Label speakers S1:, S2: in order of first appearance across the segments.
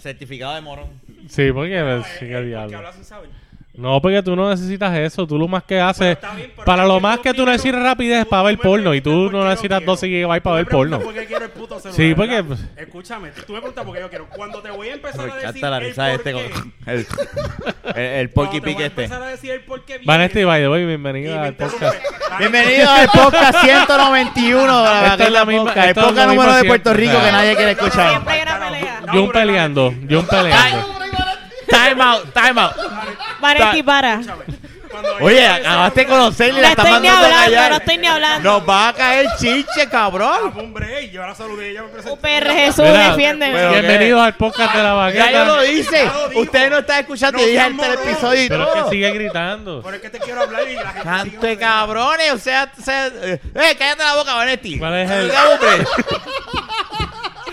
S1: Certificado de morón.
S2: Sí, porque
S3: No,
S2: me
S3: es- es
S2: sigue
S3: porque
S2: diablo.
S3: habla sin saber.
S2: No, porque tú no necesitas eso. Tú lo más que haces.
S3: está bien, pero
S2: para
S3: es
S2: lo
S3: que
S2: más
S3: tú
S2: que tú
S3: primero-
S2: necesitas rapidez es para ver
S3: me
S2: porno. Y
S3: preguntas
S2: tú
S3: por qué
S2: no
S3: lo
S2: necesitas
S3: quiero.
S2: 12 gigabytes para
S3: Tú me
S2: ver porno.
S3: preguntas por qué quiero el puto celular,
S2: Sí, porque-
S3: ¿verdad? Escúchame, tú me preguntas por qué yo quiero. Cuando te voy a empezar
S1: Me
S3: a decir
S1: encanta la
S3: el
S1: risa de este.
S3: porqué,
S1: Con... El, el, el
S3: cuando
S1: porky
S3: te voy
S1: pique
S3: a
S1: este.
S3: empezar a decir el por qué viene,
S2: Vanesti, by the way,
S3: y
S2: bienvenida
S3: me
S2: al podcast.
S3: interrumpe.
S4: Bienvenido al podcast 191 de la
S2: Esta es la
S4: Vaquilla
S2: misma-
S4: Podcast, El
S2: esta es
S4: podcast
S2: lo mismo
S4: número de
S2: siempre.
S4: Puerto Rico que nadie quiere escuchar.
S5: Siempre hay una pelea.
S3: No,
S2: John
S3: pero-
S2: peleando. John peleando.
S4: Time out, time out.
S5: Varetti, para.
S3: Escúchame, cuando
S4: Oye,
S3: ella-
S4: acabaste de conocerle y
S5: No
S4: la estás
S5: estoy ni
S4: mandando a
S5: hablando, no
S4: callar.
S5: estoy ni hablando.
S4: Nos va a caer chiche, cabrón.
S3: Dame un break, yo la saludé y ella me presentó.
S5: UPR Jesús,
S2: Mira,
S5: defiéndeme.
S4: pero-
S2: Bienvenidos al podcast de la
S4: Ya yo lo
S2: bagueta.
S4: hice.
S3: Ya lo dijo.
S4: Ustedes no están escuchando.
S3: No
S4: Yo dije
S3: seas
S4: el
S3: morón.
S4: episodio y
S2: Pero es que
S4: todo.
S2: sigue gritando.
S3: Pero es que te quiero hablar y la gente
S4: Canto
S3: sigue-
S4: de cabrones. O sea, o sea, eh, eh, cállate la boca, Vanetti.
S2: ¿Cuál es el-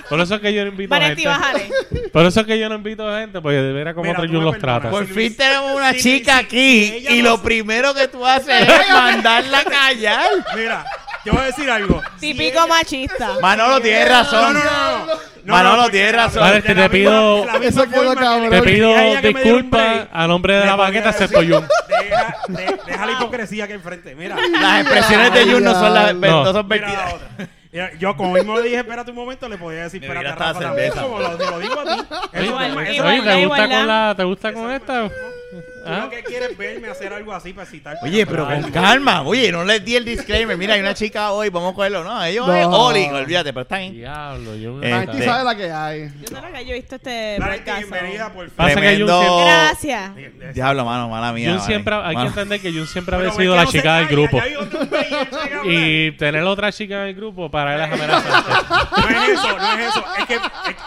S2: Por eso es que yo no invito a
S5: Varetti,
S2: gente.
S5: bájale.
S2: Por eso es que yo no invito a gente, porque mira cómo
S3: Mira,
S2: otro
S3: tú
S2: Jun
S3: me
S2: los
S3: perdonas.
S2: trata.
S4: Por
S3: Si
S4: fin
S3: Luis-
S4: tenemos una
S3: si-
S4: chica
S3: si- si
S4: aquí
S3: ella
S4: y
S3: no
S4: lo
S3: se-
S4: primero que tú haces es mandarla a callar.
S3: Mira, yo voy a decir algo.
S5: Típico machista.
S4: Manolo tiene razón.
S3: No, no, no, no. no
S4: Manolo,
S3: porque
S4: tienes
S3: la-
S4: razón.
S3: de
S2: Vale, te- te
S3: la misma-
S2: pido-
S3: de la misma
S6: Eso quedó
S3: forma que-
S6: cabrón.
S2: Te pido
S3: Ella que me diera un
S2: disculpas
S3: break,
S2: a nombre de
S3: me
S2: la
S3: podía
S2: bagueta,
S3: decir,
S2: excepto Jun.
S3: Deja, de- deja la hipocresía aquí enfrente. Mira,
S4: Las expresiones de Jun no son las
S2: No.
S4: no son
S3: mira la
S4: vertidas.
S3: otra. Mira, yo como mismo le dije, espérate un momento, le podía decir,
S1: Me
S3: espérate a
S1: hubiera
S3: Rafa
S1: estado
S3: también,
S1: cerveza.
S3: como lo, te lo digo a ti. Eso
S2: Oye,
S3: es-
S5: Igual-
S3: eso
S2: oye,
S3: es-
S2: ¿te gusta
S5: igualdad.
S2: con la, te gusta con esta?
S3: Tú
S2: Ah.
S3: lo que quieres es verme hacer algo así para excitarte.
S4: Oye, pero con calma. Oye, no les di el disclaimer. Mira, hay una chica hoy, vamos a cogerlo. No, ellos
S6: No.
S4: es Oli, olvídate, pero están ahí.
S2: Diablo, Jun.
S4: Eh,
S6: Aquí
S4: Este.
S6: sabe la que hay.
S5: Yo creo que yo he visto este
S3: Dale,
S5: podcast.
S3: bienvenida, por
S2: Pasa que Jun siempre-
S4: Tremendo.
S5: Gracias.
S4: Diablo, mano, mala mía.
S6: eh.
S2: Jun
S4: vale.
S2: siempre, hay que
S4: Mano.
S2: entender que Jun siempre
S3: Pero
S2: había
S3: es
S2: sido
S3: que
S2: la
S3: no se
S2: chica del
S3: calla,
S2: grupo.
S3: ya hay otro güey, él llega a hablar.
S2: Y tener otra chica en el grupo para él es amenazante.
S3: No es eso, no es eso. Es que él,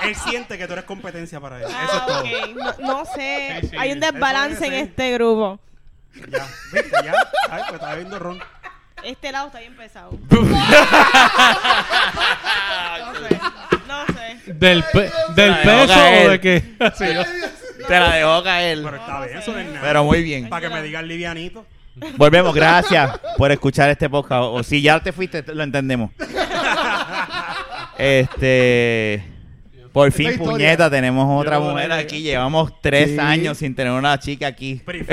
S3: él siente que tú eres competencia para él. Eso es
S5: Ah,
S3: todo.
S5: ok. No, no sé.
S2: Sí, sí.
S5: Hay un
S3: Eso
S5: desbalance
S3: debe
S5: en
S3: ser.
S5: este grupo.
S3: Ya, viste, ya. Ay, pues estaba viendo ron.
S5: Este lado está bien pesado. no sé. No sé. Este
S2: ¿Del, pe- del
S4: Ay,
S2: peso
S4: ahoga
S2: o
S4: él.
S2: de qué? Así, ¿no?
S4: Te la dejó caer.
S3: Pero está
S5: no
S3: bien,
S5: sé.
S3: eso no es nada.
S4: Pero muy bien.
S3: para que me digas livianito.
S4: Volvemos, gracias por escuchar este podcast. O si ya te fuiste, lo entendemos. Este. Por fin,
S6: historia.
S4: puñeta, tenemos otra
S2: Yo no
S4: mujer
S2: la-
S4: aquí. Llevamos tres
S6: Sí.
S4: años sin tener una chica aquí.
S3: Brief.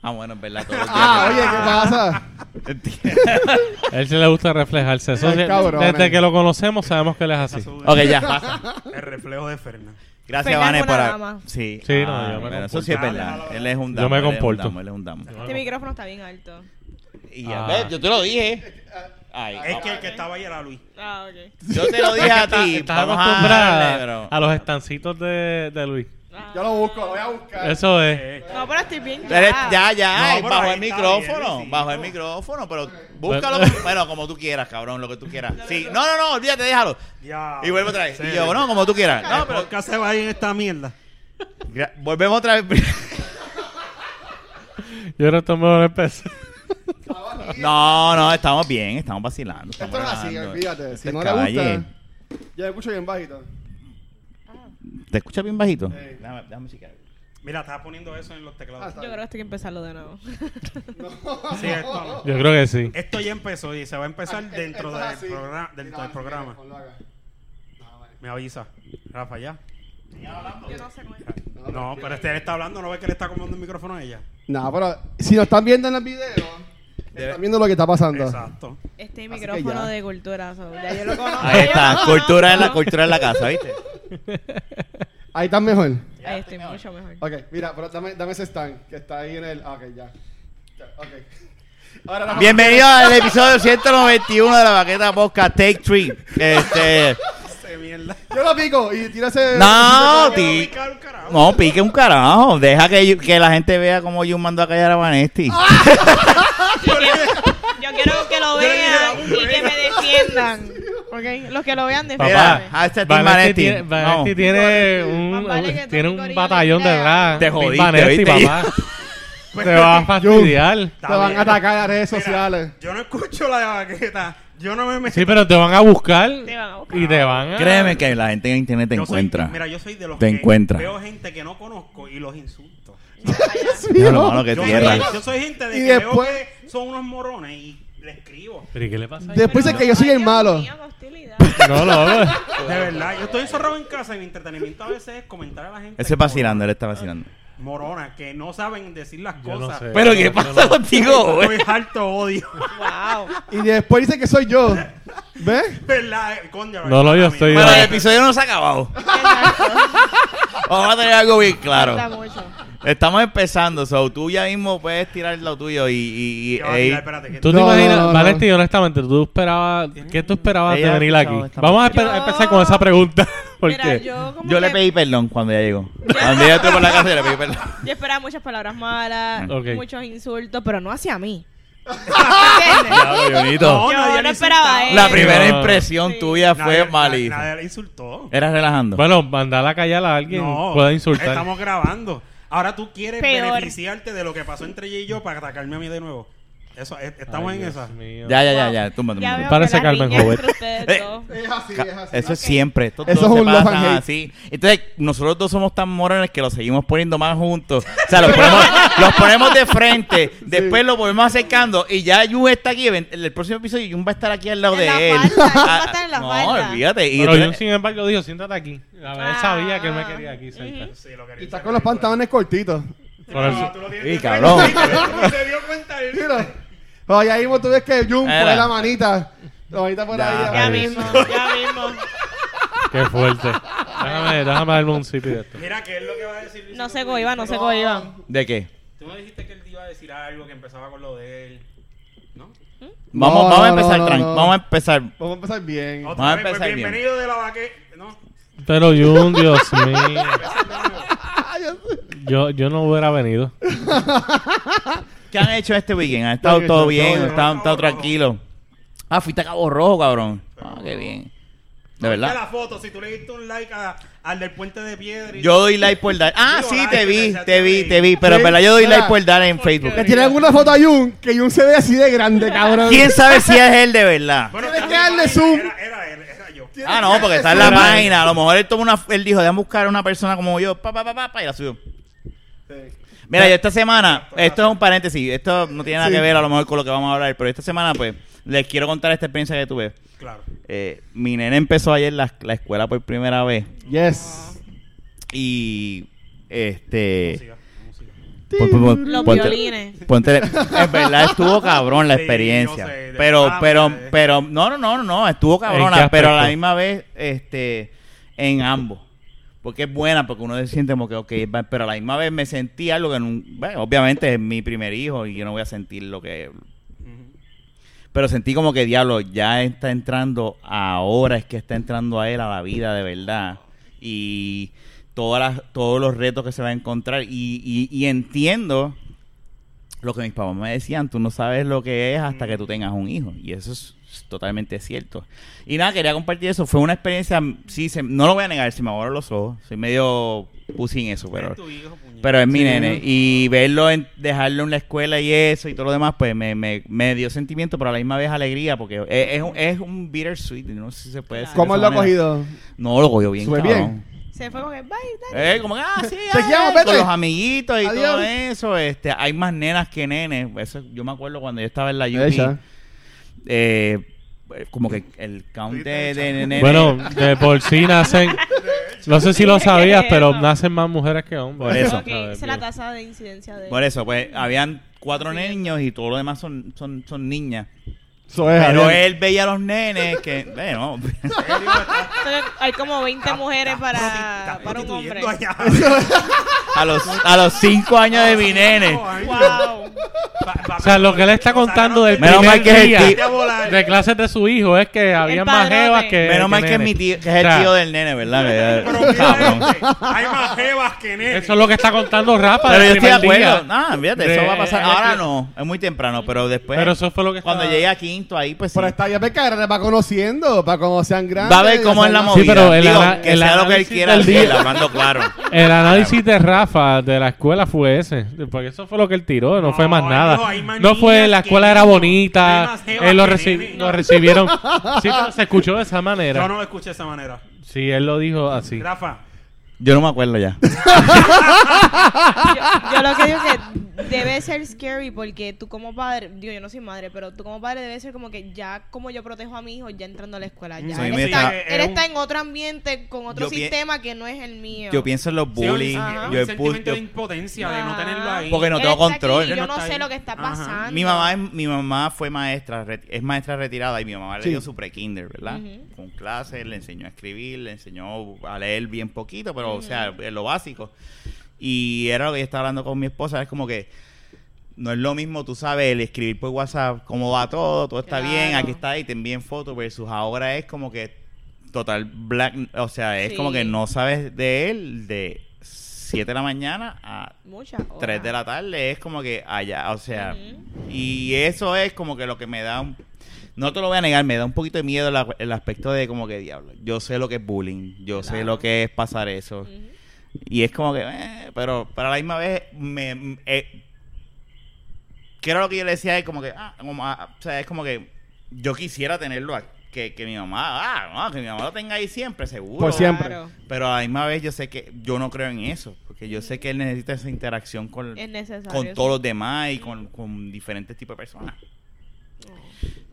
S4: Ah, bueno, es verdad. todos los días.
S6: Ah, oye, ¿qué pasa?
S2: A él se le gusta reflejarse. Eso
S6: Ay, eh.
S2: de-
S6: cabrones.
S2: desde que lo conocemos sabemos que él es así.
S4: ok, ya pasa.
S3: El reflejo de Fernan.
S4: Gracias,
S5: Fernando
S4: Vane,
S5: es
S4: por.
S5: una
S4: a-
S5: dama.
S4: Sí. Ah,
S2: Sí, no, yo me
S4: bueno,
S2: comporto.
S4: Eso sí es verdad. Él es un damo.
S2: me
S4: él es un
S2: comporto.
S4: damo, Él es un damo.
S5: Este micrófono está bien alto.
S4: Y ya
S2: Ah.
S4: ves, yo te lo dije. Ay,
S3: Es que el que
S5: ok.
S3: estaba ahí era Luis.
S5: Ah, ok.
S4: yo te lo dije a ti.
S2: Estás
S4: vamos a
S2: acostumbrada
S4: darle, bro.
S2: a los estancitos de, de Luis.
S5: Ah.
S6: Yo lo busco, lo voy a buscar.
S2: Eso es.
S3: Eh,
S5: No, pero estoy bien.
S4: Pero es-
S5: ya.
S4: ya, ya,
S3: No,
S4: eh,
S3: pero
S4: bajo
S3: ahí
S4: el
S3: está
S4: micrófono,
S3: bien,
S4: bajo el
S3: Luisito.
S4: micrófono, pero búscalo,
S2: Bueno.
S4: bueno, como tú quieras, cabrón, lo que tú quieras. Sí, no, no, no, olvídate, déjalo.
S3: ya.
S4: Y vuelvo otra vez.
S3: Ah, Sí. pues,
S4: Y yo, no, como tú quieras.
S3: No,
S4: No,
S3: pero acá se va a ir en esta mierda.
S4: gra- volvemos otra vez.
S2: Yo no tomo mejor empezar.
S4: No, no, estamos bien, estamos vacilando. estamos Este
S6: Esto es así,
S4: relajando.
S3: Este
S6: olvídate.
S4: Esto
S6: Si
S4: es
S6: no le
S4: calle.
S6: gusta, ya escucho bien bajito.
S4: ¿Te escuchas bien bajito?
S6: Eh.
S4: Déjame, déjame chequear.
S3: Mira, estás poniendo eso en los
S6: Ah,
S3: teclados.
S5: Yo creo que estoy que empezarlo de nuevo.
S3: Sí, esto,
S2: Yo creo que sí.
S3: esto ya empezó y se va a empezar dentro
S6: Ah, Esto
S3: del,
S6: es así.
S3: programa dentro
S6: Mira,
S3: del programa.
S6: ponlo acá. No, vale.
S3: Me avisa. Rafa, ya. Ah,
S5: Yo no sé cómo es.
S3: No, pero este él está hablando, no ve que le está comiendo el micrófono a ella.
S6: No, pero si lo están viendo en el video, están viendo lo que está pasando.
S3: Exacto.
S5: Este
S6: Así que
S5: micrófono
S6: ya.
S5: de cultura. so, ya yo lo
S3: Ah.
S5: conozco.
S4: Ahí
S5: ya yo
S4: está,
S5: lo conozco.
S4: cultura en la cultura en la casa, ¿viste?
S6: Ahí están mejor.
S5: Ahí estoy mucho mejor.
S6: Ok, mira, pero dame, dame ese stand que está ahí en el. ah, Ok, ya. Ya, Ok. Ahora la
S4: Bienvenido al episodio 191 de la Baqueta Podcast Take 3. Este,
S3: Se mierda.
S6: Yo lo pico y tira ese.
S4: no,
S3: Yo
S4: ti.
S3: voy a picar un carajo.
S4: No, pique un carajo. Deja que, que la gente vea cómo yo mando a callar a Vanesti.
S3: Ah.
S5: Yo quiero- yo quiero que
S3: Yo
S5: lo
S3: le dije,
S5: vean
S3: vamos,
S5: y que me defiendan. ¿Ok? Los que lo vean,
S4: Papá,
S5: defiendan.
S4: hashtag Team
S2: Vanetti
S4: Vanesti. No.
S2: Este tiene, Vanetti tiene un,
S5: Más vale que
S2: tiene
S5: Tony
S2: un
S5: Corillo
S2: batallón
S5: le crea.
S2: detrás.
S4: Te jodiste,
S2: Vanetti,
S4: ¿oíste?
S2: papá.
S3: Pues,
S2: Te va a fastidiar.
S6: Te van
S3: bien.
S6: a atacar las redes
S3: Mira,
S6: sociales.
S3: Yo no escucho la baqueta. Yo no me meto.
S2: Sí, pero te van a buscar
S5: Te van a buscar.
S2: y te van a...
S4: Créeme que la gente en internet te
S3: Yo soy-
S4: encuentra.
S3: mira, yo soy de los
S4: Te
S3: que
S4: encuentra.
S3: veo gente que no conozco y los insulto.
S4: Mira lo malo que
S3: yo,
S4: tierra.
S3: soy, yo soy gente de
S6: Y
S3: que
S6: después-
S3: veo que son unos morones y le escribo.
S2: ¿Pero y qué le pasa? ahí?
S6: Después Pues es que yo soy
S5: Ay,
S6: el
S5: Dios
S6: malo.
S5: mío, qué hostilidad.
S2: No, no, no.
S3: De verdad, yo estoy encerrado en casa y mi entretenimiento a veces es comentar a la gente.
S4: Él se está vacilando, él está vacilando.
S3: Morona, que no saben decir las
S2: Yo no
S3: cosas. Pues,
S2: sé.
S7: Pero ¿qué pasa contigo, güey?
S3: Estoy harto odio.
S5: Wow.
S6: Y después dice que soy yo. ¿Ves?
S3: ¿Verdad? Coño,
S2: No, no, yo estoy-
S7: Bueno, el episodio no se ha acabado.
S4: Vamos a tener algo bien
S5: Está
S4: claro.
S5: mucho.
S4: Estamos empezando, so tú ya mismo puedes tirar lo tuyo y... y, y-
S3: Yo,
S4: ey,
S3: mira, espérate, que-
S2: ¿Tú
S6: No,
S2: te imaginas,
S6: no, no, no.
S2: Valentín, honestamente, tú esperabas, ¿qué tú esperabas de
S4: Ella-
S2: venir aquí?
S4: no, está
S2: Vamos a,
S4: bien.
S2: empe- a
S5: Yo-
S2: empezar con esa pregunta. Porque
S5: Mira, yo como
S4: yo le
S5: que-
S4: pedí perdón cuando ya llegó. Cuando ya estuvo por la casa, yo le pedí perdón.
S5: Yo esperaba muchas palabras malas,
S2: Ok.
S5: muchos insultos, pero no hacia mí. ¿Entiendes?
S3: No,
S5: Yo
S3: nadie
S5: no
S3: le
S5: esperaba
S3: insultaba.
S5: eso.
S4: La primera
S2: No.
S4: impresión
S5: Sí.
S4: tuya fue
S3: Nadie-
S4: malísima.
S3: Nadie le insultó.
S4: Eras relajando.
S2: Bueno, mandar a callar a alguien
S3: No,
S2: pueda insultar.
S3: Estamos grabando. Ahora tú quieres
S5: Peor.
S3: beneficiarte de lo que pasó entre ella y yo para atacarme a mí de nuevo. Eso, es- estamos
S2: Ay,
S3: en
S2: Dios
S3: esa.
S2: mío.
S4: ya, ya, ya, ya. Túmbate.
S5: Ya veo
S4: túmbate.
S2: Párese,
S5: que la
S2: Carmen
S5: riña
S2: Jovet.
S5: entre ustedes dos.
S6: Es así, es así.
S4: Eso es siempre. Estos
S6: Eso
S4: dos
S6: es
S4: se
S6: un love and
S4: pasan
S6: hate.
S4: así. Entonces, nosotros dos somos tan morones que los seguimos poniendo más juntos. O sea, los ponemos, los ponemos de frente, después los volvemos acercando y ya Jun está aquí. En el próximo episodio Jun va a estar aquí al lado
S5: En
S4: de
S5: la
S4: él.
S5: falda, Jun va a
S4: Ah,
S5: estar en la
S4: no,
S5: falda.
S4: olvídate. Y
S2: Pero
S4: entonces-
S2: yo, sin embargo, dijo, siéntate aquí. A ver, él
S5: Ah.
S2: sabía que él me quería aquí cerca.
S5: Ujú.
S3: Sí, lo quería
S6: Y estás con los pantalones cortitos.
S2: Por eso-
S3: No, tú lo tienes
S4: Sí,
S3: de
S4: cabrón.
S3: frente, no se dio cuenta él.
S6: Mira. Oye, ahí mismo tú ves que Jun pone
S4: Era.
S6: la manita. La manita por
S4: Ya,
S6: ahí.
S5: Ya
S6: ahí.
S5: mismo, ya mismo.
S2: Qué fuerte. déjame, déjame darme un sip de esto.
S3: Mira, ¿qué es lo que va a decir? Luisito
S5: No sé cómo
S3: Comunica?
S5: iba, no sé cómo iba.
S4: ¿De qué?
S3: Tú no dijiste que él te iba a decir algo que empezaba con lo de él. ¿No?
S4: Vamos,
S6: No,
S4: vamos a
S6: no,
S4: empezar,
S6: no,
S4: tran-
S6: no.
S4: Vamos a empezar.
S6: Vamos a empezar bien.
S3: Otra
S4: Vamos a
S3: vez, pues,
S4: empezar bien.
S3: bienvenido de la vaque. No.
S2: Pero Jun, Dios mío. Yo, yo no hubiera venido.
S4: ¿Qué han hecho este weekend? ¿Han estado
S6: Yo-
S4: todo
S6: yo-
S4: bien?
S6: yo-
S4: ¿Han estado, han estado
S3: Cabo Rojo.
S4: tranquilos? Ah, fuiste a Cabo Rojo, cabrón. Ah, qué bien. De
S3: Mira
S4: verdad.
S3: la foto, si tú le diste un like a- al del puente de piedra. y-
S4: Yo doy like por dar. Ah,
S3: Digo,
S4: sí,
S3: like,
S4: te vi,
S3: ya
S4: te
S3: te
S4: vi,
S3: vi.
S4: te vi. Pero
S6: Sí,
S4: en verdad yo doy
S6: mira.
S4: like por dar en Facebook.
S6: Le tienen una foto a Jun que Jun se ve así de grande, cabrón.
S4: ¿Quién sabe si es él de verdad?
S3: Bueno,
S6: Tienes que
S3: era-
S6: darle zoom.
S3: Era, era él, era yo.
S4: Ah, no, porque está en la página. A lo mejor él tomó una, él dijo, déjame buscar a una persona como yo, pa, pa, pa, pa, pa, y la subió. Mira, yo esta semana, esto es un paréntesis, esto no tiene nada
S6: Sí.
S4: que ver a lo mejor con lo que vamos a hablar, pero esta semana, pues, les quiero contar esta experiencia que tuve.
S3: Claro.
S4: Eh, mi nene empezó ayer la, la escuela por primera vez
S6: Yes.
S4: y, este...
S3: Música, música.
S4: pon- pon- pon-
S5: Los
S4: ponte-
S5: violines.
S4: Ponte, en verdad estuvo cabrón la
S3: Sí,
S4: experiencia.
S3: yo sé, de-
S4: pero,
S3: ah,
S4: pero,
S3: mira, eh.
S4: pero, no, no, no, no, no, estuvo
S2: ¿En
S4: cabrona,
S2: qué
S4: pero a la
S2: aspecto?
S4: misma vez, este, en ambos. Porque es buena, porque uno se siente como que, ok, va- pero a la misma vez me sentí algo que, nun- bueno, obviamente es mi primer hijo y yo no voy a sentir lo que... Pero sentí como que, diablo, ya está entrando, ahora es que está entrando a él a la vida de verdad. Y todas las, todos los retos que se va a encontrar. Y, y, y entiendo lo que mis papás me decían, tú no sabes lo que es hasta que tú tengas un hijo. Y eso es totalmente cierto. Y nada, quería compartir eso. Fue una experiencia, sí, se- no lo voy a negar, si me abro los ojos. Soy medio pusín en eso, pero,
S3: Es tu hijo, puñeta.
S4: pero es mi nene. Y verlo, en, dejarlo en la escuela y eso y todo lo demás, pues me, me, me dio sentimiento, pero a la misma vez alegría, porque es, es, un, es un bittersweet, no sé si se puede decir. de
S6: ¿Cómo
S4: esa
S6: lo ha
S4: manera.
S6: cogido?
S4: No, lo cogió bien,
S6: Sube
S4: cabrón.
S5: Se fue con el bye, dale.
S4: Eh, como que, ah, sí,
S6: Te
S4: ah,
S6: quiero,
S4: eh,
S6: vete.
S4: con los amiguitos y
S6: Adiós.
S4: todo eso. Este, hay más nenas que nenes. Eso, yo me acuerdo cuando yo estaba en la UP.
S6: Ella.
S4: Eh, como que el count de, de, nenes.
S2: Bueno, de por sí nacen. No sé si lo sabías, pero nacen más mujeres que hombres.
S4: Por eso.
S5: Ok, esa es la tasa de incidencia de.
S4: Por eso, pues, habían cuatro niños y todo lo demás son, son, son niñas.
S6: Eso es,
S4: Pero
S6: Javier.
S4: él veía a los nenes que, bueno,
S5: Entonces, hay como 20 mujeres para,
S3: Está
S5: para un hombre.
S3: prostituyendo allá.
S4: a los, a los cinco años de mi nene.
S5: Wow.
S3: Pa- pa-
S2: O sea, lo que él está contando del
S4: Menos mal
S2: primer
S4: que es el
S2: día
S4: tío.
S3: Vete a volar.
S2: de clases de su hijo es que había más
S5: padrote.
S2: jevas que
S4: Menos mal que es
S2: Eh, nene.
S4: mi tío, que
S2: O
S4: es el
S2: sea,
S4: tío del nene, ¿verdad?
S3: Pero
S4: Que-
S3: mira
S4: cabrón.
S3: este, hay más jevas que nene.
S2: Eso es lo que está contando Rafa
S4: Pero
S2: del
S4: yo estoy de
S2: primer
S4: acuerdo.
S2: día.
S4: No, fíjate,
S2: De-
S4: eso va a pasar.
S2: de-
S4: Ahora no, es muy temprano, pero después.
S2: Pero eso fue lo que
S4: pues. cuando
S2: estaba-
S4: llegue a quinto ahí, pues sí.
S6: Pero está ya ves que ahora va conociendo, para cuando sean grandes.
S4: Va a ver
S6: ya
S4: cómo es la
S6: sabrá.
S4: movida.
S2: pero el
S4: Digo,
S2: ana-
S4: que
S2: el
S4: sea lo que él
S2: análisis
S4: quiera
S2: del
S4: decir,
S2: día.
S4: hablando claro.
S2: El análisis de Rafa de la escuela fue ese, porque eso fue lo que él tiró, no,
S3: No,
S2: fue más
S3: él
S2: nada.
S3: dijo, hay más
S2: no fue
S3: niñas
S2: la
S3: que
S2: escuela era
S3: niños. Hay
S2: bonita,
S3: más jevas
S2: él lo,
S3: que
S2: reci-
S3: nenes.
S2: lo recibieron. Sí, pero se escuchó de esa manera.
S3: Yo no lo escuché de esa manera.
S2: Sí, él lo dijo así.
S3: Rafa,
S4: Yo no me acuerdo ya.
S5: yo, yo lo que digo que debe ser scary porque tú como padre, digo yo no soy madre, pero tú como padre debe ser como que ya como yo protejo a mi hijo ya entrando a la escuela, ya
S4: Sí,
S5: él,
S4: mira,
S5: está,
S3: eh,
S5: él
S3: eh,
S5: está en otro ambiente con otro
S4: Yo pien-
S5: sistema que no es el mío.
S4: Yo pienso en los
S3: Sí, un-
S4: bullying.
S3: ajá,
S4: yo
S3: un
S4: he
S3: sentimiento
S4: pu-
S3: de
S4: yo-
S3: impotencia de
S5: Ah.
S3: no tenerlo ahí.
S4: Porque no
S5: Él
S4: tengo
S5: está aquí
S4: control.
S5: y
S3: Él
S5: yo
S3: no
S5: no
S3: está
S5: sé
S3: ahí.
S5: lo que está
S3: Ajá.
S5: pasando.
S4: mi mamá, es- mi mamá fue maestra, re- es maestra retirada y mi mamá le
S6: Sí.
S4: dio su pre-kinder, ¿verdad?
S5: Ujú.
S4: Con clases, le enseñó a escribir, le enseñó a leer bien poquito, pero o sea, lo básico. Y era lo que yo estaba hablando con mi esposa, es como que no es lo mismo, tú sabes, el escribir por WhatsApp, cómo va todo, todo está bien,
S5: Claro.
S4: aquí está y te envían fotos, versus ahora es como que total black, o sea, es como
S5: Sí.
S4: que no sabes de él de 7 de la mañana a
S5: Muchas horas.
S4: 3 de la tarde es como que allá, o sea,
S5: Ujú.
S4: y eso es como que lo que me da un- no te lo voy a negar, me da un poquito de miedo la- el aspecto de como que diablo, yo sé lo que es bullying, yo sé
S5: Claro.
S4: lo que es pasar eso,
S5: Ujú.
S4: y es como que, eh, pero para la misma vez, me, m- eh, que era lo que yo le decía, es como que, ah, como, ah, o sea, es como que yo quisiera tenerlo, a- que, que mi mamá, ah, no, que mi mamá lo tenga ahí siempre, seguro.
S6: Por siempre.
S5: Claro.
S4: Pero a la misma vez yo sé que yo no creo en eso, porque yo sé que él necesita esa interacción con,
S5: Es necesario.
S4: con
S5: sí.
S4: todos los demás y con, con diferentes tipos de personas.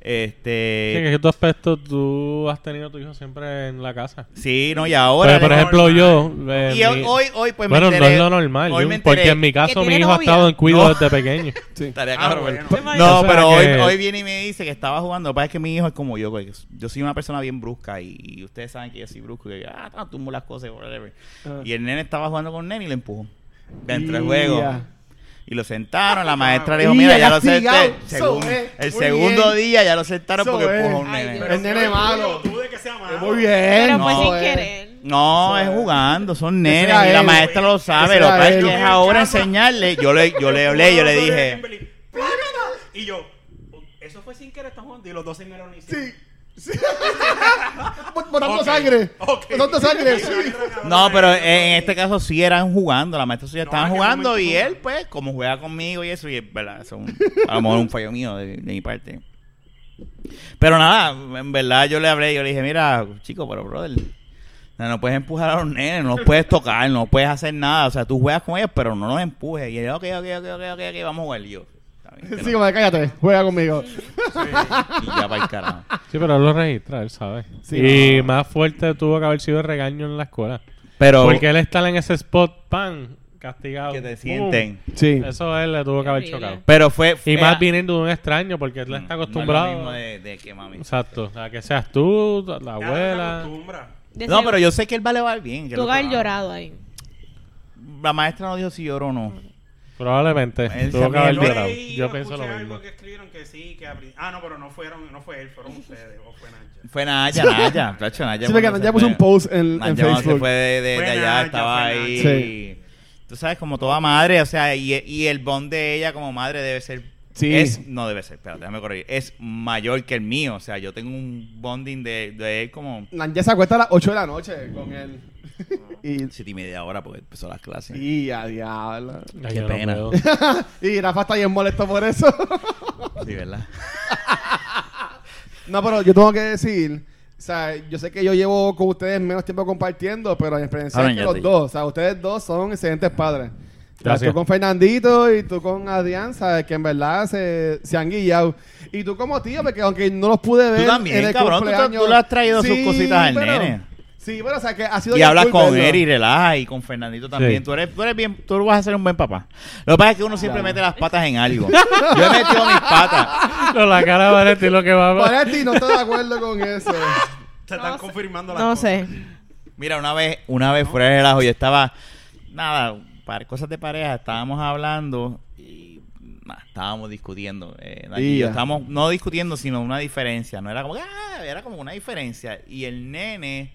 S4: Este...
S3: eh,
S2: que estos aspectos tú has tenido a tu hijo siempre en la casa.
S4: Sí, no, y ahora...
S2: Pero, por
S4: le-
S2: ejemplo,
S3: normal.
S2: yo... eh,
S4: y hoy,
S2: mi-
S4: hoy, hoy, pues
S2: bueno,
S4: me
S2: no
S4: enteré,
S2: es lo normal.
S4: hoy
S2: yo-
S4: me enteré-
S2: porque en mi caso
S5: Que
S2: mi
S5: tiene
S2: hijo ha
S5: novia.
S2: estado en cuido
S4: No.
S2: desde pequeño.
S4: Estaría
S3: Ah,
S4: cabrón.
S3: bueno.
S4: No,
S2: O sea
S4: pero hoy,
S2: que-
S4: hoy viene y me dice que estaba jugando. Lo que pasa es que mi hijo es como yo, güey, que Yo soy una persona bien brusca y, y ustedes saben que yo soy brusco. Y yo, ah, no, tumbo las cosas, whatever.
S6: Ah.
S4: Y el nene estaba jugando con nene y le empujó. Dentro del
S6: Ya.
S4: juego. Y lo sentaron. La maestra le dijo, mira,
S6: Ah, Y
S4: ya lo
S6: castigado.
S4: sentaron.
S6: Eso es.
S4: el
S6: eh, Muy
S4: segundo
S6: bien. eh,
S4: día ya lo sentaron
S6: Eso
S4: porque
S6: es.
S4: empujó a un
S5: Ay,
S4: nene.
S5: Dios.
S6: El nene es malo.
S3: Tú de que sea malo.
S6: Muy bien. eh.
S5: Pero fue
S4: No.
S5: sin
S6: Eso es.
S5: querer.
S4: No,
S6: Eso
S4: es
S6: es.
S4: jugando, son
S6: eh, Ese
S4: nenes
S6: era
S4: y la
S6: él.
S4: maestra lo sabe.
S6: Ese
S4: Lo que
S6: era
S4: pasa es
S6: él.
S4: que es ahora enseñarle. Yo le, yo le hablé, yo le dije.
S3: "Plácata". Y yo, eso fue sin querer, estamos jugando. Y los dos se miraron y
S6: Sí. sí. Bot- Botando
S3: Ok,
S6: sangre.
S3: ok.
S6: Botando sangre. sí.
S4: No, pero en, en este caso sí eran jugando, la maestra suya
S3: No,
S4: estaban
S3: ¿en qué
S4: jugando
S3: momento
S4: y
S3: jugaron?
S4: él, pues, como juega conmigo y eso, y es verdad, eso es un- a lo mejor un fallo mío de, de mi parte. Pero nada, en verdad yo le hablé, yo le dije, mira, chico, pero brother, no, no puedes empujar a los nenes, no los puedes tocar, no puedes hacer nada, o sea, tú juegas con ellos, pero no los empujes. Y él, ok, ok, ok, ok, ok, ok, vamos a jugar Y yo. "Está bien,
S6: Sí,
S4: que no".
S6: como de, cállate, juega conmigo.
S4: Y ya para el carajo.
S2: Sí, pero él lo registra, él sabe.
S6: Sí,
S2: y más fuerte tuvo que haber sido el regaño en la escuela.
S4: Pero
S2: Porque uh, él estar en ese spot, pan, castigado.
S4: que te
S2: ¡pum!
S4: sienten.
S6: Sí.
S2: Eso a él le tuvo que haber
S5: Horrible.
S2: chocado.
S4: Pero fue.
S2: Y
S4: fue-
S2: más viniendo de un extraño, porque él está
S4: Mm, No es lo
S2: acostumbrado.
S4: mismo de- de que mami.
S2: Exacto, a que seas tú, la la abuela.
S3: Acostumbra.
S5: De
S4: No,
S5: ser-
S4: pero yo sé que él va a elevar bien. que
S5: Tú
S4: lo
S5: vas a haber
S4: que-
S5: llorado ahí.
S4: La maestra no dijo si lloró o no.
S5: Mm.
S2: Probablemente.
S4: Él
S2: tuvo
S4: también
S2: que haber
S4: lo
S3: Yo
S2: llorado.
S3: leí
S2: Yo
S3: o
S2: pienso lo
S3: escuché
S2: mismo.
S3: algo que escribieron que sí, que abrí- Ah, no, pero no fueron, no fue él, fueron ustedes o fue Nacha.
S4: Fue Naya, Naya. Tacho, Naya
S6: Sí, porque
S4: cuando se
S6: ya puse
S4: fue-
S6: un post en,
S4: Naya
S6: en
S4: cuando se
S6: Facebook.
S4: fue de, de- de
S3: Fue
S4: allá,
S3: Naya,
S4: estaba
S3: fue
S4: ahí.
S6: Naya.
S4: Tú sabes, como toda madre, o sea, y, y el bond de ella como madre debe ser...
S6: Sí.
S4: Es, no debe ser, espérate, déjame corregir. Es mayor que el mío, o sea, yo tengo un bonding de, de él como...
S6: Nanja se acuesta a las 8 de la noche con él. y,
S4: Siete y media hora porque empezó las clases.
S6: y a diablo.
S2: Ay,
S4: Qué
S2: yo no
S4: pena.
S2: puedo.
S6: Y Rafa está bien molesto por eso.
S4: Sí, ¿verdad?
S6: no, pero yo tengo que decir. O sea, yo sé que yo llevo con ustedes menos tiempo compartiendo, pero mi experiencia
S4: Ahora
S6: es que
S4: ya
S6: los
S4: te-
S6: dos, o sea, ustedes dos son excelentes padres. O sea,
S2: Gracias.
S6: tú con Fernandito y tú con Adrián, sabes que en verdad se, se han guiado. Y tú como tío, porque aunque no los pude ver
S4: también,
S6: en el
S4: cabrón, tú te-
S6: cumpleaños-
S4: tú le has traído sus cositas al
S6: pero-
S4: nene.
S6: Sí, pero o sea, que ha sido
S4: Y
S6: bien
S4: hablas
S6: cool
S4: con
S6: verlo.
S4: él y relaja y con Fernandito también.
S2: Sí.
S4: Tú eres, tú eres bien, tú vas a ser un buen papá. Lo que pasa es que uno siempre mete las patas en algo. Yo he metido mis patas.
S2: No, la cara de Valentín lo que va a
S6: Valentín, no estoy de acuerdo con eso.
S3: Se están confirmando las
S5: No
S3: cosas.
S5: sé.
S4: Mira, una vez, una vez fuera de relajo, yo estaba, nada, para cosas de pareja, estábamos hablando y nah, estábamos discutiendo. eh, Dani y yo
S6: Ya.
S4: estábamos no discutiendo, sino una diferencia. No era como, ah, era como una diferencia. Y el nene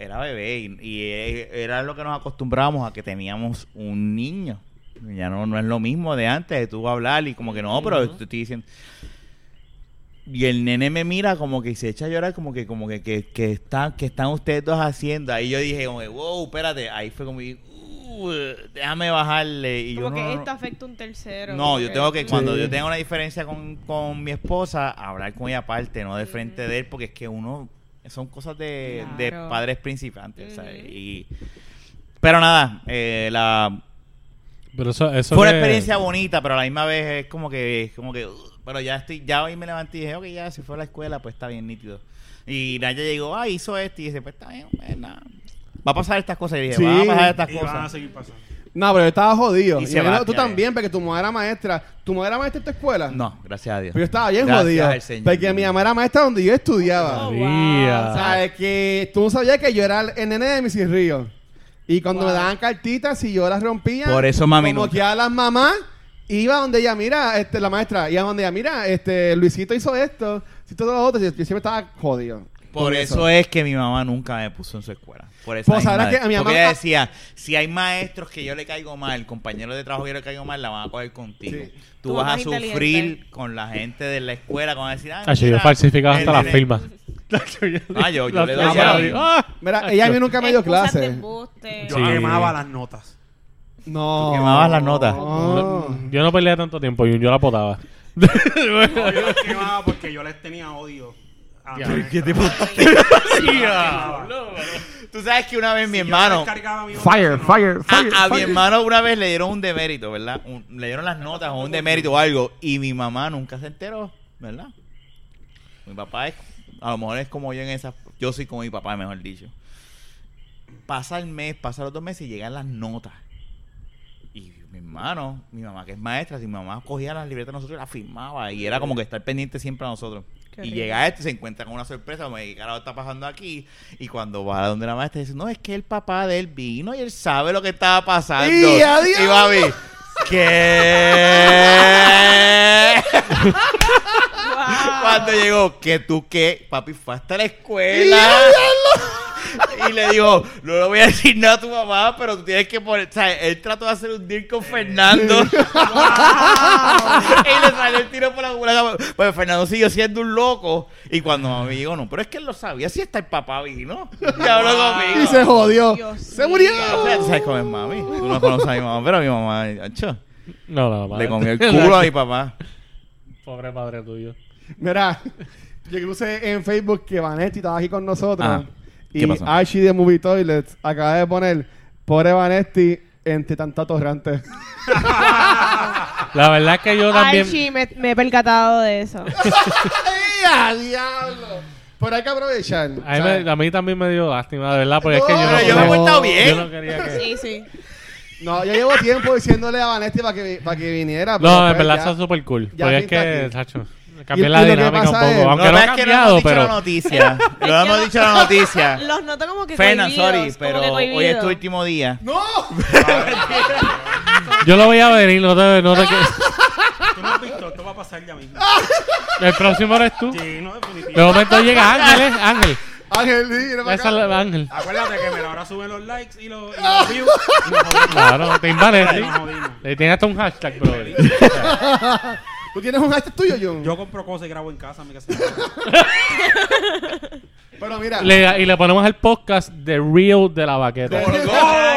S4: era bebé y, y eh, era lo que nos acostumbrábamos a que teníamos un niño. Ya no, no es lo mismo de antes, de tú hablar y como que no, pero te estoy diciendo. Y el nene me mira como que y se echa a llorar, como que, como que, que, que están, que están ustedes dos haciendo. Ahí yo dije, como que, wow, espérate. Ahí fue como, que, "Uh, déjame bajarle. Y yo
S5: Como
S4: no,
S5: que
S4: no, no.
S5: esto afecta a un tercero.
S4: No, yo tengo que,
S5: Sí.
S4: cuando yo tenga una diferencia con, con mi esposa, hablar con ella aparte, no de frente de él, porque es que uno, son cosas de, de
S5: Claro.
S4: padres principiantes, ¿sabes?
S5: Ujú.
S4: Y Pero nada, eh, la,
S2: Pero eso, eso
S4: fue una
S2: que-
S4: experiencia bonita, pero a la misma vez es como que, es como que, uh, pero ya estoy, ya hoy me levanté y dije, ok, ya, si fue a la escuela, pues está bien nítido. Y Naya llegó, ah, hizo esto, y dice, pues está bien, pues, nada. Va a pasar estas cosas, y dije,
S6: Sí,
S4: va a pasar estas
S3: Y van a
S4: cosas.
S3: seguir pasando.
S6: No, pero yo estaba jodido.
S4: Y
S6: Y
S4: se
S6: yo,
S4: va,
S6: tú
S4: ya,
S6: también, porque tu mamá era maestra. ¿Tu mamá era maestra en tu escuela?
S4: No, gracias a Dios.
S6: Pero yo estaba bien
S4: Gracias
S6: jodido.
S4: al Señor.
S6: Porque mi mamá era maestra donde yo estudiaba.
S5: Oh, wow.
S2: María.
S6: O sea, es que tú no sabías que yo era el nene de mis Ríos. Y cuando me daban cartitas y yo las rompía,
S4: Por eso, mami,
S6: como
S4: nunca.
S6: que a las mamás iba donde ella, mira, este, la maestra, iba donde ella, mira, este, Luisito hizo esto, Luisito hizo lo otro, yo, yo siempre estaba jodido.
S4: Por eso es que mi mamá nunca me puso en su escuela. Por eso.
S6: Pues ahora que a mi mamá-
S4: Porque ella decía, si hay maestros que yo le caigo mal, compañeros de trabajo que yo le caigo mal, la van a coger contigo.
S6: Sí.
S4: Tú,
S5: Tú
S4: vas a
S5: más inteligente.
S4: sufrir con la gente de la escuela, con decir, ah,
S2: Ah, yo
S4: mira,
S2: falsificaba
S4: el
S2: hasta las
S4: nene-
S2: firmas.
S4: Ah, yo, yo le
S6: las
S4: doy
S6: firmas.
S4: a-
S2: Ah,
S6: Mira, ella a mí nunca me dio clase.
S3: Yo
S2: Sí.
S3: quemaba las notas.
S6: No.
S4: Tú quemabas las notas.
S6: No.
S2: Yo no peleé tanto tiempo y yo la potaba.
S3: No, yo las quemaba porque yo les tenía odio. a la maestra.
S4: ¿Qué te pasa?
S3: Yo las quemaba.
S4: Tú sabes que una vez mi
S3: Si yo
S4: hermano.
S3: descargaba mi otra,
S8: Fire,
S3: no.
S8: fire,
S4: A,
S8: fire.
S4: a mi
S8: fire.
S4: hermano una vez le dieron un demérito, ¿verdad? Un- le dieron las notas o un demérito o algo. Y mi mamá nunca se enteró, ¿verdad? Mi papá es, a lo mejor es como yo en esa. Yo soy como mi papá, mejor dicho. Pasa el mes, pasa los dos meses y llegan las notas. Y mi hermano, mi mamá que es maestra, si mi mamá cogía las libretas de nosotros y las firmaba. Y era como que estar pendiente siempre a nosotros.
S5: Qué
S4: y
S5: rico.
S4: llega este y se encuentra con una sorpresa, me ¿qué carajo está pasando aquí? Y cuando va a donde la maestra dice, no, es que el papá de él vino y él sabe lo que estaba pasando.
S6: ¡Y adiós!
S4: Y mami, ¿qué? Cuando llegó, que tú qué, papi fue hasta la escuela. Y le dijo, no le voy a decir nada a tu mamá, pero tú tienes que poner. O sea, él trató de hacer un deal con Fernando. y le salió el tiro por la culata. Pues Fernando siguió siendo un loco. Y cuando mami dijo, no, pero es que él lo sabía si hasta el papá vino. Y habló conmigo.
S6: Y se jodió.
S5: Dios
S6: se
S5: mío.
S6: murió.
S4: O sea, tú sabes cómo es mami. Tú no conoces a mi mamá, pero mi mamá, ancho,
S2: No, no,
S4: le comió el culo a mi papá.
S2: Pobre padre tuyo.
S6: Mira, yo crucé en Facebook que Vanetti estaba aquí con nosotros.
S4: Ah, ¿qué
S6: y
S4: pasó?
S6: Archie de Movie Toilets acaba de poner, pobre Vanetti, entre tanto atorrante.
S2: La verdad es que yo
S5: Ay,
S2: también.
S5: sí, me, me he percatado de eso.
S6: ¡Ay, a diablo! Pero hay que aprovechar.
S2: A mí,
S6: ¿sabes?
S2: me- a mí también me dio lástima, de verdad, porque es que
S4: Pero yo
S2: yo no,
S6: No,
S4: me he
S6: no.
S4: portado
S2: yo
S4: bien.
S2: no quería que.
S5: Sí, sí.
S6: No, yo llevo tiempo diciéndole a Vanetti para que, para que viniera. pero
S2: No, en
S6: pues
S2: verdad
S6: ya.
S2: eso es súper cool.
S6: ya
S2: Porque es
S6: pinta
S2: que,
S6: aquí.
S2: Sacho,
S6: Y-
S2: cambié
S6: y
S2: la
S6: lo que
S2: dinámica un
S6: pasa es-
S2: poco.
S6: No,
S2: Aunque
S4: pero
S2: no, ha
S4: es que no hemos
S2: cambiado,
S4: dicho
S2: pero.
S4: la noticia. No hemos dicho la noticia.
S5: Los noto como que
S4: Fernan,
S5: cohibidos,
S4: sorry,
S5: como
S4: pero
S5: que
S4: hoy es tu
S5: cohibidos.
S4: último día.
S2: Yo lo voy a venir, no te. No te
S3: Tú no has visto, esto va a pasar ya mismo.
S2: el próximo eres tú.
S3: Sí, no, definitivo.
S2: De momento llega Ángel, ¿eh? Ángel.
S6: Ángel, mira para
S2: Esa es
S6: acá.
S2: la- Ángel.
S3: Acuérdate que mira, ahora suben los likes y los, y los views. Y nos jodimos.
S2: Claro, te invades. ¿sí?
S3: Nos jodimos.
S2: Le tienes hasta un hashtag, bro.
S6: ¿Tú tienes un hashtag tuyo, John?
S3: Yo compro cosas y grabo en casa, mi casa.
S6: Pero mira.
S2: Le- y le ponemos el podcast The Real de la Vaqueta.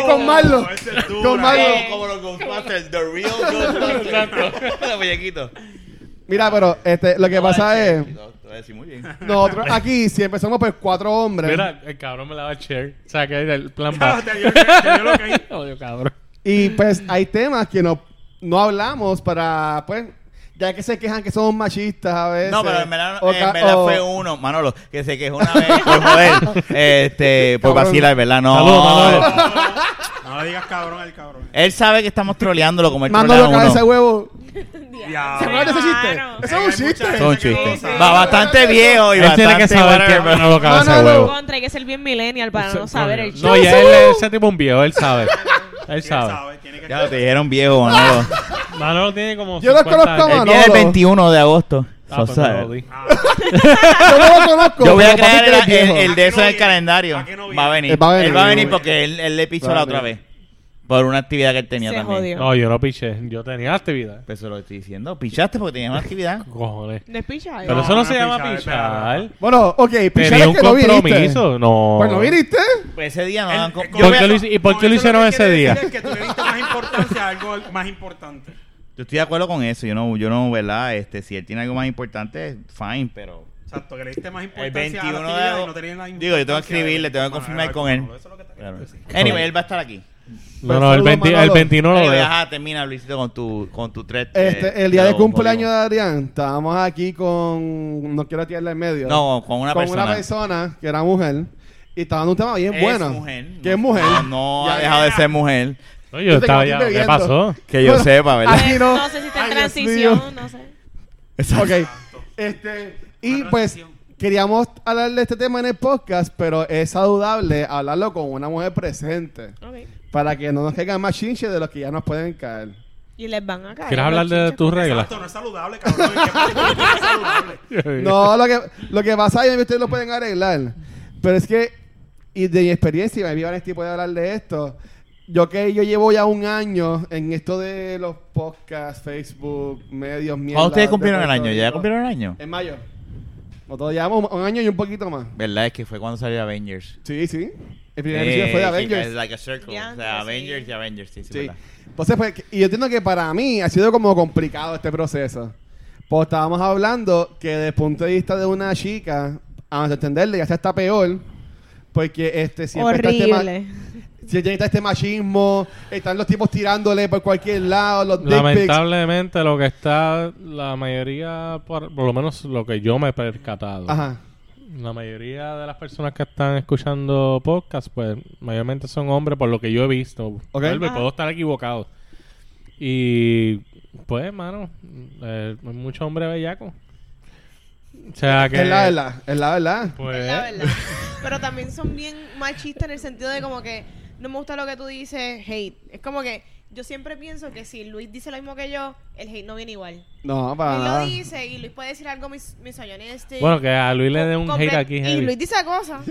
S6: con Marlo.
S3: Esa es dura.
S6: Con Marlo.
S4: Como- Como los Ghostbusters, The Real Ghostbusters. Los muñequitos.
S6: Mira, pero este, lo que pasa es.
S4: Te voy a decir muy bien.
S6: Nosotros aquí siempre somos pues cuatro hombres.
S2: Mira, el cabrón me la va a share. O sea, que el plan
S3: Ah,
S2: va.
S3: te dio- te dio lo que hay.
S2: Odio, cabrón.
S6: Y pues hay temas que no, no hablamos para, pues, ya que se quejan que somos machistas a veces.
S4: No, pero en verdad,
S6: O
S4: en
S6: ca-
S4: verdad
S6: o-
S4: fue uno, Manolo, que se quejó una vez por joder, este, por
S6: Cabrón.
S4: vacilar, ¿verdad? No.
S2: Saludos, Manolo.
S3: No le digas cabrón al cabrón.
S4: Él sabe que estamos troleándolo como él trolea a
S6: Manolo
S4: uno.
S6: cabeza de huevo.
S3: Ya.
S6: ¿Se acuerdan de ese chiste?
S5: Mano.
S6: Eso es un chiste.
S4: Es un
S5: Sí,
S4: chiste.
S5: sí.
S4: Va bastante viejo y
S2: Él tiene que
S4: bastante
S2: saber que
S4: whatever, pero-
S2: no lo cabe
S6: No,
S2: ese
S6: no, no.
S2: huevo.
S5: Contra, hay que ser bien millennial para no saber el
S2: No,
S5: chiste.
S2: ya él es ese tipo un viejo, él sabe. Él
S3: Sí,
S2: sabe.
S3: tiene que
S4: Ya lo te dijeron viejo, Manolo.
S2: Manolo tiene como.
S6: Yo lo
S2: 50
S6: conozco
S2: años.
S4: Él
S6: más.
S4: viene el
S6: Manolo.
S4: 21 de agosto.
S2: Ah,
S4: So
S2: pues me
S4: sad.
S2: lo di.
S3: Ah,
S6: Yo no lo conozco.
S4: Yo voy a
S6: pero papi,
S4: crear
S6: tú eres
S4: el, el-
S6: viejo.
S4: el de
S3: ¿A
S4: eso
S3: qué Ah, no
S4: en el
S3: viene?
S4: calendario.
S3: ¿A qué no
S4: Va a
S3: viene?
S4: venir.
S6: Él va a venir.
S4: Él va a venir
S6: No viene.
S4: porque él, él le pichó
S6: Va a
S4: la otra vez.
S6: venir.
S4: Por una actividad que él tenía
S5: Se
S4: también.
S5: jodió.
S2: No, yo no piché. Yo tenía actividad.
S4: Pues se lo estoy diciendo. Pichaste porque tenías una actividad.
S2: Cojones.
S5: No es picha,
S2: Pero
S5: ¿no?
S2: eso no,
S3: no
S2: se
S3: es
S2: llama
S3: pichar, es
S2: pichar.
S6: Bueno, ok, pichar
S2: Tenía
S6: es
S2: un
S6: que no viniste.
S2: compromiso. No.
S6: Pues no viniste.
S4: Pues ese día no daban co-
S3: el-
S4: yo,
S2: ¿Por
S4: voy a-
S2: qué lo hice- ¿Y por
S3: con
S2: qué lo
S3: eso
S2: hicieron
S3: que quiere
S2: ese día?
S3: decir Es que tú le diste más importancia a algo más importante.
S4: yo estoy de acuerdo con eso. Yo no, yo no, ¿verdad? Este, si él tiene algo más importante, fine, pero.
S3: Exacto, que le diste más
S4: El
S3: importancia
S4: 21
S3: a la
S4: de
S3: actividad y no tenías la
S4: agosto. Digo, yo tengo que
S3: importancia de-
S4: escribirle, tengo que
S3: Bueno,
S4: confirmar
S3: era
S4: con él.
S3: como Eso es lo que te
S4: Claro.
S3: quiero decir.
S4: Anyway, él va a estar aquí.
S2: No, no, el,
S6: Saludos,
S2: 20 el
S6: Manolo.
S2: 29 lo
S4: Anyway,
S2: veo.
S4: ajá, termina, Luisito, con tu, con tu thread.
S6: Este,
S4: eh,
S6: el día de
S4: lo- lo
S6: cumpleaños de
S4: digo.
S6: Adrián, estábamos aquí con. No quiero tirarle en medio.
S4: No, con una
S6: con
S4: persona.
S6: una persona que era mujer. Y estaba dando un tema bien
S4: Es
S6: bueno.
S4: mujer.
S6: Que es mujer.
S4: No, Ah, no
S6: Ya-
S4: ha dejado de ser mujer.
S2: No, yo
S6: Yo te
S2: estaba
S6: quedo
S2: ya.
S6: aquí
S2: ¿Qué
S6: bebiendo.
S2: pasó?
S4: Que yo
S6: Bueno, Ah,
S4: sepa, ¿verdad?
S6: ay,
S5: no sé si está en
S6: Ay, Dios mío.
S5: transición, no sé.
S4: Exacto.
S6: Ok. Este, y pues queríamos hablar de este tema en el podcast, pero es saludable hablarlo con una mujer presente.
S5: Ok.
S6: Para que no nos caigan más chinches de los que ya nos pueden caer.
S5: Y les van a caer.
S2: ¿Quieres hablar
S5: los
S2: de
S5: chichos.
S2: tus reglas?
S3: Exacto, no es saludable, cabrón. ¿Qué pasa con que no es saludable?
S6: No, lo que, lo que pasa es que ustedes lo pueden arreglar. Pero es que, y de mi experiencia, y me van este puede hablar de esto. Yo que yo llevo ya un año en esto de los podcasts, Facebook, medios, mierda. pues,
S4: ¿Cuándo ustedes
S6: de
S4: cumplieron el
S6: Puerto
S4: año? ¿Ya
S6: Rico.
S4: cumplieron el año?
S6: En mayo. Nosotros llevamos un año y un poquito más.
S4: ¿Verdad? Es que fue cuando salió Avengers.
S6: Sí, sí. El primer
S4: Eh,
S6: episodio fue de
S4: que-
S6: Avengers.
S4: Es like a circle.
S5: Ya,
S4: o sea,
S5: sí.
S4: Avengers y Avengers, sí, sí.
S6: Sí.
S4: verdad.
S6: Entonces, pues, y yo entiendo que para mí ha sido como complicado este proceso. Pues estábamos hablando que desde el punto de vista de una chica, a nuestro entenderle, ya sea está peor, porque este siempre está el
S5: Horrible.
S6: tema, siempre está este machismo, están los tipos tirándole por cualquier lado, los dick pics.
S2: Lamentablemente lo que está la mayoría, por, por lo menos lo que yo me he percatado,
S6: Ajá.
S2: la mayoría de las personas que están escuchando podcast, pues mayormente son hombres por lo que yo he visto.
S6: Ok.
S2: Vuelvo y
S5: Ajá.
S2: puedo estar equivocado. Y pues, mano, eh, hay mucho hombre bellaco. O sea que...
S6: Es la verdad, es la verdad.
S2: Pues,
S5: Es la verdad. Pero también son bien machistas en el sentido de como que no me gusta lo que tú dices, hate. Es como que yo siempre pienso que si Luis dice lo mismo que yo, el hate no viene igual.
S6: No, para
S5: Luis lo
S4: Ah.
S6: nada.
S5: dice y Luis puede decir algo mis misogynistic.
S2: bueno, que a Luis le dé un
S5: Com-
S2: hate
S5: compre-
S2: aquí.
S5: Y
S2: heavy.
S5: Luis dice cosas.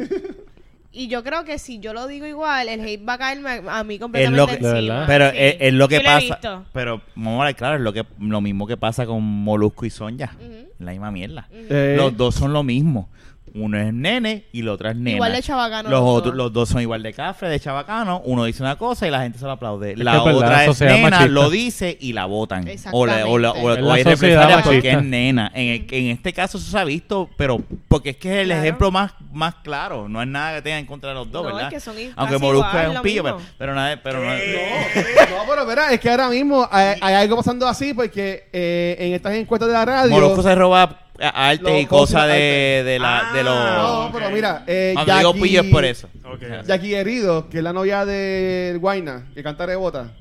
S5: Y yo creo que si yo lo digo igual, el hate va a caerme a a mí
S4: Es
S5: completamente
S4: lo que,
S5: encima.
S2: De
S6: Ah,
S2: verdad.
S4: pero
S5: Sí.
S4: es, es lo que
S5: Yo he
S4: pasa.
S5: visto.
S4: pero vamos a hablar claro, es lo, que, lo mismo que pasa con Molusco y Sonja.
S5: Ujú.
S4: La misma mierda.
S6: Eh,
S4: Los dos son lo mismo. Uno es nene y la otra es nena.
S5: Igual de chabacano
S4: Los,
S5: los
S4: otros,
S5: dos.
S4: los dos son igual de cafre, de chabacano. Uno dice una cosa y la gente se lo aplaude.
S2: que
S4: La
S2: es verdad,
S4: otra
S2: la
S4: es
S2: sociedad
S4: nena,
S2: machista.
S4: lo dice y la votan. O, la, o, la- o-
S5: Exactamente.
S2: Es
S4: o
S2: la
S4: hay
S2: sociedad
S4: represalias porque
S2: machista.
S4: es nena. En, el- en este caso eso se ha visto, pero porque es que es el
S5: Claro.
S4: ejemplo más, más claro. No es nada que tenga en contra de los dos,
S5: No, es
S4: ¿verdad?
S5: que son i-
S4: Aunque
S5: casi
S4: Molusco
S5: igual,
S4: es un
S5: lo
S4: pillo,
S5: mismo.
S4: pero, pero nada. Pero no-
S3: Eh,
S6: No, pero verá, es que ahora mismo hay, hay algo pasando así porque eh, en estas encuestas de la radio...
S4: Molusco se roba eh, arte y
S6: Los cosas
S4: cosas de,
S6: arte.
S4: de, la, de los...
S3: Ah,
S6: No, pero mira, eh,
S4: Cuando digo
S6: Jackie-
S4: pillo es por eso.
S3: Ok.
S6: Jackie Herido, que es la novia de Guaina, que canta rebota.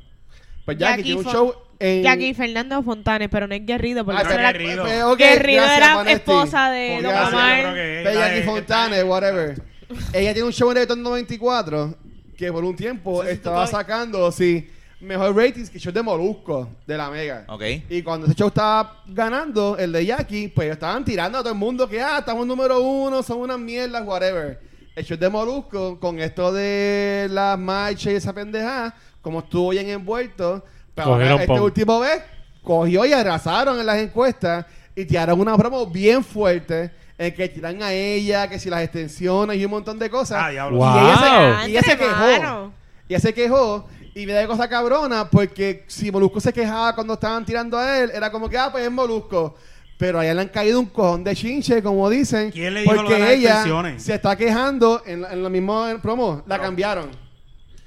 S6: Pues Jackie,
S5: Jackie
S6: tiene un
S5: Fon-
S6: show en.
S5: Jackie Fernando Fontanes, pero no es Guerrido, porque
S6: Ah,
S5: eso
S6: pero-
S5: era-
S3: Guerrido.
S6: eh, ok,
S5: Guerrido
S6: gracias,
S5: era
S6: Vanetti.
S5: esposa de
S6: Gracias.
S5: Don
S3: Gracias,
S5: Omar.
S3: yo creo
S4: Eh,
S3: que
S6: De
S3: ella
S6: Jackie
S3: es-
S6: Fontane, whatever.
S4: Ah.
S6: Ella tiene un show en Reggaetón 94 que por un tiempo estaba sacando, sí, mejor ratings que shows de Molusco, de la Mega.
S4: Ok.
S6: Y cuando ese show estaba ganando, el de Jackie, pues ellos estaban tirando a todo el mundo que, ah, estamos número uno, son unas mierdas, whatever. El show de Molusco, con esto de las marchas y esa pendejada, como estuvo bien envuelto, pero ahora
S2: Cogieron
S6: este
S2: pom.
S6: último vez cogió y arrasaron en las encuestas y tiraron una broma bien fuerte en que tiran a ella, que si las extensiones y un montón de cosas.
S3: Ah, diablo.
S2: Wow.
S6: Y ella se,
S5: Diantre,
S6: y ella se quejó.
S5: mano.
S6: Y ella se quejó. Y me da cosa cabrona porque si Molusco se quejaba cuando estaban tirando a él, era como que, ah, pues es Molusco. Pero allá le han caído un cojón de chinche, como dicen.
S3: ¿Quién le dijo lo de
S6: porque
S3: las
S6: ella
S3: extensiones?
S6: se está quejando en, la- en lo mismo promo. La
S3: Pero-
S6: cambiaron.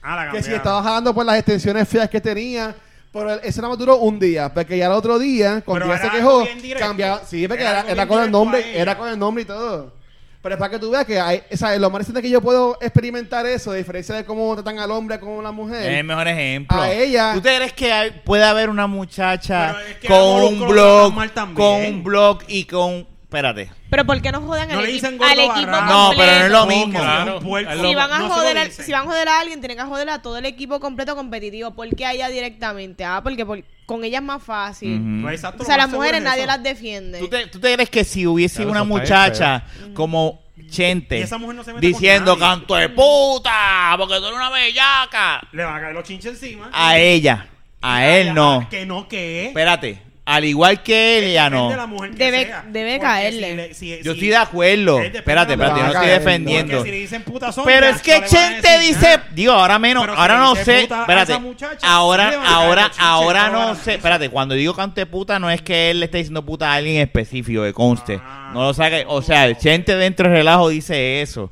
S3: Ah, la
S6: Que si
S3: cambiaron.
S6: estaba jalando por las extensiones feas que tenía. Pero el- eso nada más duró un día. Porque ya el otro día, cuando
S3: Pero
S6: ella se
S3: era algo
S6: quejó,
S3: bien directo.
S6: cambiaba. Sí, porque
S3: Era
S6: era,
S3: algo
S6: era
S3: bien
S6: con el
S3: directo a
S6: nombre,
S3: ella.
S6: era con el nombre y todo. Pero es para que tú veas que hay, o sea, lo más reciente que yo puedo experimentar eso, a diferencia de cómo tratan al hombre como a la mujer.
S4: Es el mejor ejemplo.
S6: A ella-
S4: ¿Tú crees que hay- puede haber una muchacha
S3: Pero es que a
S4: con
S3: Molusco
S4: un
S3: lo
S4: blog,
S3: tratan mal también.
S4: con un blog y con... Espérate.
S5: Pero ¿por qué no jodan
S3: No
S5: al,
S3: le
S5: equipo-
S3: dicen gordo
S5: al equipo
S3: barrado.
S4: No,
S5: completo?
S4: pero no es lo mismo.
S2: Claro.
S3: un puerco.
S2: Es
S5: Si
S2: lo-
S5: van, a
S3: No se lo
S5: joder a,
S3: dicen.
S5: si van a joder a alguien, tienen que joder a todo el equipo completo competitivo. ¿Por qué a ella directamente? Ah, porque por- con ella es más fácil.
S4: Ujú.
S3: Pues exacto,
S5: O
S3: lo
S5: sea,
S3: más
S5: las
S3: seguro
S5: mujeres
S3: es
S5: nadie
S3: eso.
S5: las defiende.
S4: ¿Tú te, tú te crees que si hubiese
S2: Claro,
S4: una
S2: eso está
S4: muchacha
S6: Mm.
S4: como
S3: Y
S4: Chente
S3: esa mujer no se mete con
S4: diciendo
S3: nadie.
S4: canto de puta porque tú eres una bellaca
S3: Le van a caer los chinches encima.
S4: a ella, a él no.
S3: Que no, que.
S4: Espérate, Al igual que él, ella
S3: Depende
S4: no.
S3: de la mujer que
S5: Debe-
S3: sea.
S5: debe
S3: Porque
S5: caerle.
S3: si le- si-
S4: Yo
S3: si-
S4: estoy de acuerdo.
S3: Él depende
S4: Espérate,
S3: de la
S4: espérate, yo no
S6: mujer.
S4: estoy defendiendo.
S3: Porque si le dicen puta sombra,
S4: Pero es
S3: no
S4: que
S3: le van a
S4: Chen te
S3: decir
S4: dice,
S3: nada.
S4: digo, ahora menos,
S3: Pero si
S4: ahora
S3: le
S4: no
S3: dice
S4: sé,
S3: puta a
S4: espérate,
S3: esa muchacha,
S4: ahora,
S3: sí le van a
S4: ahora,
S3: caer los chiches,
S4: ahora
S3: toda la
S4: no
S3: noche.
S4: sé, espérate, cuando digo cante puta no es que él le esté diciendo puta a alguien específico, que conste,
S3: Ah,
S4: no lo saque, o sea,
S3: no.
S4: Chen te dentro del relajo dice eso.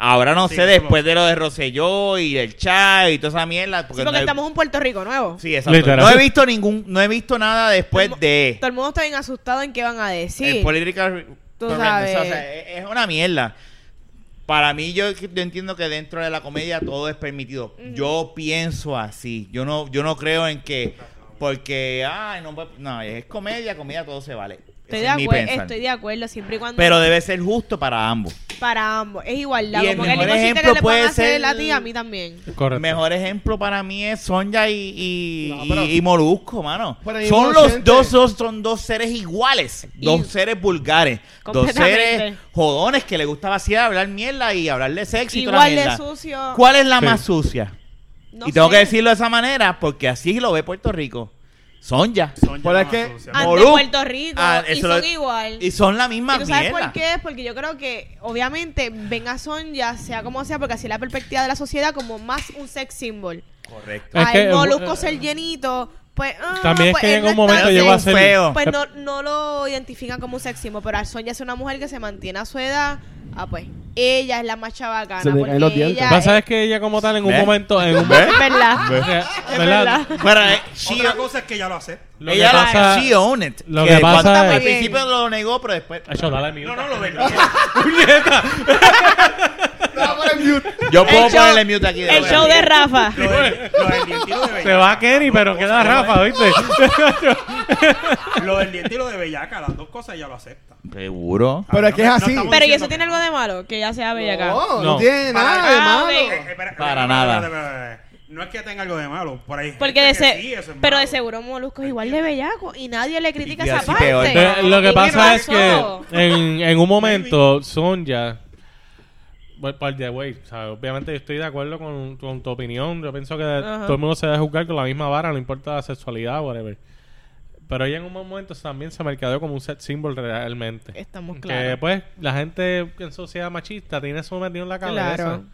S4: Ahora no
S3: Sí,
S4: sé,
S3: eso
S4: después
S3: lo-
S4: de lo de Rosselló y del Chai y toda esa mierda, porque,
S5: Sí, porque
S4: no he-
S5: estamos en Puerto Rico nuevo.
S4: Sí, exacto.
S2: Literal.
S4: No he visto ningún, no he visto nada después
S5: Todo el mu-
S4: de
S5: Todo el mundo está bien asustado en qué van a decir.
S4: el political
S5: Tú
S4: correctness,
S5: sabes.
S4: pues, o sea, e, es- es una mierda. Para mí, yo, yo entiendo que dentro de la comedia todo es permitido. Yo pienso así. Yo no, yo no creo en que. Porque, ay, no, pues, no, es comedia, comedia todo se vale.
S5: estoy,
S4: Ese
S5: de
S4: es mi
S5: acuer-
S4: pensar.
S5: estoy de acuerdo siempre y cuando
S4: Pero debe ser justo para ambos.
S5: para ambos. Es igualdad.
S4: Y el
S5: Como que el
S4: mejor
S5: mismo chiste
S4: ejemplo
S5: que le
S4: puede
S5: pueden hacer
S4: ser-
S5: a ti, a mí también.
S2: Correcto.
S4: El mejor ejemplo para mí es Sonja y, y,
S6: No, pero-
S4: y- y Molusco, mano.
S6: Pero es
S4: Son los
S6: inocente.
S4: dos, dos- son dos seres iguales, dos seres vulgares, dos
S5: Completamente.
S4: seres jodones que le gusta vaciar, hablar mierda y hablarle sexy y toda la
S5: Igual de
S4: mierda.
S5: sucio.
S4: ¿Cuál es la
S2: Sí.
S4: más sucia?
S5: No
S4: y tengo
S5: sé.
S4: que decirlo de esa manera porque así lo ve Puerto Rico. Sonja.
S3: Son
S6: Pero es
S3: llamadas
S6: que-
S3: sucias.
S5: Ah, de
S4: Molusco.
S5: Puerto Rico,
S4: Ah,
S5: y
S4: eso
S5: son
S4: lo-
S5: igual.
S4: Y son la misma
S5: ¿Y tú sabes
S4: mierda.
S5: por qué? Porque yo creo que, obviamente, venga Sonja, sea como sea, porque así la perspectiva de la sociedad como más un sex symbol.
S4: Correcto.
S2: Es
S5: Al
S2: que-
S5: Molusco
S2: eh,
S5: ser llenito, pues... ah,
S2: También es
S5: pues
S2: que
S5: él
S2: llega un
S5: no está
S2: momento
S5: bien.
S2: llegó a ser
S4: feo.
S5: Pues no, no lo identifican como un sex symbol, pero al Sonja es una mujer que se mantiene a su edad, ah, pues, ella es la más chabacana.
S6: Se le
S5: porque
S6: caen los dientes.
S5: ella
S2: Pasa
S5: es-
S2: es que ella como tal en un
S4: ¿Ves?
S2: momento en un
S5: Es verdad.
S2: o sea, ¿verdad?
S5: Es verdad.
S4: Bueno, eh, she-
S3: Otra cosa es que ya lo hace.
S2: Lo
S4: ella
S2: que
S4: la-
S2: pasa
S4: she own it.
S2: lo que pasa
S4: cuando-
S2: es-
S4: al principio lo negó, pero después.
S2: Acho, dale mute.
S3: No, no, lo ve.
S4: Yo puedo
S5: show-
S4: ponerle mute aquí.
S5: El show de Rafa.
S3: Lo del- lo del diente y lo de
S2: Se
S3: bellaca.
S2: va Kenny, pero queda
S3: Lo de-
S2: Rafa, ¿viste?
S3: Lo del diente y lo de bellaca, las dos cosas ella lo acepta.
S4: Seguro.
S6: Pero es que es
S3: No, no
S6: así.
S3: estamos
S5: Pero ¿y
S3: diciendo
S5: eso tiene
S3: que-
S5: algo de malo? Que ya sea bella acá.
S6: No,
S2: No.
S6: no tiene nada de
S5: Ah,
S6: malo.
S5: ok.
S3: Eh, espera, espera,
S4: Para
S3: espera,
S4: nada.
S3: espera, espera, espera. No es que tenga algo de malo, por ahí.
S5: Porque
S3: gente
S5: de
S3: que
S5: se-
S3: sí, eso es
S5: pero de
S3: malo.
S5: seguro Molusco es igual de bellaco y nadie le critica
S4: Y
S5: esa
S4: así
S5: parte.
S4: peor.
S2: De- lo que
S5: ¿Y
S2: pasa
S5: qué
S2: es que
S5: pasó?
S2: en, en un momento Sonja well, by the way, o sea, obviamente yo estoy de acuerdo con, con tu opinión. Yo pienso que
S5: Ajá.
S2: todo el mundo se debe juzgar con la misma vara, no importa la sexualidad, whatever. Pero ella en un momento también se mercadeó como un set symbol realmente.
S5: Estamos
S2: Que
S5: claros.
S2: pues la gente en sociedad machista tiene su metido en la cabeza.
S5: Claro.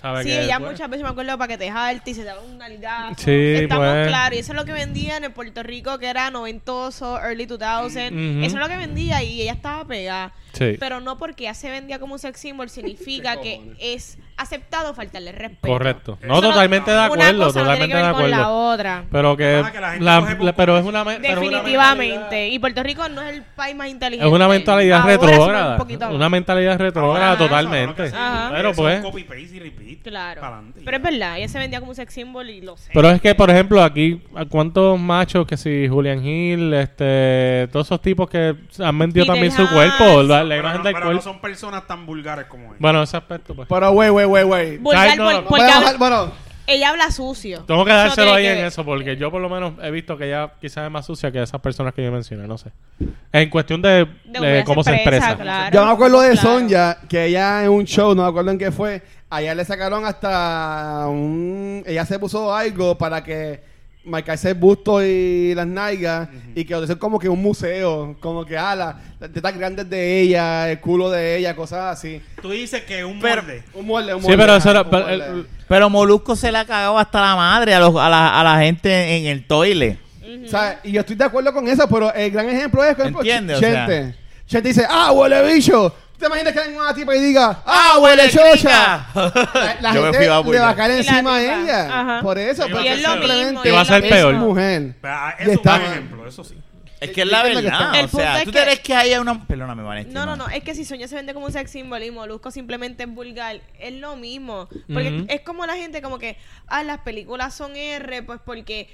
S2: ¿Sabe?
S5: Sí,
S2: Que,
S5: ya
S2: pues,
S5: muchas veces me acuerdo para que te jalte y se daba un nalgazo.
S2: Sí,
S5: Estamos
S2: pues.
S5: claros. Y eso es lo que vendían en Puerto Rico, que era noventoso, early 2000.
S2: Ujú.
S5: Eso es lo que vendía y ella estaba pegada.
S2: Mm-hmm. Sí.
S5: Pero no porque ya se vendía como un sex symbol significa que es aceptado faltarle respeto.
S2: Correcto.
S3: Eso
S2: No,
S5: Eso
S2: totalmente de
S5: una
S2: acuerdo,
S5: cosa no tiene
S2: totalmente
S5: que
S2: de
S5: ver Con la
S2: acuerdo.
S5: otra.
S2: Pero que,
S3: Ah, que la gente
S2: la-
S3: coge
S2: la-
S3: por-
S2: pero es una me- pero es una
S5: Definitivamente. Y Puerto Rico no es el país más inteligente.
S2: Es una mentalidad
S5: este, Ahora somos
S2: retrógrada.
S5: un poquito más.
S2: Una mentalidad retrógrada
S3: Ahora,
S2: totalmente.
S3: eso, ahora lo que hacen
S2: Pero
S3: es
S2: pues.
S3: Copy, paste y repeat.
S5: Claro.
S3: Pa'lante y
S5: Pero es
S3: ya.
S5: verdad, ella se vendía como un sex symbol y lo sé.
S2: Pero es que, por ejemplo, aquí, ¿a ¿cuántos machos que si Julian Hill, este, todos esos tipos que han vendido
S5: Peter
S2: también su
S5: Hans.
S2: cuerpo, la, la
S3: Pero
S2: imagen
S3: no-
S2: del
S3: pero no
S2: cuerpo?
S3: son personas tan vulgares como él.
S2: Bueno, ese aspecto, pues.
S6: Pero, güey, güey, güey, güey.
S5: Vulgar
S2: Ay, no,
S5: por-
S2: no.
S5: porque
S6: Bueno,
S5: habla-
S6: bueno,
S5: ella habla sucio.
S2: Tengo que
S5: Eso no
S2: dárselo
S5: tiene
S2: ahí
S5: que
S2: en
S5: ver.
S2: eso, porque yo por lo menos he visto que ella quizás es más sucia que esas personas que yo mencioné, no sé. En cuestión de,
S5: De
S2: de
S5: cómo
S2: cómo se
S5: expresa,
S2: expresa.
S5: claro.
S6: yo me acuerdo de
S5: Claro.
S6: Sonja, que ella en un show, no me acuerdo en qué fue, allá le sacaron hasta un... Ella se puso algo para que marcarse el busto y las nalgas y que eso es como que un museo, como que ala, las tetas grandes de ella, el culo de ella, cosas así.
S3: Tú dices que un
S4: Pero-
S3: molde.
S6: Un molde, un
S2: Sí,
S6: molde,
S2: pero
S6: ajá,
S2: eso era-
S6: un
S2: pero- eh,
S6: molde.
S2: el-
S4: Pero Molusco se la ha cagado hasta la madre a, los- a, la, a la gente en el toile.
S6: O sea, y yo estoy de acuerdo con eso, pero el gran ejemplo es, por ejemplo,
S4: Entiende, o
S6: Chente. Chente dice, ah, huele bicho. ¿Tú te imaginas que venga una tipa y diga, ah,
S4: ¡Ah,
S6: huele
S4: huele
S6: chocha? La, la
S4: Yo me fui
S6: gente
S4: a
S6: le va
S4: apoyar.
S6: a caer
S5: Y la
S6: encima a
S5: tipa,
S6: ella.
S5: ajá.
S6: Por eso,
S3: Y
S6: porque
S5: es lo mismo,
S6: simplemente
S2: y va a ser
S6: es
S2: peor.
S6: mujer.
S3: Pero, ah, Eso
S6: Y
S3: es un
S6: está
S3: buen
S6: mal.
S3: ejemplo, eso sí.
S4: Es que es la
S6: Entiendo que está-
S4: verdad.
S5: El
S4: O
S5: punto
S4: sea,
S5: es
S4: ¿tú
S5: que-
S4: te crees que haya una. Perdóname, Vanesti.
S5: No, no, no, es que si Sonia se vende como un sex symbol y Molusco simplemente es vulgar, es lo mismo. Porque
S2: Ujú.
S5: es como la gente como que, ah, las películas son R, pues porque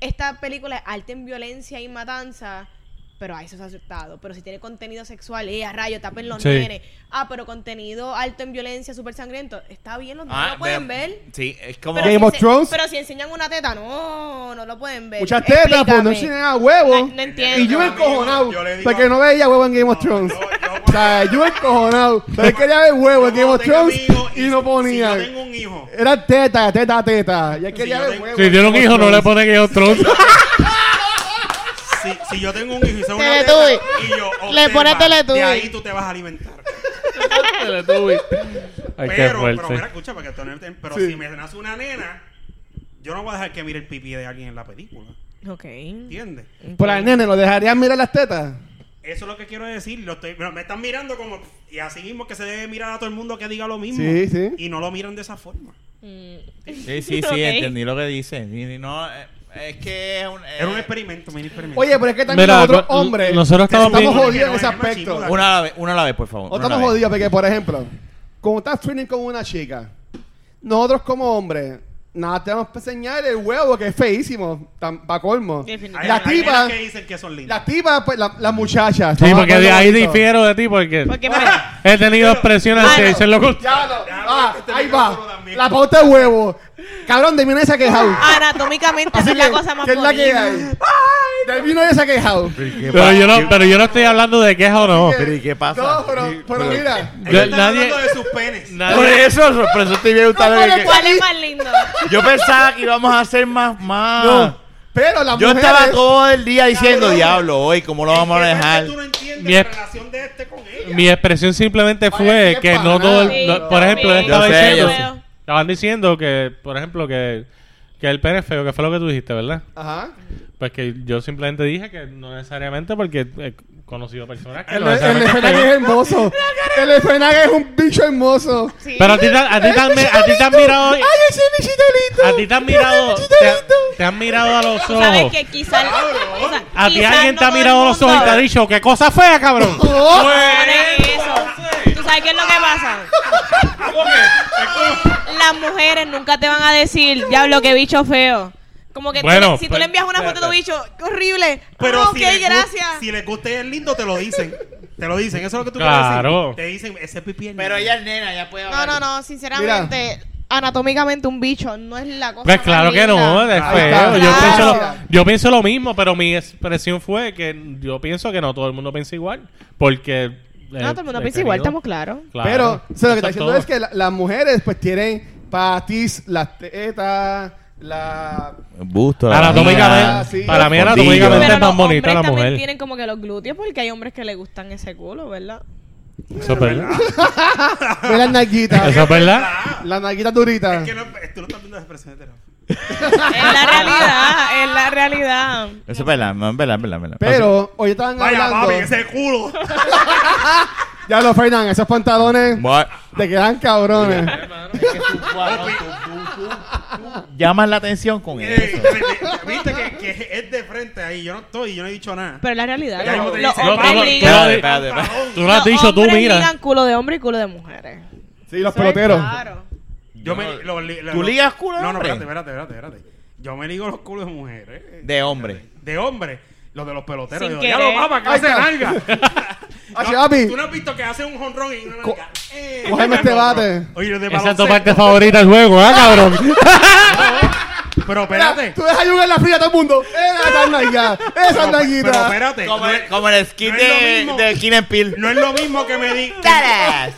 S5: esta película es alta en violencia y matanza, pero a eso es aceptado. Pero si tiene contenido sexual, eh, a rayo, tapen los
S2: Sí.
S5: nenes. Ah, pero contenido alto en violencia, súper sangriento, está bien, los niños
S4: Ah,
S5: lo pueden
S4: pero-
S5: ver.
S4: Sí, es como.
S5: Pero
S6: Game
S5: si
S6: of
S5: ense-
S6: Thrones.
S5: Pero si enseñan una teta, no, no lo pueden ver.
S6: Muchas tetas, pues no
S5: Explícame.
S6: enseñan a huevo.
S5: No, no entiendo.
S6: y yo encojonado,
S3: Yo le digo-
S6: porque no veía huevo en Game of
S3: No,
S6: Thrones.
S3: yo- yo-
S6: o sea, yo encojonado. Pero quería ver huevo en Game
S3: cuando
S6: of
S3: tenga
S6: Thrones
S3: mi hijo
S6: y no ponía.
S3: Si yo tengo un hijo.
S6: Era teta, teta, teta. Ya
S3: yo
S6: quería ver
S3: tengo-
S6: huevo.
S2: Si tiene un hijo, no le
S6: ponía
S2: pone que es otro.
S3: Si, si si yo tengo un hijo y soy una
S8: Teletubby.
S3: teta, y yo
S8: Le
S3: observa,
S8: pones Teletubby.
S3: de ahí tú te vas a alimentar.
S2: Teletubby. Ay, qué
S3: pero, pero mira,
S2: fuerte.
S3: escucha, para que tú no te- pero si me nace una nena, yo no voy a dejar que mire el pipí de alguien en la película.
S5: Ok.
S3: ¿Entiendes?
S6: Por al nene, ¿lo dejarían mirar las tetas?
S3: Eso es lo que quiero decir. Lo estoy- pero me están mirando como. Y así mismo que se debe mirar a todo el mundo que diga lo mismo.
S6: Sí, sí.
S3: Y no lo miran de esa forma.
S1: Sí, sí, sí,
S5: Ok.
S1: entendí lo que dice. Y No, eh, es que es un. eh,
S3: Era un experimento, un mini experimento.
S6: Oye, pero es que también
S2: Mira,
S6: los otros
S2: no-
S6: hombres
S2: nosotros
S6: que
S2: estamos
S3: bien-
S6: jodidos en ese
S3: Que no es
S6: aspecto.
S3: machismo,
S1: Una a la vez, una a la vez, por favor.
S6: O
S1: una a la
S6: estamos
S1: vez.
S6: jodidos porque, por ejemplo, cuando estás training con una chica, nosotros como hombres, nada tenemos que enseñar el huevo que es feísimo, para colmo.
S5: Definitivamente.
S3: Hay-
S6: La
S3: hay
S6: tipa-
S3: nenas que dicen que son lindas.
S6: Las tipas, pues, la- las muchachas.
S2: Sí,
S6: ¿no?
S2: porque de
S6: Todo
S2: ahí
S6: bonito.
S2: difiero de ti porque
S5: Porque,
S6: Ah.
S5: mira,
S2: he tenido expresiones
S5: Ah,
S2: que
S5: no.
S2: dicen lo contrario.
S6: Ya no. Ah,
S3: este
S6: ahí
S3: micrófono
S6: va.
S3: también.
S6: La pauta de huevo. Cabrón, de mí nadie se ha quejado.
S5: anatómicamente Ah, esa es la cosa más
S6: ¿Qué es la que hay?
S5: bonita.
S6: De mí nadie se ha quejado.
S2: Pero yo, no, pero yo no estoy hablando de queja o no.
S6: Pero,
S4: ¿y qué pasa?
S6: No, pero, pero mira.
S2: Yo-
S3: Ellos están
S2: nadie-
S3: hablando de sus penes.
S4: Por
S2: Nadie-
S4: eso, por eso estoy bien gustado que- que-
S5: ¿Cuál es más lindo?
S4: Yo pensaba que íbamos a hacer más, más.
S6: No. Pero las
S4: Yo
S6: mujeres.
S4: estaba todo el día diciendo, diablo, hoy, ¿cómo lo vamos a
S3: Es que
S4: dejar?
S3: Tú no entiendes
S2: Mi
S3: la
S2: ex-
S3: relación de este con ella.
S2: Mi expresión simplemente fue
S6: Oye, qué
S2: que no
S6: panada.
S2: todo. el-
S5: Sí,
S2: no- por
S5: yo
S2: ejemplo, él
S5: también.
S2: estaba
S4: Yo sé,
S2: diciendo.
S5: yo sé.
S2: Estaban diciendo que, por ejemplo, que, que el pene es feo, que fue lo que tú dijiste, ¿verdad?
S6: Ajá.
S2: Pues que yo simplemente dije que no necesariamente porque he conocido personas que
S6: El,
S2: no
S6: el,
S2: necesariamente.
S6: Efenague es hermoso. El Efenague es un bicho hermoso.
S5: Sí.
S2: Pero a ti, te- a ti te han- a ti te han mirado.
S6: ese bichito lindo!
S2: A ti te han mirado. Te, han- te han mirado a los
S5: ¿Sabes
S2: ojos.
S5: que quizás...
S2: A ti alguien te ha mirado a los ojos y te ha dicho, qué cosa fea, cabrón.
S5: Oh,
S2: Pues,
S5: eso. ¿Tú sabes qué es lo que pasa?
S3: Ah,
S5: Las mujeres nunca te van a decir, diablo, qué bicho feo. Como que tú
S2: Bueno,
S5: le- si tú
S2: pues-
S5: le envías una foto a tu bicho, qué horrible.
S3: Pero
S5: Ah,
S3: si,
S5: ok,
S3: les gu-
S5: gracias.
S3: si les gusta y es lindo, te lo dicen. Te lo dicen. Eso es lo que tú
S2: Claro.
S3: quieres decir. Te dicen, ese pipí es
S4: Pero
S3: lindo.
S4: ella es nena, ella puede
S5: No,
S4: hablar.
S5: no, no, sinceramente, anatómicamente un bicho no es la cosa.
S2: Pues claro
S5: más
S2: que no,
S5: linda.
S2: es
S6: Ahí
S2: feo.
S6: está.
S2: Yo,
S5: Claro.
S2: pienso lo, yo pienso lo mismo, pero mi expresión fue que yo pienso que no todo el mundo piensa igual. Porque. eh,
S5: No, todo el mundo
S2: he
S5: piensa igual,
S2: tenido-
S5: estamos claros.
S6: Pero, o sea, lo que está
S2: eso
S6: diciendo
S2: todo.
S6: es que la- las mujeres, pues, tienen patis, las tetas, la.
S4: Busto.
S2: Anatómicamente,
S6: Ah, sí.
S2: para mí
S4: Escondido.
S2: anatómicamente
S5: Pero
S2: es más
S5: los
S2: bonita
S5: hombres
S2: la
S5: también
S2: mujer.
S5: tienen como que los glúteos porque hay hombres que le gustan ese culo, ¿verdad?
S2: Eso es verdad.
S6: Ve las
S2: Eso
S6: nalguitas.
S2: es verdad.
S3: Ah,
S6: las nalguitas
S3: Es
S6: duritas.
S3: que no, tú no estás viendo las expresiones de la-
S5: es la realidad, es la realidad.
S4: Eso es verdad, es verdad, es verdad, es verdad.
S6: Pero, hoy estaban
S3: Vaya,
S6: hablando.
S3: papi, ese culo.
S6: Ya lo Fernán, esos pantalones
S4: Bueno,
S6: te quedan cabrones.
S4: Llamas la atención con
S3: Eh,
S4: eso.
S3: Viste que, que es de frente ahí. Yo no estoy, yo no he dicho nada.
S5: Pero es la realidad.
S3: Ya mismo
S5: Los,
S3: te
S5: los
S3: dicen,
S5: hombres
S2: "Vamos,
S5: ligan,
S2: claro,
S4: Espérate, espérate, espérate.
S2: Tú lo has
S5: los
S2: dicho, tú
S5: hombres
S2: mira.
S5: ligan culo de hombre y culo de mujeres.
S6: Sí, los
S5: Eso es
S6: peloteros.
S5: claro.
S3: Yo me, lo- li- lo-
S4: ¿Tú
S3: lo-
S4: ligas culo de
S3: No, no,
S4: hombre?
S3: espérate, espérate, espérate, espérate. Yo me ligo los culos de mujeres.
S4: De hombre.
S3: De hombre. Los de los peloteros.
S5: Sin
S3: Yo, ya lo
S5: querer.
S3: vamos, que
S6: Ahí
S3: hace
S6: está.
S3: nalga.
S6: Así, Ah, papi.
S3: Tú no has visto que hace un jonrón y una
S6: Co-
S3: nalga. Eh,
S6: cógeme este
S3: no,
S6: bate.
S3: no. Oye, los de
S2: Esa es tu
S3: baloncesto.
S2: parte favorita del juego, ¿ah, cabrón?
S3: Pero
S6: Mira,
S3: espérate.
S6: Tú dejas yuga en la fría a todo el mundo. Eh, Esas nalgas, esas
S3: Pero pero
S6: nalguitas.
S3: espérate.
S4: Como
S3: no
S4: el,
S3: es-
S4: como el skin
S3: no es lo
S4: de,
S3: mismo.
S4: de Keen and Peele.
S3: No es lo mismo que me di. que-
S7: Taras,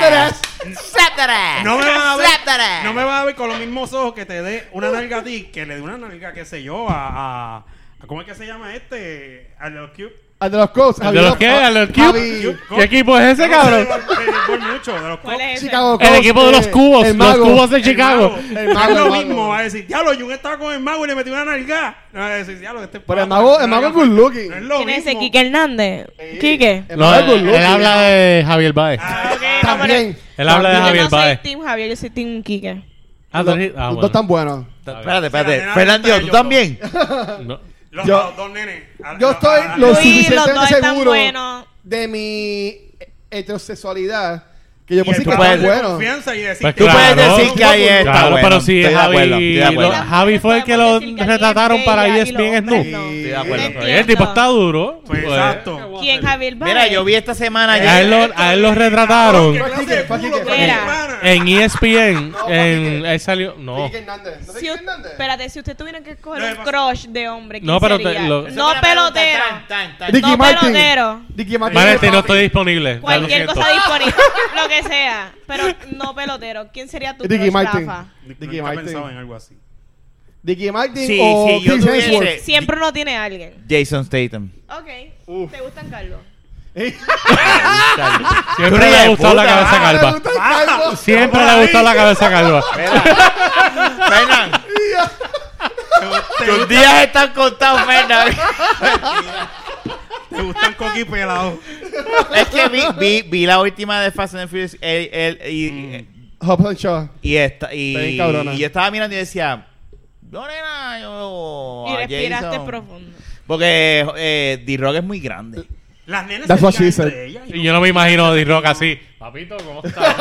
S7: taras, slap taras,
S3: No me vas a
S7: slap
S3: ver.
S7: taras.
S3: No me vas a ver con los mismos ojos que te dé una nalga a ti, que le dé una nalga, qué sé yo, a. a- a- ¿Cómo es que se llama este? A los Cube.
S6: Al de los Cubs.
S2: ¿De los qué? ¿A los
S6: Javi-
S2: Cubs? ¿Qué equipo es ese, cabrón?
S3: Por mucho, de los
S5: ¿Cuál
S3: Cubs.
S5: es ese?
S6: Chicago
S2: El
S6: Cubs,
S2: equipo de los
S6: eh,
S2: cubos,
S6: el
S2: los
S6: mago.
S2: cubos de
S3: El
S2: Chicago.
S3: mago.
S6: El mago,
S3: es lo
S6: el mago.
S3: mismo. Va a decir, diablo, Jun estaba con el mago y le metió una nalga. No va a decir, diablo, este
S6: Pero el
S3: pata,
S6: mago- el
S3: no,
S6: mago
S3: no,
S6: es good looking.
S3: No es lo
S5: ¿Quién es ese?
S3: mismo.
S5: ¿Quique Hernández?
S6: Sí.
S5: ¿Quique?
S6: El
S2: No,
S6: mago es good
S2: él,
S6: looking.
S2: él habla de Javier Baez.
S3: Ah, ok.
S6: También.
S2: Él habla de
S5: Yo
S2: Javier
S5: no soy
S2: Baez.
S5: Team Javier, yo soy Team Quique.
S2: Ah,
S6: Los,
S2: tú- ah,
S6: los
S2: bueno.
S6: dos tan buenos.
S4: Espérate,
S3: Sí, la
S4: espérate.
S3: nena
S4: Fernando,
S3: gusta
S4: ¿tú
S3: de
S4: también?
S2: No.
S3: Los
S6: Yo-
S3: dos, dos nenes. A-
S6: Yo
S3: a-
S6: estoy
S3: a-
S6: lo
S5: los
S6: suficientemente
S5: dos están
S6: seguro
S5: buenos.
S6: de mi heterosexualidad que yo
S3: y
S6: puedo
S3: el
S6: decir que
S3: papá
S6: está
S3: de
S6: bueno.
S3: confianza y decir,
S2: Pues
S4: Tú
S2: Claro.
S4: puedes decir que ahí está
S2: Claro,
S4: bueno.
S2: pero sí,
S4: Estoy de
S2: Javi,
S4: acuerdo, estoy de
S2: lo-
S4: acuerdo.
S2: Javi fue el que lo
S5: Podemos decir alguien
S2: retrataron
S5: es
S2: para E
S5: bella y
S2: ESPN
S5: los hombres
S2: Snoop.
S5: no.
S4: de acuerdo.
S5: Entiendo.
S2: Oye, el tipo está duro.
S3: Pues,
S2: Pues,
S3: exacto.
S5: ¿Quién Javier Baez?
S4: Mira, yo vi esta semana
S2: A él,
S4: ya.
S2: lo, a él lo retrataron
S3: ¿Qué clase de
S6: Fue Quique,
S3: culo,
S6: fue
S3: con
S5: Quique.
S3: mi
S5: Era.
S3: pana?
S2: en E ESPN. en,
S6: Quique.
S2: él salió. No.
S6: Quique Hernández. ¿No sé
S5: Si
S6: Quique
S5: usted,
S6: Hernández?
S5: espérate, si usted tuviera que coger
S3: No,
S5: un
S3: me
S5: crush de hombre, ¿quién
S2: No, pero te-
S5: sería?
S2: lo-
S5: no pelotero,
S6: Ricky
S5: no
S6: Martin.
S5: pelotero.
S6: Ricky Martin.
S2: Vanesti, no estoy disponible. ya lo
S5: cualquier
S2: siento.
S5: cosa disponible, lo que sea, pero no pelotero. ¿Quién sería tu
S6: Ricky
S5: crush,
S6: Martin.
S5: Rafa?
S3: Nunca
S6: Ricky
S3: pensaba en
S6: Martin.
S3: algo así.
S6: Ricky Martin
S4: Sí,
S6: o
S4: sí, yo
S6: Chris
S4: tuviese-
S6: Hemsworth.
S5: Siempre uno tiene a alguien.
S4: Jason Statham.
S5: Ok. ¿Te gustan, Carlos?
S2: Siempre le ha gustado la cabeza calva.
S6: calvo.
S2: Siempre le ha gustado la cabeza calva.
S4: Fernan. Tus días están contados, Fernan.
S3: Te gustan coqui pelado.
S4: es que vi, vi, vi la última de Fast and Furious él- él- y,
S6: Hobbs and Shaw.
S4: y, esta- y,
S6: Mm. Está bien cabrona.
S4: y yo estaba mirando y decía, no, nena, yo...
S5: Y
S4: a
S5: respiraste
S4: Oh, Jason".
S5: profundo.
S4: Porque eh, D-Rock es muy grande.
S3: Las nenas
S6: That's
S3: se
S6: what she
S3: ligan
S6: said.
S3: entre ellas.
S2: Y yo no me imagino a D-Rock así. Papito, ¿cómo estás?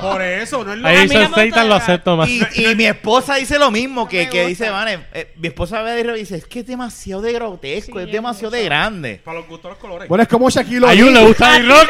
S3: Por eso, no es lo
S2: Ahí
S3: mismo.
S5: mí no me
S2: Jason
S5: gusta
S2: Statham lo
S5: D-Rock.
S2: acepto más.
S4: Y, y mi esposa dice lo mismo, que,
S5: me
S4: que
S5: gusta.
S4: dice, Vane, eh, mi esposa ve a D-Rock y dice, es que es demasiado de grotesco,
S5: Sí,
S4: es demasiado de
S5: mucho.
S4: grande.
S3: Para los gustos los colores.
S6: Bueno, es como Shaquille
S2: A Jun
S6: O'Neal.
S2: le gusta D-Rock.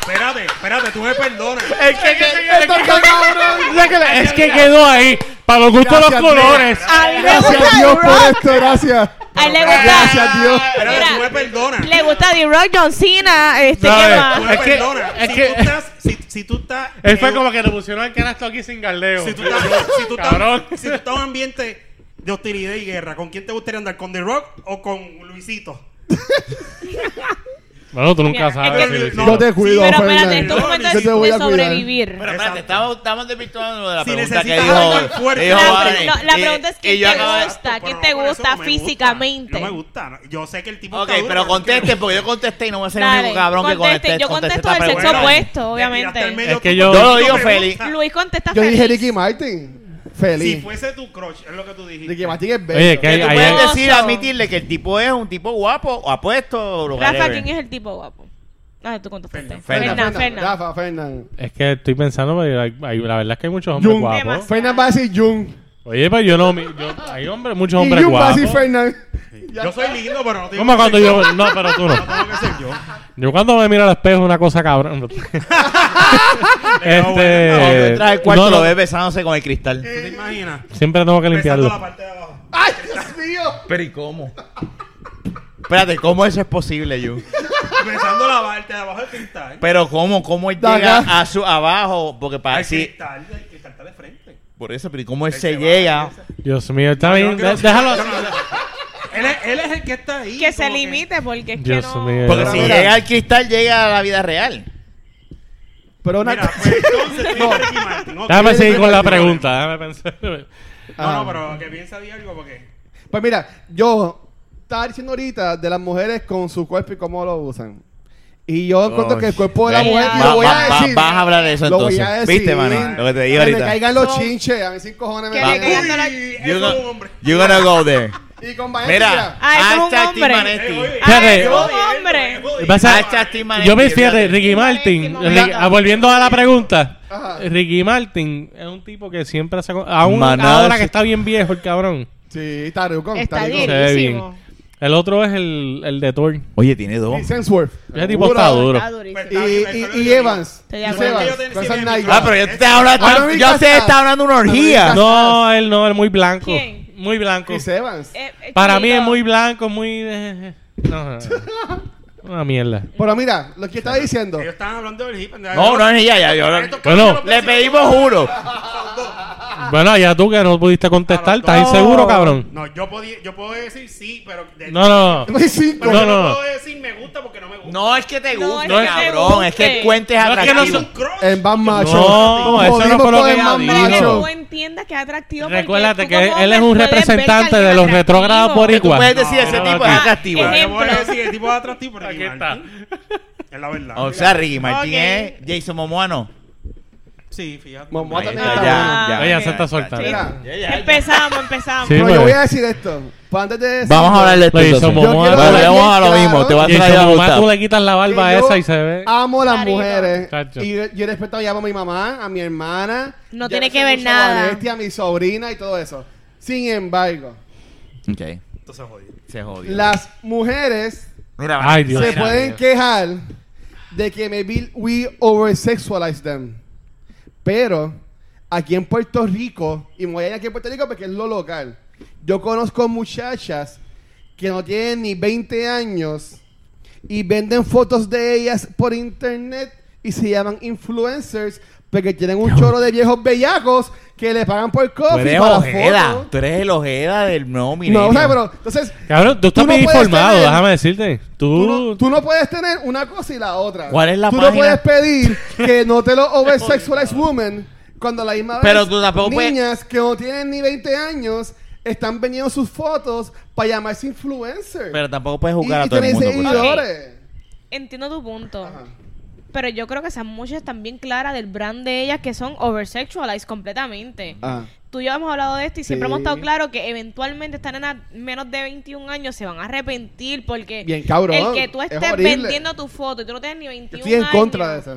S3: Espérate, espérate, tú me perdonas.
S4: Es que,
S6: Esto está cabrón.
S2: Es que quedó ahí. Para los gustos los
S6: Gracias,
S2: colores.
S4: Ah,
S5: A mí me
S6: Gracias
S5: gusta
S6: a Dios por
S5: D-Rock.
S6: esto, gracias.
S5: A él le
S6: Gracias
S5: gusta.
S6: a Dios.
S3: Espérate,
S5: Mira.
S3: tú me perdonas.
S5: Le gusta D-Rock, John Cena. Este, ¿qué
S2: ¿Sabes?
S3: Tú
S5: más?
S3: me
S2: Es que-
S3: perdonas.
S2: es
S3: si,
S2: que-
S3: tú estás, si, si tú estás.
S2: Él fue
S3: eh,
S2: como que le pusieron el canasto aquí sin galdeo.
S3: Si tú estás, si tú
S2: Cabrón.
S3: estás, si tú estás en un ambiente de hostilidad y guerra, ¿con quién te gustaría andar? ¿Con The Rock o con Luisito?
S2: Bueno, tú
S5: Mira,
S2: nunca
S5: es
S2: sabes.
S5: que-
S2: si lo hiciste.
S6: Yo te
S5: Pero
S6: cuido,
S5: espérate,
S6: Fernan.
S5: esto es un momento
S6: Yo te voy
S5: de
S6: a cuidar.
S5: sobrevivir.
S4: Pero espérate,
S3: Exacto.
S4: estamos, estamos desvirtuando lo de la
S3: Si
S4: pregunta que
S3: necesitas algo
S4: dijo.
S3: fuerte.
S4: que
S5: La,
S4: dijo
S5: pre-
S4: Vane.
S5: no, la
S4: Y-
S5: pregunta es
S4: y
S5: ¿qué
S4: yo
S5: te
S4: acabo de-
S5: gusta? ¿Qué
S3: Pero
S5: te
S3: no, por eso
S5: gusta
S3: no me
S5: físicamente?
S3: No me gusta. Yo sé que el tipo.
S4: Ok,
S3: está duro,
S4: pero conteste, porque yo contesté y no voy a ser el único
S5: Dale,
S4: cabrón que
S5: conteste.
S4: conteste.
S5: Yo
S4: conteste
S5: contesto
S4: esta
S5: del sexo
S4: pregunta.
S5: opuesto,
S3: te tiraste al
S5: obviamente.
S3: medio
S2: Es que
S3: tú-
S2: yo-
S3: tú
S4: Yo lo
S3: me
S4: digo
S3: gusta.
S4: feliz.
S5: Luis contesta
S6: Yo dije
S5: feliz.
S6: Ricky Martin.
S3: Si
S6: Feliz.
S3: fuese tu crush, es lo que tú dijiste.
S6: Ricky Martin es bello.
S2: Oye, que
S4: Que
S2: hay,
S4: tú
S2: hay-
S4: puedes
S5: Hermoso.
S4: decir, admitirle que el tipo es un tipo guapo, o apuesto, o lo
S5: Rafa,
S4: whatever.
S5: ¿quién es el tipo guapo? Ah, tú contestaste.
S3: Fernan.
S5: Fernan, Fernan.
S6: Rafa, Fernan.
S2: es que estoy pensando, pero hay- hay- la verdad es que hay muchos hombres
S6: Jun.
S2: guapos.
S6: Fernan va a decir Jun.
S2: Oye, pero yo no. mi- yo- hay hombres, muchos
S6: Y
S2: hombres
S6: Jun va a
S2: guapos.
S6: decir Fernan.
S3: Yo soy lindo, pero no te digo
S2: ¿Cómo
S3: que
S2: cuando
S3: soy
S2: yo.? No, pero tú no.
S3: No tengo que ser yo.
S2: Yo cuando me miro al espejo, una cosa cabrón.
S4: Cuando
S2: este.
S4: entras al cuarto,
S2: no, no,
S4: lo ves besándose con el cristal.
S6: Eh,
S3: ¿Tú te imaginas?
S2: Siempre tengo que
S3: Empezando
S2: limpiarlo.
S3: la parte de abajo.
S6: ¡Ay, Dios mío!
S4: Pero ¿y cómo? Espérate, ¿cómo eso es posible, Yu?
S3: Empezando la parte de abajo del cristal.
S2: Pues,
S4: Pero ¿cómo? ¿Cómo él
S6: Da acá.
S4: llega a su abajo? Porque para
S3: El
S4: sí,
S3: cristal, el cristal está de frente.
S4: por eso, pero ¿y cómo él
S3: Él
S4: se
S3: se va,
S4: llega?
S3: él se-
S2: Dios mío, está
S3: Yo
S2: bien.
S3: no quiero-
S2: de- Déjalo.
S3: yo no- Él es, él es el que está ahí.
S5: Que se
S3: como
S5: limite porque es que
S2: Dios
S5: no...
S2: mío.
S4: Porque
S6: Pero
S4: si
S6: mira.
S4: llega al cristal, llega a la vida real.
S6: Pero una.
S3: Mira, pues entonces no. Ricky Martin. ok.
S2: Déjame seguir con la
S6: Dale.
S2: pregunta. Déjame pensar.
S6: Ah.
S3: No, no, pero que piensa de algo porque.
S6: Pues mira, yo estaba diciendo ahorita de las mujeres con su cuerpo y cómo lo usan. Y yo encuentro que el cuerpo de la
S4: Ven,
S6: mujer, y
S5: Ay.
S6: lo
S4: va-
S6: voy
S4: va-
S6: a
S4: va-
S6: decir.
S4: vas a hablar de eso
S6: lo voy
S4: entonces.
S6: a decir.
S4: ¿Viste, Manny? Lo que te dije
S6: Que me
S4: ahorita.
S6: caigan los
S5: So-
S6: chinches, a mí sin cojones me
S5: Que le
S6: caigan.
S5: caigan los-
S3: Uy,
S4: You're
S3: eso es
S4: gonna-
S3: un hombre.
S4: you're gonna go there.
S6: Y con Valencia.
S4: Mira,
S5: Ay, es un
S4: hashtag Team
S5: hombre.
S4: Manetti.
S3: Eh, oye,
S2: Fíjate.
S3: eh,
S5: Un
S3: oye,
S5: hombre.
S3: eh, oye.
S2: Vas a-
S4: Hashtag Team Manetti.
S2: Yo me fíjate,
S4: fíjate.
S2: Ricky Martin,
S5: Martin,
S2: Ricky-
S5: Martin.
S2: ah, volviendo a la pregunta,
S6: Ajá.
S2: Ricky Martin es un tipo que siempre hace... co- Aún
S4: Maná
S2: ahora
S4: se-
S2: que está bien viejo el cabrón.
S6: Sí, está rico.
S5: Está
S2: Se
S6: rico.
S5: bien.
S2: ve bien.
S5: Durísimo.
S2: El otro es el, el de Thor.
S4: Oye, tiene dos.
S6: Chris Hemsworth.
S2: Ese tipo está duro.
S5: Pues Está durísimo.
S6: Y, y, y Evans.
S5: Estoy de
S6: Chris
S5: acuerdo.
S6: Evans.
S3: Yo tenía-
S6: con esas
S3: sí,
S6: Nike.
S3: mi-
S4: Ah, pero yo te estaba
S6: Ahora
S4: hablando,
S6: mi
S4: yo
S6: casa.
S4: te estaba hablando de una orgía.
S6: Ahora
S2: No, él no, él es muy blanco.
S5: ¿Quién?
S2: Muy blanco.
S6: Chris Evans.
S5: Eh, eh,
S2: Para mí
S5: chiquito.
S2: es muy blanco, muy... eh, No, no, no. Una mierda.
S6: Pero mira, lo que estaba diciendo.
S3: Ellos estaban hablando del hip.
S4: No, no es ya, ya, yo-
S2: Bueno,
S4: Le pedimos uno.
S6: Ah.
S2: bueno, ya tú que no pudiste contestar, ¿estás inseguro, cabrón?
S3: No, yo, podía, yo puedo decir sí, pero. de-
S2: No, no, no.
S6: No hay cinco.
S3: Pero
S2: No,
S3: yo
S2: no, no.
S3: puedo decir me gusta porque no me gusta.
S4: No es que te
S5: No,
S4: guste,
S5: es que te
S4: cabrón.
S5: guste.
S4: Es que cuentes
S2: No, es que no
S4: atractivo.
S2: son-
S3: Crush.
S6: En Van Macho.
S2: No,
S6: Como
S2: eso no
S6: dimos
S2: fue lo
S6: con
S2: que
S6: el
S2: ella
S6: Van
S5: Pero que
S2: dijo.
S6: Macho.
S5: tú entiendas que es atractivo porque
S2: Recuérdate
S5: tú
S2: que
S5: como
S2: él es un
S5: hombre puedes ver que
S2: representante
S5: alguien
S2: de los
S5: atractivo.
S2: retrógrados
S4: Tú puedes
S2: boricuas.
S4: decir, ese
S2: No,
S4: tipo
S2: no,
S4: es
S2: no.
S4: atractivo.
S5: Ah,
S3: Yo voy a
S5: ejemplo.
S3: decir el tipo es atractivo, pero
S2: Aquí
S3: Ricky
S2: está.
S3: Martin. Es la verdad.
S4: O sea, Ricky Martin
S5: Ok.
S4: es Jason Momoa, no.
S3: sí, fíjate.
S6: Momoa
S4: Ahí
S6: también
S4: está,
S6: está
S4: ya,
S6: bueno.
S4: ya.
S2: Ella se está soltando.
S6: Mira,
S4: Ya, ya, ya.
S5: Empezamos, empezamos.
S2: Sí.
S6: pero yo
S2: pues.
S6: voy a decir esto. Pues antes de decir
S4: Vamos a hablar de esto.
S2: Lo hizo
S4: entonces.
S2: Momoa.
S4: Vale,
S2: Yo quiero
S6: hablar
S4: vamos a lo
S6: bien
S4: mismo. Te vas
S2: Y
S4: a
S2: a
S4: traer a
S2: tu mamá tú
S4: gustar.
S2: le quitas la barba
S6: que yo Ah,
S2: esa y se ve...
S6: Amo a las
S5: Clarito.
S6: mujeres.
S2: Chacho.
S6: Y yo, yo respeto a, a mi mamá, a mi hermana.
S5: No
S6: ya
S5: tiene
S6: le
S5: que
S6: sé
S5: ver
S6: mucho
S5: nada.
S6: A Vanessa, a mi sobrina y todo eso. Sin embargo,
S4: Ok,
S3: Entonces jodido.
S4: se jodió.
S6: las mujeres
S4: Mira,
S2: Ay, Dios.
S6: se
S2: Mira,
S6: pueden
S2: mira.
S6: quejar de que maybe we oversexualize them. Pero aquí en Puerto Rico, y me voy a ir aquí en Puerto Rico porque es lo local, yo conozco muchachas que no tienen ni 20 años y venden fotos de ellas por internet y se llaman influencers porque tienen un choro de viejos bellacos que le pagan por
S4: Tú
S6: coffee
S4: eres
S6: para
S4: ojeda.
S6: fotos.
S4: Tú eres el ojeda del nuevo milenio.
S6: No, o sea, pero entonces
S2: Cabrón, tú estás
S6: no
S2: bien
S6: puedes
S2: informado,
S6: tener-
S2: déjame decirte. Tú,
S6: Tú no, tú no puedes tener una cosa y la otra.
S4: ¿Cuál es la
S6: Tú no
S4: página?
S6: puedes pedir que no te lo oversexualize women cuando a la misma vez
S4: Pero tú tampoco puedes-
S6: niñas que no tienen ni 20 años están vendiendo sus fotos para llamarse influencers.
S4: Pero tampoco puedes
S6: Y-
S4: jugar
S6: y
S4: a todo el
S6: tienen
S4: mundo. pues.
S6: seguidores.
S5: Entiendo tu punto.
S6: Ajá.
S5: Pero yo creo que esas muchachas también claras del brand de ellas que son oversexualized completamente.
S6: Ah.
S5: Tú y yo hemos hablado de esto y siempre
S6: Sí.
S5: hemos estado claro que eventualmente estas nenas menos de 21 años se van a arrepentir porque
S6: Eh, Bien, cabrón.
S5: el que tú
S6: Es
S5: estés
S6: horrible.
S5: vendiendo tu foto y tú no tienes ni
S6: Yo
S5: 21
S6: estoy en
S5: años,
S6: contra de eso.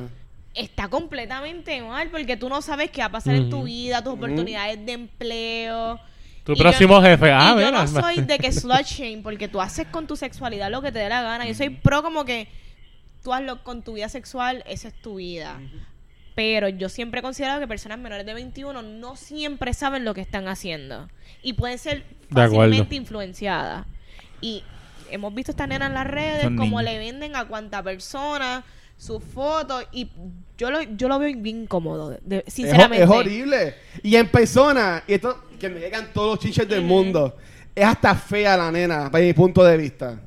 S5: está completamente mal porque tú no sabes qué va a pasar en tu
S2: Ujú.
S5: vida, tus oportunidades de empleo.
S2: Tu
S5: Y yo
S2: próximo
S5: no-
S2: jefe. Ah,
S5: y yo
S2: mira.
S5: no soy de que slut shame porque tú haces con tu sexualidad lo que te dé la gana. Yo soy pro como que tú hazlo con tu vida sexual, esa es tu vida. Pero yo siempre he considerado que personas menores de 21 no siempre saben lo que están haciendo y pueden ser
S2: De acuerdo.
S5: fácilmente influenciadas. Y hemos visto estas nenas en las redes
S4: Son
S5: como
S4: niños.
S5: le venden a cuanta persona sus fotos y yo lo, yo lo veo bien incómodo, de- de-
S6: Es ho-
S5: sinceramente.
S6: Es, horrible. Y en persona, y esto que me llegan todos los chiches del mundo, es hasta fea la nena, para mi punto de vista.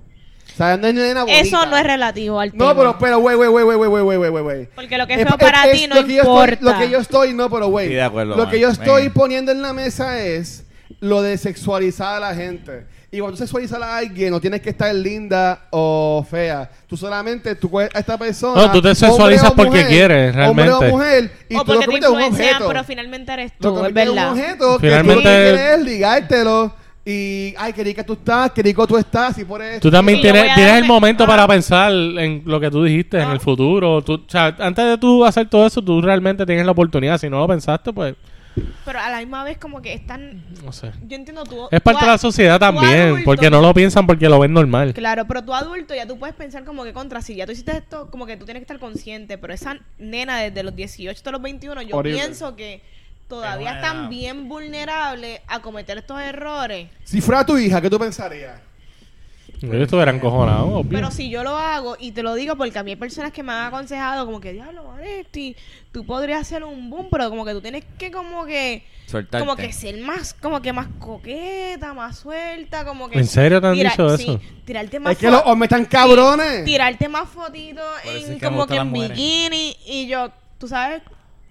S6: O sea, no es nena bonita.
S5: Eso no es relativo al tema.
S6: No, pero, pero, güey, güey, güey, güey, güey, güey, güey, güey, güey.
S5: Porque lo que es
S6: Es-
S5: feo
S6: es-
S5: para
S6: es
S5: ti no
S6: lo que yo estoy-
S5: importa.
S6: lo que yo estoy, no, pero, güey.
S4: Sí, de acuerdo,
S6: Lo
S4: man.
S6: que yo estoy
S4: Venga.
S6: poniendo en la mesa es lo de sexualizar a la gente. Y cuando tú sexualizas a alguien, no tienes que estar linda o fea. Tú solamente, tú coges a esta persona.
S2: No, tú te
S6: hombre o
S2: sexualizas porque
S6: mujer,
S2: quieres,
S6: Hombre
S2: realmente.
S6: o mujer, y
S5: o
S6: tú
S5: porque
S6: lo
S5: te
S6: conviertes en un
S5: influencian,
S6: objeto.
S5: pero finalmente eres
S6: Lo
S5: tú, es
S6: conviertes en un
S5: verdad.
S6: objeto que tú lo que
S2: Finalmente-
S6: quieres es ligártelo. Y, ay, qué rica tú estás, qué rico tú estás, y por eso.
S2: Tú también
S5: Sí, yo voy
S2: tienes,
S5: a
S2: tienes el
S5: darme-
S2: momento
S5: ah.
S2: para pensar en lo que tú dijiste, en el futuro. Tú, o sea, antes de tú hacer todo eso, tú realmente tienes la oportunidad. Si no lo pensaste, pues,
S5: Pero a la misma vez como que están...
S2: no sé.
S5: Yo entiendo tú...
S2: Es parte
S5: tú
S2: de la
S5: a-
S2: sociedad
S5: tú
S2: también,
S5: adulto-
S2: porque no lo piensan porque lo ven normal.
S5: Claro, pero tú adulto ya tú puedes pensar como que contra, si ya tú hiciste esto, como que tú tienes que estar consciente, pero esa nena desde los 18 hasta los 21, yo
S6: Horrible.
S5: pienso que todavía
S1: Es una
S5: están
S1: edad.
S5: bien vulnerables a cometer estos errores.
S6: Si fuera tu hija, ¿qué tú pensarías?
S2: Ellos estuvieran cojonados, obvio.
S5: Pero si yo lo hago, y te lo digo porque a mí hay personas que me han aconsejado como que, diablo, Vanesti, tú podrías hacer un boom, pero como que tú tienes que como que...
S4: Soltarte.
S5: Como que ser más, como que más coqueta, más suelta, como que...
S2: ¿En serio te han
S5: Tira-
S2: dicho
S5: sí,
S2: eso?
S5: tirarte más
S6: Es que los
S5: fo-
S6: hombres están cabrones.
S5: tirarte más fotitos
S1: Por eso
S5: en
S1: es que me
S5: como
S1: gustan
S5: que en
S1: las mujeres.
S5: bikini y yo, tú sabes,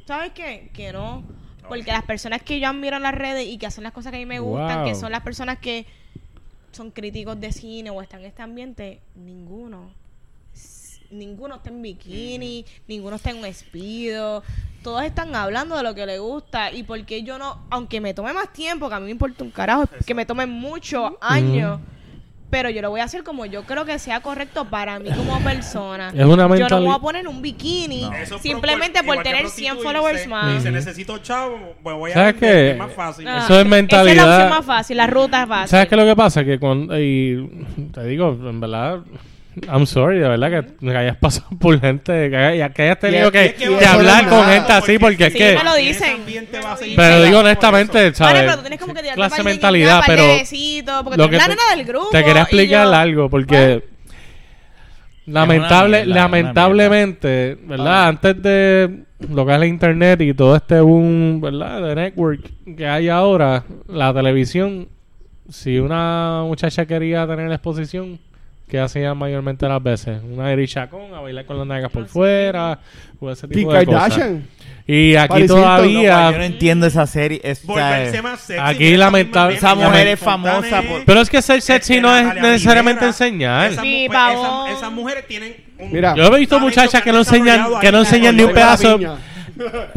S5: ¿sabes qué? Que no, porque las personas que yo admiro en las redes y que hacen las cosas que a mí me gustan, que
S2: Wow.
S5: son las personas que son críticos de cine o están en este ambiente, ninguno s- ninguno está en bikini,
S1: Mm.
S5: ninguno está en un espido, todos están hablando de lo que les gusta y porque yo no, aunque me tome más tiempo, que a mí me importa un carajo, que me tomen muchos años, pero yo lo voy a hacer como yo creo que sea correcto para mí como persona.
S2: Es una
S5: Yo no me
S2: mentali-
S5: voy a poner un bikini
S3: Eso es
S5: simplemente
S3: pro-
S5: por
S3: igual que
S5: tener 100
S3: prostituirse,
S5: followers más.
S3: Dice,
S2: Ujú.
S3: necesito chavo, me voy a
S2: ¿Sabes
S3: vender,
S2: qué?
S3: que es más fácil.
S5: Ah,
S2: Eso es
S5: Esa es la
S2: mentalidad.
S5: opción más fácil, la ruta es fácil.
S2: ¿Sabes qué es lo que pasa? Que cuando... Y te digo, en verdad... I'm sorry, de verdad que, que hayas pasado por gente... Que, hayas- que hayas tenido
S6: es
S2: que,
S6: que
S2: que,
S6: vamos a
S2: hablar
S6: hablar
S2: con
S6: nada,
S2: gente así porque es
S5: Sí,
S2: que...
S5: me lo
S3: En ese
S5: dicen.
S3: ambiente va a seguir
S2: Pero
S3: pegado
S2: digo
S3: por eso.
S2: honestamente,
S5: Vale,
S2: ¿sabes?
S5: pero tú tienes como que tirarte
S2: clase
S5: pa'l jeguinga,
S2: mentalidad,
S5: pa'l
S2: pero...
S5: bebecito, porque tú eres la
S2: te-
S5: nena del grupo.
S2: Te quería
S5: y yo-
S2: explicar algo, porque lamentable,
S4: Es una mierda, Ah.
S2: lamentablemente, ¿verdad? Antes de lo que es la internet y todo este boom, ¿verdad? De network que hay ahora, la televisión, si una muchacha quería tener la exposición, ¿qué hacían mayormente las veces? Una Eri Chacón a bailar con las nalgas
S5: Ah,
S2: por fuera, o ese
S6: Kim
S2: tipo de cosas.
S6: Kardashian.
S2: Y aquí
S6: Paris Hilton,
S2: todavía...
S4: yo no entiendo esa serie. es- o
S3: Volverse
S4: sea,
S3: más sexy.
S2: Aquí,
S3: pero esa
S2: lamentable-
S3: misma
S4: esa mujer
S3: Natalia
S4: es famosa
S3: Fontanes,
S4: por-
S2: Pero es que ser sexy
S3: este,
S2: no es
S3: Natalia
S2: necesariamente
S3: Rivera,
S2: enseñar.
S3: esa
S5: Sí,
S3: mujer-
S5: pavón.
S3: esa- Esas mujeres tienen un...
S6: Mira.
S2: Yo he visto
S3: talento
S2: muchachas que
S3: han
S2: no enseñan,
S3: desarrollado
S2: que no
S3: ahí.
S2: enseñan ni un
S6: Tengo la
S2: pedazo.
S6: piña.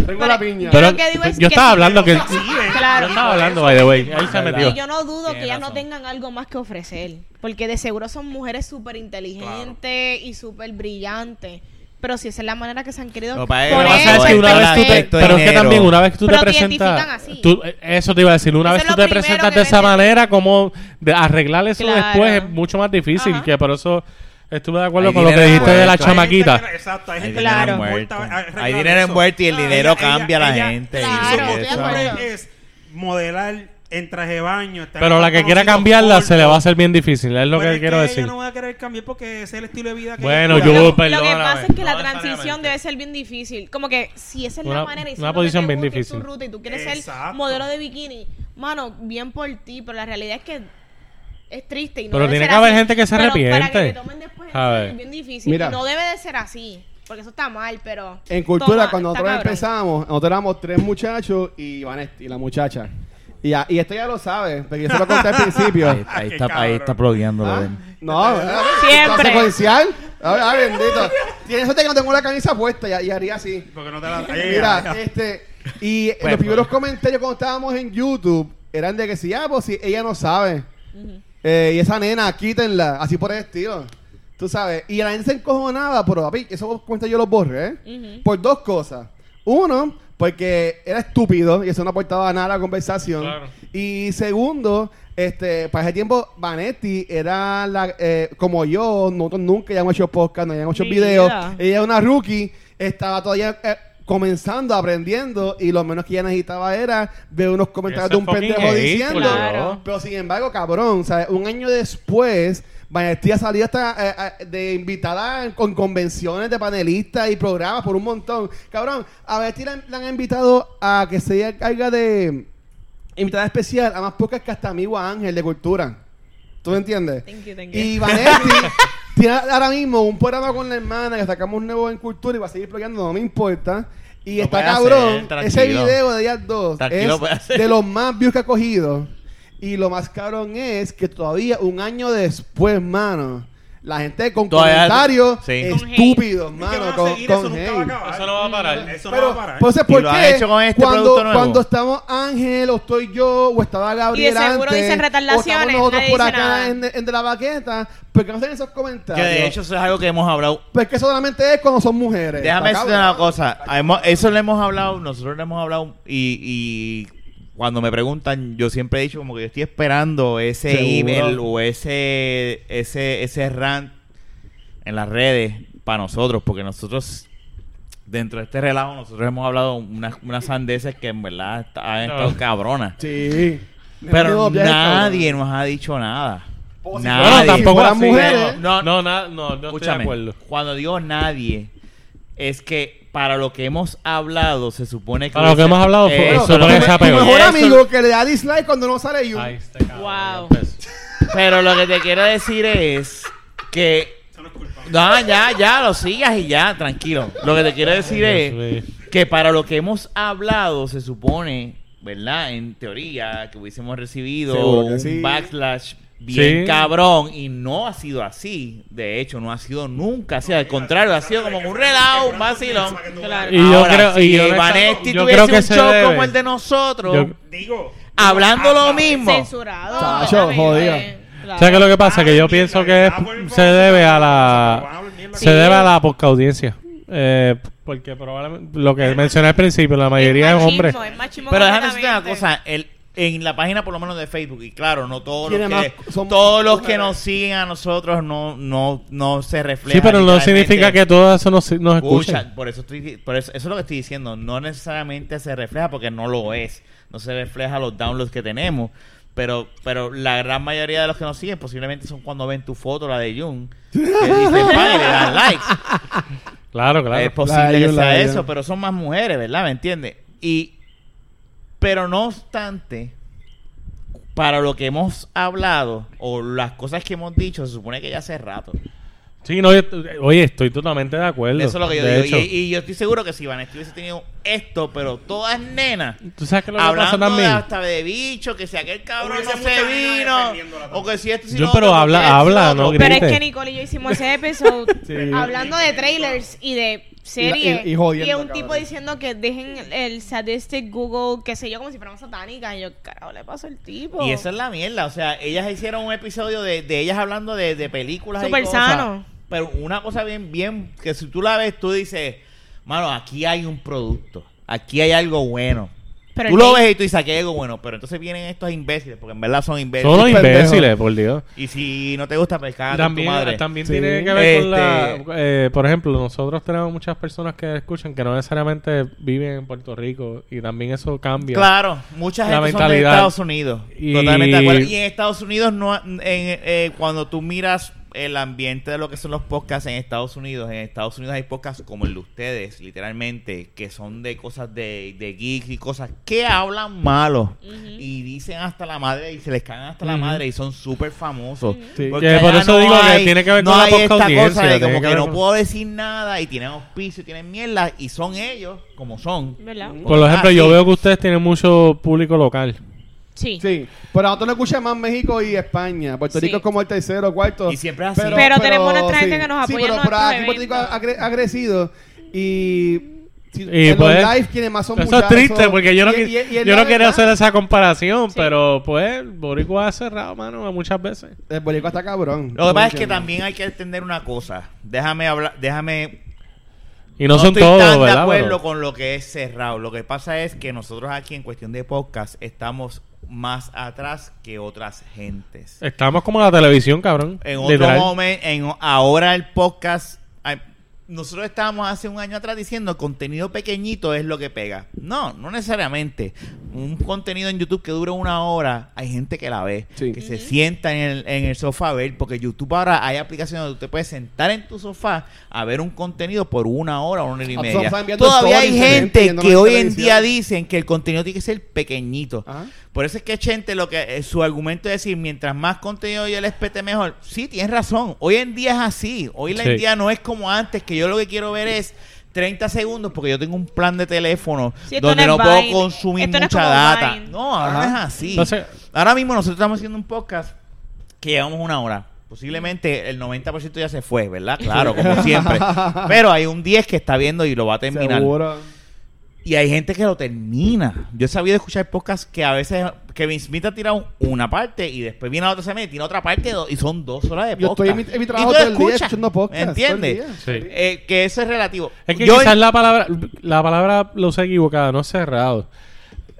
S6: Tengo la piña.
S5: Pero-
S2: Yo,
S5: Lo que digo es
S2: yo
S5: que
S2: estaba
S5: sí,
S2: hablando que.
S3: Sí, ¿eh?
S5: Claro.
S2: Yo estaba hablando, by the way. Ahí se metió.
S5: Y yo no dudo que
S4: Tienes
S5: ellas no
S4: razón.
S5: tengan algo más que ofrecer. Porque de seguro son mujeres súper inteligentes y súper brillantes. Pero si esa es la manera que se han querido
S4: Lo que pasa es que
S2: Lo que
S4: Por
S2: pasa eh, es que
S4: eso,
S2: una
S4: el
S2: vez tú te,
S4: aspecto
S2: pero es que
S4: dinero.
S2: también una vez que tú te
S5: Pero te
S2: presentas,
S5: identifican así.
S2: tú- eh, eso te iba a decir, una
S5: Eso
S2: vez
S5: es
S2: tú
S5: lo
S2: te
S5: primero
S2: presentas
S5: que
S2: de esa
S5: venden.
S2: manera, como de arreglar eso
S5: Claro.
S2: después es mucho más difícil,
S5: Ajá.
S2: que por eso estuve de acuerdo
S4: Hay
S2: con lo que
S4: dinero
S2: dijiste de la
S4: envuelto,
S3: Hay gente que-
S2: chamaquita.
S3: Exacto, hay
S4: Hay
S3: gente
S5: dinero
S3: que
S4: envuelto.
S3: importa arreglar
S4: Hay dinero
S3: eso. Ah,
S4: envuelto y el
S3: Claro,
S4: dinero cambia a la gente y
S5: Claro,
S3: su
S5: estoy de
S3: costumbre
S5: acuerdo.
S3: es modelar en traje de baño. está
S2: Pero
S3: en
S2: la que quiera
S3: pantaloncillos
S2: cambiarla se le va a
S3: cortos.
S2: hacer bien difícil, es lo
S3: Pero
S2: que
S3: es
S2: quiero
S3: ella
S2: decir.
S3: no va a querer cambiar porque ese es el estilo de vida que
S2: Bueno,
S3: ella-
S2: yo-
S5: lo, lo que
S2: perdóname.
S5: pasa es que la
S1: No
S5: transición
S1: necesariamente.
S5: debe ser bien difícil. Como que si esa es
S2: Una-
S5: la manera y si
S2: una
S5: es lo que
S2: posición
S5: te
S2: bien
S5: gusta y es
S2: difícil.
S5: tu ruta y tú quieres ser
S3: Exacto.
S5: modelo de bikini, mano, bien por ti, pero la realidad es que es triste y no
S2: Pero
S5: debe
S2: tiene
S5: ser
S2: que haber
S5: así.
S2: gente que se
S5: Pero Para que
S2: arrepiente.
S5: te tomen después
S2: A ver.
S5: es bien difícil.
S6: Mira.
S5: Y no debe de ser así, porque eso está mal, pero
S6: En cultura,
S5: toma,
S6: cuando
S5: está
S6: nosotros
S5: cabrón.
S6: empezamos, nosotros éramos tres muchachos y Vanetti, y la muchacha. Y, a- y esto ya lo sabe, porque yo se lo conté al principio.
S4: Ahí, ahí
S3: Qué
S4: está, ahí está
S3: cabrón.
S4: plogueando la
S6: ¿Ah?
S4: de-
S6: No, ¿verdad?
S5: Siempre.
S6: secuencial. Ahora, bendito. Tienes suerte que no tengo la camisa puesta y, y haría así.
S3: Porque no te la... Ay, ay,
S6: Mira,
S3: ay. pues.
S6: este. Y los primeros comentarios cuando estábamos en YouTube eran de que si, ah, pues si ella no sabe. Eh, y esa nena, quítenla. Así por el estilo. Tú sabes. Y la gente se encojonaba, pero papi, esos cuentos yo los borré. ¿eh?
S5: Ujú.
S6: Por dos cosas. Uno, porque era estúpido y eso no aportaba nada a la conversación.
S2: Claro.
S6: Y segundo, este, para ese tiempo, Vanetti era la, eh, como yo, nosotros nunca habíamos hecho podcast, no habíamos hecho
S5: Mi
S6: videos.
S5: vida.
S6: Ella era una rookie, estaba todavía eh, comenzando, aprendiendo, y lo menos que ella necesitaba era ver unos comentarios
S2: Eso
S6: de un
S2: es fucking
S6: pendejo
S2: hate,
S6: diciendo.
S2: claro.
S6: Pero sin embargo, cabrón, ¿sabes? un año después, Vanestía salía hasta eh, eh, de invitada en- con convenciones de panelistas y programas por un montón. Cabrón, a Vanestía la, han- la han invitado a que se carga de invitada especial a más pocas que hasta amigo a Ángel de Cultura. ¿Tú me entiendes?
S5: Thank you, thank you.
S6: Y Vanetti tiene ahora mismo un programa con la hermana que sacamos nuevo en cultura y va a seguir bloqueando, no me importa. Y
S4: Lo
S6: está
S4: puede hacer, eh,
S6: cabrón. ese
S4: tranquilo.
S6: video de ellas dos
S4: Tranquilo, puede
S6: es
S4: hacer.
S6: de los más views que ha cogido. Y lo más cabrón es que todavía un año después, mano, la gente con
S4: Todavía-
S6: comentarios
S4: sí.
S6: estúpidos,
S3: Es que van
S6: mano,
S3: a
S6: con,
S3: seguir,
S6: con
S3: eso nunca
S6: hate.
S3: va a acabar.
S2: Eso no va a parar.
S3: Eso no
S6: Pero, pues,
S3: va a parar.
S6: entonces,
S4: Y
S6: ¿por
S4: lo han
S6: qué?
S4: hecho con este
S6: cuando,
S4: producto nuevo.
S6: cuando estamos Ángel, o estoy yo, o estaba Gabriel
S5: Y de seguro
S6: antes,
S5: dicen retardaciones,
S6: o estamos nosotros
S5: nadie
S6: por
S5: dice
S6: acá
S5: nada.
S6: en, en De La Baqueta, porque no hacen esos
S4: Que
S6: comentarios?
S4: de hecho eso es algo que hemos hablado.
S6: Porque solamente es cuando son mujeres.
S4: Déjame
S6: Pues, Está
S4: decirte
S6: cabrón.
S4: una cosa. Hemos- eso le hemos hablado, nosotros le hemos hablado y, y cuando me preguntan, yo siempre he dicho como que yo estoy esperando ese
S6: Seguro.
S4: email o ese, ese, ese rant en las redes para nosotros, porque nosotros dentro de este relajo nosotros hemos hablado unas, unas sandeces que en verdad está- han
S2: No.
S4: estado cabronas.
S6: Sí.
S4: Pero
S6: Menudo viaje,
S4: nadie nos ha dicho nada.
S6: Como Pues, si
S4: Nadie.
S2: Bueno, tampoco
S6: fueran
S2: así,
S6: mujeres.
S2: No, no, na- no, no estoy de
S4: Escúchame,
S2: acuerdo.
S4: cuando digo nadie, es que para lo que hemos hablado, se supone que... Eh,
S2: Para lo que hemos hablado, fue-
S6: cabrón.
S2: Eso
S6: Bueno,
S2: parece
S6: tu me-
S2: a
S6: tu
S2: peor.
S6: mejor
S4: Eso-
S6: amigo que le da dislike cuando no sale you.
S2: Ahí está, cabrón,
S5: Wow.
S2: ya empezó.
S4: Pero lo que te quiero decir es que...
S3: Eso no es culpa.
S4: No, ya, ya, lo sigas y ya, tranquilo. Lo que te quiero decir
S2: Dios
S4: es
S2: mío.
S4: que para lo que hemos hablado, se supone, ¿verdad? En teoría, que hubiésemos recibido
S6: Seguro que
S4: un
S6: sí.
S4: backlash bien
S2: Sí.
S4: cabrón y no ha sido así. De hecho, no ha sido nunca así. Al contrario, ha sido como un relajo, un vacilón.
S5: Claro.
S2: Y yo
S4: Ahora,
S2: creo-
S4: si
S2: y yo-
S4: Vanetti
S2: yo
S4: tuviese
S2: creo que
S4: un
S2: se
S4: show
S2: debe.
S4: como el de nosotros,
S2: Yo-
S3: Digo.
S4: hablando lo
S3: habla-
S4: mismo.
S5: Censurado.
S6: Chacho,
S5: obviamente,
S6: jodido.
S5: eh, claro.
S2: ¿Sabes qué es lo que pasa? Que yo
S3: Ah,
S2: pienso
S3: mierda,
S2: que
S3: ah, por el
S2: es- se debe a la...
S3: Sí.
S2: Se debe a la poca audiencia. Eh, porque probablemente lo que mencioné al principio, la mayoría es
S5: machismo,
S2: hombres.
S5: es machismo
S4: Pero déjame decirte una
S5: completamente.
S4: cosa, el, en la página por lo menos de Facebook, y claro, no todos los
S6: Tiene
S4: que,
S6: más- son-
S4: todos los que nos siguen a nosotros no, no, no se refleja.
S2: Sí, pero no
S4: literalmente.
S2: significa que todo eso nos, nos escuchen.
S4: escuchan. Por eso estoy, por eso, eso es lo que estoy diciendo. No necesariamente se refleja porque no lo es. No se refleja los downloads que tenemos. Pero, pero la gran mayoría de los que nos siguen posiblemente son cuando ven tu foto, la de Jun, que dicen, "Vale", le dan likes.
S2: Claro, claro.
S4: Es posible
S6: La de
S4: que
S6: ellos, la
S4: sea
S6: de
S4: eso,
S6: ellos.
S4: pero son más mujeres, ¿verdad? ¿Me entiendes? Y, pero no obstante, para lo que hemos hablado o las cosas que hemos dicho, se supone que ya hace rato.
S2: Sí, no, yo- oye, estoy totalmente de acuerdo.
S4: Eso es lo que yo
S2: De
S4: digo.
S2: hecho,
S4: Y, y yo estoy seguro que si Vanessa hubiese tenido esto, pero todas nenas.
S2: ¿Tú sabes qué es lo que pasa
S4: Hablando de
S2: también?
S4: hasta de bicho, que si aquel cabrón
S3: Hubiese
S4: no
S3: mucha
S4: se
S3: nena
S4: vino,
S3: defendiéndola
S4: o que si esto si
S2: Yo,
S4: lo
S2: pero
S4: otro,
S2: habla-
S4: porque esto,
S2: habla,
S4: lo
S2: ¿no?
S4: otro.
S5: Pero es
S2: Grite.
S5: que Nicole y yo hicimos ese episodio hablando de trailers y de series.
S6: y- y jodiendo,
S5: un tipo
S6: cabrón.
S5: diciendo que dejen el sadistic Google, qué sé yo, como si fuéramos satánicas. Y yo, carajo, le pasó el
S2: Oh.
S5: tipo.
S4: Y esa es la mierda. O sea, ellas hicieron un episodio de, de ellas hablando de, de películas.
S5: Súper
S4: y cosas.
S5: sano.
S4: Pero una cosa bien, bien, que si tú la ves, tú dices, mano, aquí hay un producto. Aquí hay algo bueno.
S5: Pero
S4: tú
S5: el
S4: lo
S5: bait-
S4: ves y tú dices, qué ego bueno, pero entonces vienen estos imbéciles, porque en verdad son imbéciles.
S2: Son los
S6: pendejo.
S2: imbéciles, por Dios.
S4: Y si no te gusta pescar,
S2: También,
S4: tu madre.
S2: también
S6: Sí.
S2: tiene que ver con la...
S4: Este-
S2: eh, por ejemplo, nosotros tenemos muchas personas que escuchan que no necesariamente viven en Puerto Rico y también eso cambia.
S4: Claro, mucha
S2: La
S4: gente son de
S2: mentalidad.
S4: Estados Unidos.
S2: Y-
S4: Totalmente de acuerdo. Y en Estados Unidos, no, en- eh, cuando tú miras el ambiente de lo que son los podcasts en Estados Unidos, en Estados Unidos hay podcasts como el de ustedes, literalmente, que son de cosas de, de geeks y cosas que hablan malo y dicen hasta la madre y se les caen hasta la
S2: Ujú.
S4: madre y son súper famosos.
S2: Sí,
S4: Porque
S2: que por
S4: allá
S2: eso digo que tiene que ver
S4: no
S2: con la
S4: hay
S2: poca
S4: esta
S2: audiencia,
S4: cosa de
S2: tiene
S4: como
S2: que
S4: que
S2: ver
S4: no
S2: con-
S4: puedo decir nada y tienen auspicio, y tienen mierda y son ellos como son.
S5: ¿Verdad?
S2: Por ejemplo,
S4: Ah,
S2: yo
S4: sí.
S2: veo que ustedes tienen mucho público local.
S5: Sí.
S6: Sí, pero nosotros no escuchamos más México y España. Puerto
S5: Sí.
S6: Rico es como el tercero, cuarto.
S4: Y siempre es así.
S5: Pero tenemos nuestra gente que nos apoya
S6: Sí, pero
S5: en
S6: por
S5: nuestros
S6: aquí Puerto Rico ha, ha cre- ha crecido y... si-
S2: Y
S6: en
S2: pues,
S6: los live quienes más son
S2: Eso es
S6: muchachos.
S2: triste porque yo no,
S6: Y-
S2: qui-
S6: y- y es
S2: yo
S6: la
S2: no quería
S6: verdad.
S2: hacer esa comparación,
S5: Sí.
S2: pero pues Boricua ha cerrado, mano, muchas veces.
S6: El boricua está cabrón.
S4: Lo que pasa es que
S6: Entiendo.
S4: también hay que entender una cosa. Déjame hablar, déjame.
S2: Y no, son
S4: estoy
S2: todos,
S4: tan de
S2: ¿verdad?
S4: acuerdo
S2: Pero-
S4: con lo que es cerrado. Lo que pasa es que nosotros aquí en cuestión de podcast estamos más atrás que otras gentes.
S2: Estamos como la televisión, cabrón.
S4: En otro
S2: Literal.
S4: momento, en ahora el podcast. ay, Nosotros estábamos hace un año atrás diciendo contenido pequeñito es lo que pega. No, no necesariamente. Un contenido en YouTube que dura una hora, hay gente que la ve,
S6: Sí.
S4: que se sienta en el, en el sofá a ver, porque YouTube ahora hay aplicaciones donde te puedes sentar en tu sofá a ver un contenido por una hora o una hora y
S6: Ah, pues,
S4: media.
S6: están viendo
S4: Todavía hay
S6: stories,
S4: gente
S6: viendo
S4: que hoy en
S6: televisión.
S4: día dicen que el contenido tiene que ser pequeñito.
S6: Ajá.
S4: Por eso es que gente lo que eh, su argumento es decir, mientras más contenido yo les pete mejor. Sí, tienes razón. Hoy en día es así. Hoy la
S2: Sí.
S4: en día no es como antes, que yo lo que quiero ver es 30 segundos porque yo tengo un plan de teléfono
S5: Sí, esto
S4: donde
S5: no
S4: no,
S5: es
S4: puedo
S5: Vine.
S4: consumir
S5: Esto no es
S4: mucha
S5: como
S4: data.
S5: Vine.
S4: No, ahora
S6: Ajá.
S4: no es así.
S2: Entonces-
S4: ahora mismo nosotros estamos haciendo un podcast que llevamos una hora. Posiblemente el 90% ya se fue, ¿verdad? Claro, como siempre. Pero hay un 10 que está viendo y lo va a terminar.
S6: Seguro.
S4: Y hay gente que lo termina. Yo he sabido escuchar podcasts que a veces Kevin Smith ha tirado una parte y después viene la otra semana y tira otra parte do- y son dos horas de podcast.
S6: Yo estoy en mi, en mi
S4: Y tú
S6: trabajo todo el día
S4: escuchas,
S6: escuchando podcast.
S4: ¿me ¿Entiendes?
S2: Sí.
S4: Eh, que eso es relativo.
S2: Es que
S4: Yo-
S2: quizás la palabra, la palabra lo usé equivocada, no cerrado.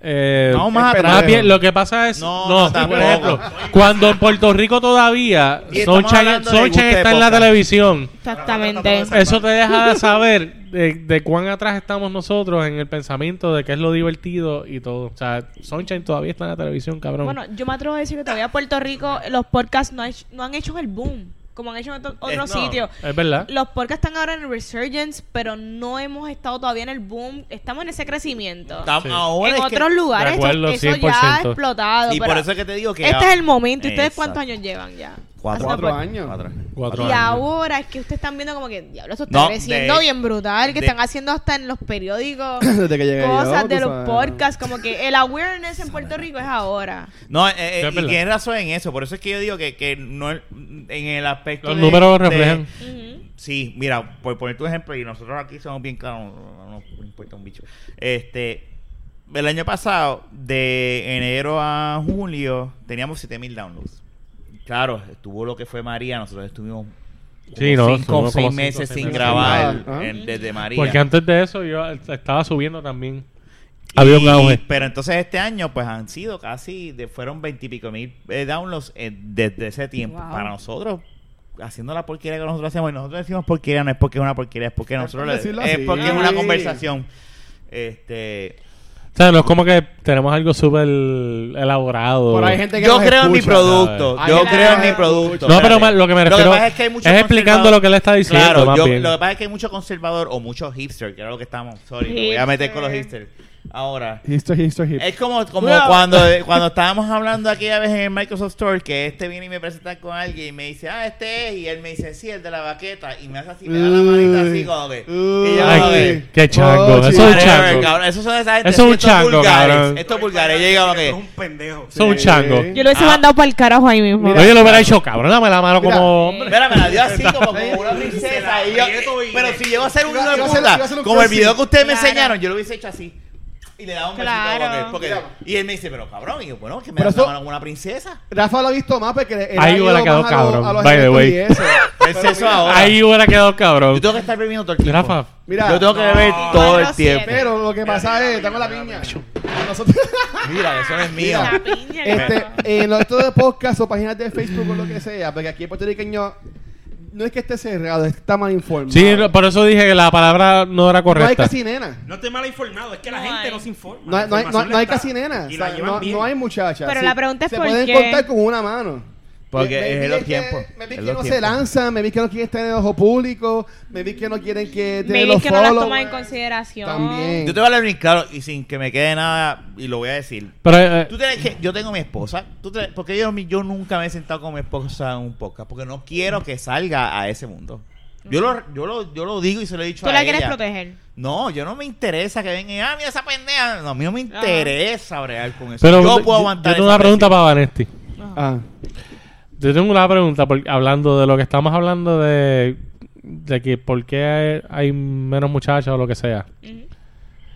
S2: Eh,
S4: No, más
S2: es
S4: atrás.
S2: más bien, lo que pasa es,
S4: No,
S2: no,
S4: no,
S2: sí, por
S4: tampoco.
S2: ejemplo, cuando en Puerto Rico todavía
S4: Y estamos
S2: Sonchan
S4: hablando de gusto de
S2: está en la
S4: podcast.
S2: televisión,
S5: Exactamente.
S2: eso te deja de saber de, de cuán atrás estamos nosotros en el pensamiento de qué es lo divertido y todo. O sea, Sunshine todavía está en la televisión, cabrón.
S5: Bueno, yo me atrevo a decir que todavía Puerto Rico los podcasts no, ha hecho- no han hecho el boom, como han hecho en otro- otros
S4: no.
S5: sitios.
S2: es verdad.
S5: Los podcasts están ahora en el resurgence, pero no hemos estado todavía en el boom. Estamos en ese crecimiento.
S4: Tam-
S2: Sí.
S4: ahora
S5: en
S4: es que-
S5: otros lugares
S2: De acuerdo,
S5: eso, eso ya ha
S2: 100%.
S5: explotado.
S4: Y
S5: pero
S4: por eso es que te digo que.
S5: este es el momento. ¿Y ¿Ustedes
S4: Exacto.
S5: cuántos años llevan ya?
S4: Cuatro.
S5: Haciendo
S6: Cuatro
S5: pod-
S6: años.
S4: Cuatro.
S2: Cuatro
S5: Y
S2: años.
S5: ahora es que ustedes están viendo como que, diablo, eso está
S4: No,
S5: creciendo
S4: de-
S5: bien brutal, que
S4: de-
S5: están haciendo hasta en los periódicos
S6: Desde que llegué
S5: cosas
S6: yo,
S5: de
S6: tú
S5: los
S6: sabes.
S5: podcasts, como que el awareness en Puerto Rico es ahora.
S4: No, eh, eh,
S2: Sí, es
S4: y
S2: verdad.
S4: tienes razón en eso. Por eso es que yo digo que, que no el- en el aspecto.
S2: Los
S4: de-
S2: números
S4: de-
S2: reflejan.
S5: Ujú.
S4: Sí, mira, por poner tu ejemplo, y nosotros aquí somos bien claros, no, no importa un bicho. Este, el año pasado, de enero a julio, teníamos 7000 downloads. Claro, estuvo lo que fue María, nosotros estuvimos como
S2: Sí, no,
S4: cinco o
S2: estuvimos
S4: seis
S2: como
S4: meses
S2: cinco o seis
S4: sin
S2: meses.
S4: grabar
S6: Ah, ah.
S4: en- desde María.
S2: Porque antes de eso yo estaba subiendo también.
S4: Y-
S2: Había un auge.
S4: Pero entonces este año, pues han sido casi, de- fueron veintipico mil eh, downloads eh, desde ese tiempo.
S5: Wow.
S4: Para nosotros, haciendo la porquería que nosotros hacemos, y nosotros decimos porquería, no es porque es una porquería, es porque nosotros
S6: por
S4: le-
S6: decirlo
S4: es
S6: así.
S4: porque es una
S6: Sí.
S4: conversación. Este,
S2: O sea, no es como que tenemos algo súper elaborado.
S6: Pero hay gente que
S4: yo
S6: nos
S4: creo en mi
S6: escucha.
S4: producto,
S6: Ay,
S4: yo
S6: no.
S4: creo en mi producto.
S2: No, pero
S4: espérate.
S2: más- lo que me refiero
S4: pasa es que hay mucho
S2: es explicando
S4: conservador-
S2: lo que él está diciendo,
S4: Claro,
S2: más
S4: yo-
S2: bien.
S4: lo que pasa es que hay mucho conservador o mucho hipster, que era lo que estábamos. Sorry, me voy a meter con los
S6: este.
S4: hipsters. Ahora,
S6: History, history, hip.
S4: Es como, como
S6: Cuidado.
S4: cuando, eh, cuando estábamos hablando aquella vez en el Microsoft Store que este viene y me presenta con alguien y me dice, ah, este es, y él me dice, sí, el de la baqueta, y me hace así, me da la manita así como que... Y yo como
S2: Ay,
S4: que,
S2: qué chango, eso es
S6: chico.
S2: un
S4: "Whatever,
S2: chango.
S4: cabrón, Esos son esa gente,
S2: Eso es un
S4: estos
S2: chango,
S4: vulgares,
S2: cabrón.
S4: Estos vulgares, llega como
S3: Es
S4: que...
S3: un pendejo.
S2: Son un
S6: Sí.
S2: chango.
S5: Yo
S4: Ah.
S5: lo hubiese mandado para el carajo ahí mismo.
S6: Mira.
S2: Oye, lo hubiera hecho, cabrón, dame la mano
S6: Mira.
S2: como hombre.
S4: Mira, me la dio así como, como una princesa. Y yo,
S3: aprieto y-
S4: pero si llego a ser un
S6: Iba-
S4: hijo de
S6: iba a hacer-
S4: puta,
S6: iba a hacer un
S4: como el
S6: crossing.
S4: video que ustedes me
S5: Claro.
S4: enseñaron, yo lo hubiese hecho así. Y le daba un besito
S5: Claro.
S4: como que- porque- Y él me dice, pero cabrón, y yo, bueno, que me
S6: Pero
S4: das la
S6: eso-
S4: mano como una princesa.
S6: Rafa lo ha visto más porque él
S2: Ahí
S6: ha ido
S2: hubiera quedado
S6: más a lo-
S2: cabrón,
S6: a los
S2: by the
S6: eventos
S2: way.
S6: y eso.
S4: Es eso ahora.
S2: Ahí hubiera quedado
S4: Yo
S2: cabrón.
S4: tengo que estar bebiendo todo el tiempo.
S2: Rafa,
S6: Mira,
S4: yo tengo que beber
S5: no,
S4: todo el
S5: no,
S4: tiempo.
S5: siete.
S6: pero lo que pasa es, tengo la piña. nosotros.
S4: Mira, eso es mío.
S5: La piña,
S6: este,
S5: cabrón.
S6: en los de podcast o páginas de Facebook o lo que sea, porque aquí el puertorriqueño no es que esté cerrado, es que está mal informado.
S2: Sí, no, por eso dije que la palabra no era
S6: no hay
S2: correcta.
S6: casi nena.
S3: No estoy mal informado, es que la
S5: No
S3: gente
S5: hay.
S3: no se informa.
S6: No,
S3: La
S6: hay- no hay, no-
S3: información
S6: no hay
S3: está-
S6: casi nena.
S3: Y
S6: O sea,
S3: la llevan
S6: no,
S3: bien.
S6: no hay muchachas.
S5: Pero
S6: Sí,
S5: la pregunta es
S6: Se
S5: por
S6: pueden
S5: qué.
S6: contar con una mano.
S4: Porque
S6: Me- me
S4: es
S6: vi
S4: en los
S6: que-
S4: tiempos.
S6: Me vi
S4: es
S6: que
S4: los
S6: no se
S4: tiempos.
S6: lanzan, me vi que no quieren estar en el ojo público, me vi que no quieren que
S4: este,
S6: te
S5: Maybe
S6: den
S5: es
S6: los
S5: que no las toman en
S6: followers.
S5: consideración.
S6: También.
S4: Yo te voy a hablar bien claro y sin que me quede nada, y lo voy a decir.
S2: Pero, eh,
S4: Tú tienes que, yo tengo mi esposa, tú tienes- porque yo, yo nunca me he sentado con mi esposa en un podcast, porque no quiero que salga a ese mundo. Yo lo, yo lo, yo lo digo y se lo he dicho
S5: Tú
S4: a
S5: la quieres
S4: ella.
S5: proteger.
S4: No, yo no me interesa que vengan, ah, mira esa pendeja. No, a mí
S5: Ah.
S4: no me interesa bregar con eso.
S2: pero
S4: yo puedo aguantar
S2: yo tengo
S4: esa
S2: una pregunta
S4: presión.
S2: para Vanesti.
S6: Ah.
S2: Yo tengo una pregunta, por- hablando de lo que estamos hablando de, de que por qué hay, hay menos muchachas o lo que sea.
S5: Ujú.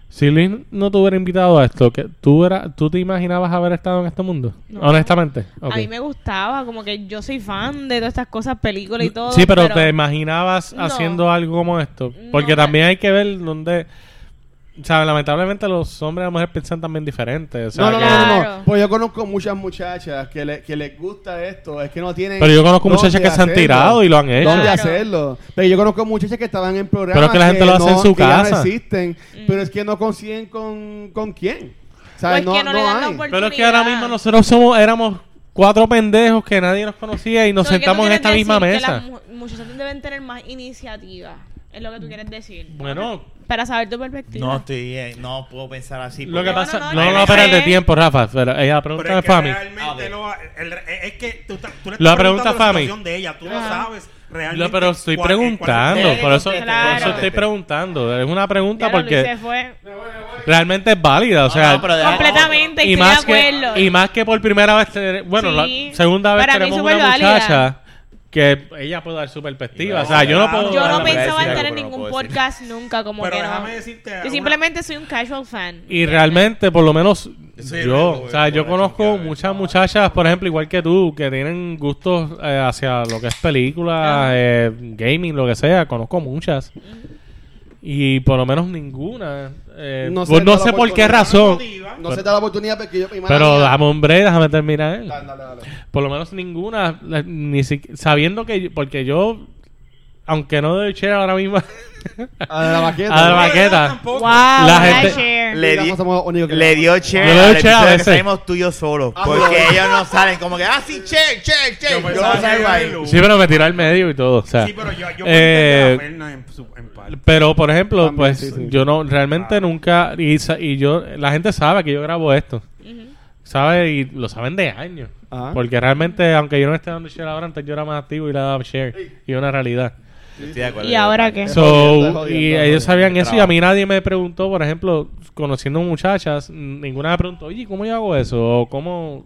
S2: Si Luis no te hubiera invitado a esto, que tú, era, ¿tú te imaginabas haber estado en este mundo?
S5: No.
S2: Honestamente. Ok.
S5: A mí me gustaba, como que yo soy fan de todas estas cosas, películas y todo.
S2: Sí, pero, te imaginabas
S5: No.
S2: haciendo algo como esto. Porque
S5: No,
S2: también hay que ver dónde... ¿Sabes? Lamentablemente los hombres y las mujeres piensan también diferente. o sea
S6: No, no,
S2: que-
S6: no, no,
S5: Claro.
S6: no. Pues yo conozco muchas muchachas que, le- que les gusta esto. Es que no tienen.
S2: Pero yo conozco
S6: dónde
S2: muchachas que se han
S6: hacerlo.
S2: tirado y lo han hecho.
S6: ¿Dónde
S5: Claro.
S6: hacerlo? Pero yo conozco muchachas que estaban en programas.
S2: Pero es que la gente lo hace en su
S6: que ya
S2: casa.
S6: No existen. Pero es que no consiguen con, con quién. O sea,
S5: Mm. Pues
S6: no,
S5: que no le dan la
S6: hay.
S5: oportunidad.
S2: Pero es que ahora mismo nosotros somos, éramos cuatro pendejos que nadie nos conocía y nos
S5: Entonces, ¿qué tú
S2: sentamos en
S5: quieres
S2: esta misma
S5: decir?
S2: mesa.
S5: Que las mu- muchachas deben tener más iniciativa. Es lo que tú quieres decir.
S2: Bueno,
S5: Para saber tu perspectiva.
S4: No estoy, eh, no puedo pensar así.
S2: lo que
S5: no,
S4: porque-
S2: pasa...
S5: no,
S2: No,
S5: no,
S2: no,
S5: no
S2: espérate
S5: sé.
S2: tiempo, Rafa. Pero ella, la pregunta
S3: Pero
S2: es Fami.
S4: Ah, ok.
S3: realmente lo- el- e, es que tú, estás- tú le estás
S2: La
S3: preguntando
S2: pregunta,
S3: la
S2: Fami.
S3: situación de ella, tú
S6: Ah.
S3: no sabes realmente.
S2: No, pero estoy
S3: cuál- cuál es-
S2: preguntando,
S4: cuál-
S2: por eso, por
S5: Claro.
S2: eso estoy preguntando. Es una pregunta
S5: Ya lo hice,
S2: porque
S5: fue.
S2: realmente es válida, o
S4: No,
S2: sea,
S4: no, pero deja-
S5: Completamente,
S2: y
S5: estoy
S2: más
S5: de
S2: que
S5: acuerdo.
S2: y más que por primera vez, tener- bueno,
S5: Sí.
S2: la segunda vez
S5: Para mí
S2: tenemos
S5: súper
S2: una
S5: válida.
S2: muchacha que ella puede dar su perspectiva,
S4: No,
S2: o sea, yo no
S3: claro.
S2: puedo
S5: Yo
S2: dar
S5: no
S2: la
S4: voy a
S5: pensaba
S4: decir
S5: estar
S4: algo,
S5: en
S4: pero no
S5: ningún
S4: puedo decir.
S5: podcast nunca, como
S3: Pero
S5: que no.
S3: déjame decirte
S5: Yo
S3: alguna-
S5: simplemente soy un casual fan.
S2: Y realmente, por lo menos
S4: Sí,
S2: yo,
S4: me-
S2: o sea,
S4: me-
S2: yo
S4: me-
S2: conozco
S4: me- me-
S2: muchas muchachas, por ejemplo, igual que tú, que tienen gustos eh, hacia lo que es
S5: Ah.
S2: películas, eh, gaming, lo que sea. Conozco muchas. Y por lo menos ninguna. eh,
S6: No
S2: pues
S6: se
S2: no,
S6: le da la
S2: sé por qué
S6: oportunidad.
S2: razón.
S3: Motiva.
S6: No se da la oportunidad porque yo. mi madre-
S2: Pero dame hombre, déjame terminar.
S6: Dale, dale, dale.
S2: Por lo menos ninguna, la- ni si- sabiendo que, yo- porque yo, aunque no doy share ahora mismo
S6: A la
S2: a la
S6: baqueta.
S2: baqueta,
S5: Wow,
S3: Tampoco.
S2: La
S5: la
S2: gente-
S5: share.
S4: Le
S6: Digamos,
S4: di-
S6: somos los únicos que-
S4: Le dio
S2: Yo
S4: che
S2: le doy
S4: al
S2: share a
S4: episodio que
S2: veces.
S4: salimos tú y yo solo.
S6: Ah,
S4: Porque
S6: bueno.
S4: ellos no salen como que, ah, sí, che, che, che. Yo,
S3: Yo
S4: lo
S3: pensaba que
S4: salgo
S3: era
S4: ahí.
S3: el
S2: sí, pero me tiró al medio y todo. O sea,
S3: Sí, pero yo, yo
S2: eh,
S3: puedo entender a Fernan en, su- en parte.
S2: Pero, por ejemplo,
S6: También,
S2: pues
S6: sí, sí.
S2: yo no,
S3: Ah.
S2: realmente nunca, y, sa- y yo, la gente sabe que yo grabo esto,
S5: Ujú.
S2: sabe y lo saben de años.
S6: Ajá.
S2: Porque realmente, aunque yo no esté dando share ahora, antes yo era más activo y le daba share. Y es una realidad.
S4: Yo estoy de acuerdo.
S5: ¿Y ahora qué?
S2: So,
S6: Estoy jodiendo, estoy jodiendo,
S2: y
S6: estoy
S2: ellos
S6: jodiendo.
S2: sabían eso y a
S4: Trabajo.
S2: mí nadie me preguntó, por ejemplo, conociendo muchachas, n- ninguna me preguntó, oye, ¿cómo yo hago eso? O cómo...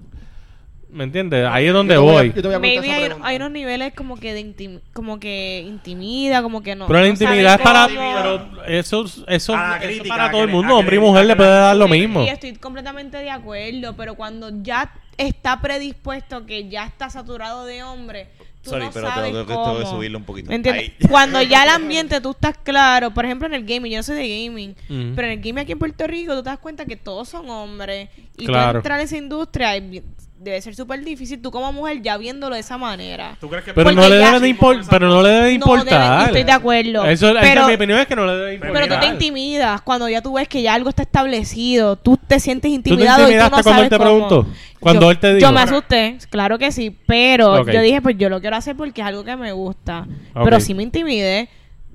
S2: ¿Me entiendes? Ahí es donde
S6: Yo te a-
S2: voy.
S6: yo te voy a contestar
S5: Maybe
S6: esa
S5: hay,
S6: pregunta.
S5: hay unos niveles como que de intim- como que intimida, como que no.
S2: Pero la
S5: no saben
S2: intimidad es para...
S5: cómo.
S2: Pero eso, eso,
S3: A la
S2: eso
S3: crítica,
S2: para
S3: a
S2: todo el
S3: que-
S2: mundo.
S3: a
S2: Hombre y
S3: que-
S2: mujer
S3: a
S2: le
S3: que-
S2: puede dar lo mismo.
S5: Y estoy completamente de acuerdo, pero cuando ya está predispuesto que ya está saturado de hombres, tú
S4: Sorry,
S5: no
S4: pero
S5: sabes
S4: tengo que-
S5: cómo.
S4: tengo que subirlo un poquito.
S5: ¿Me entiendes?
S4: Ahí.
S5: Cuando ya el ambiente tú estás claro, por ejemplo en el gaming, yo no soy de gaming,
S2: Ujú.
S5: pero en el gaming aquí en Puerto Rico tú te das cuenta que todos son hombres y tú
S2: Claro.
S5: entrar en esa industria es bien- debe ser súper difícil tú como mujer ya viéndolo de esa manera.
S3: ¿Tú crees que
S2: Pero
S5: Porque
S2: no, le
S5: ya-
S2: deben de impor- pero no le debe
S5: No debe-
S2: importar.
S5: estoy de acuerdo.
S2: Eso, esa
S5: Pero-
S2: es mi opinión es que no le debe importar.
S5: Pero tú te intimidas cuando ya tú ves que ya algo está establecido. Tú te sientes
S2: ¿Tú te
S5: intimidado y tú
S2: intimidaste
S5: no
S2: cuando
S5: sabes
S2: él te
S5: cómo.
S2: preguntó? Cuando
S5: yo,
S2: él te dijo.
S5: Yo me asusté, claro que sí, pero
S2: Ok.
S5: yo dije, pues yo lo quiero hacer porque es algo que me gusta.
S2: Ok.
S5: Pero sí me intimidé.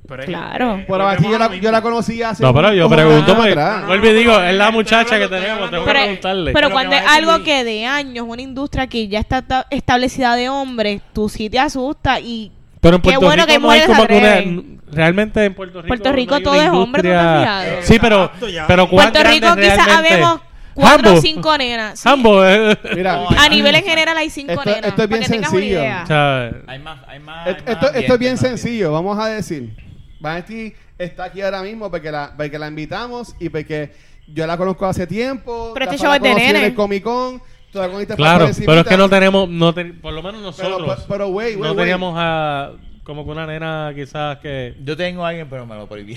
S3: Eh,
S5: Claro.
S6: Pero a ti yo la, yo la conocí hace.
S2: No, pero yo
S6: como
S2: pregunto
S6: un año
S2: porque...
S6: atrás.
S2: Vuelvo y digo, es la
S3: Estoy
S2: muchacha que
S3: hablando-
S2: tenemos, tengo que
S3: estoy
S5: Pero,
S3: hablando-
S2: preguntarle.
S5: pero
S3: Lo
S5: cuando
S3: que
S5: es
S3: va a decir
S5: algo
S3: Luis.
S5: que de años, una industria que ya está ta- establecida de hombres, tú sí te asustas y
S2: Pero en
S5: Qué
S2: Puerto
S5: bueno que
S2: Rico no
S5: hay
S2: hay como que
S5: mujeres
S2: una- Realmente en Puerto Rico.
S5: Puerto
S2: no
S5: Rico
S2: hay
S5: todo
S2: una
S5: es hombre, ¿tú te has
S2: industria-
S5: fijado?
S2: Sí, pero.
S3: Exacto, ya.
S2: pero ¿cuán
S5: Puerto
S2: grande
S5: Rico quizás
S2: realmente?
S5: habemos cuatro o
S2: Jambo.
S5: cinco nenas. Sí.
S2: Jambo, eh,
S6: Mira,
S5: A nivel en general hay cinco
S6: Esto-
S5: nenas.
S6: esto es
S5: para
S6: bien
S5: que tengas una
S6: sencillo.
S5: idea.
S2: o sea,
S4: Hay más, hay más. hay
S6: esto,
S4: más
S6: esto- esto
S4: ambiente,
S6: es bien
S4: más ambiente.
S6: sencillo, vamos a decir. Vanity está aquí ahora mismo porque la, porque la invitamos y porque yo la conozco hace tiempo.
S5: Pero este
S6: Rafa
S5: show
S6: la
S5: es de
S6: conocí en
S5: nene.
S6: el Comic Con. tú la conociste
S2: Claro,
S6: por encimita.
S2: pero es que no tenemos. No ten- por lo menos
S6: Pero-
S2: nosotros.
S6: pero, güey, güey,
S2: No
S6: güey.
S2: teníamos a. Como que una nena quizás que.
S4: Yo tengo a alguien, pero me lo prohibí.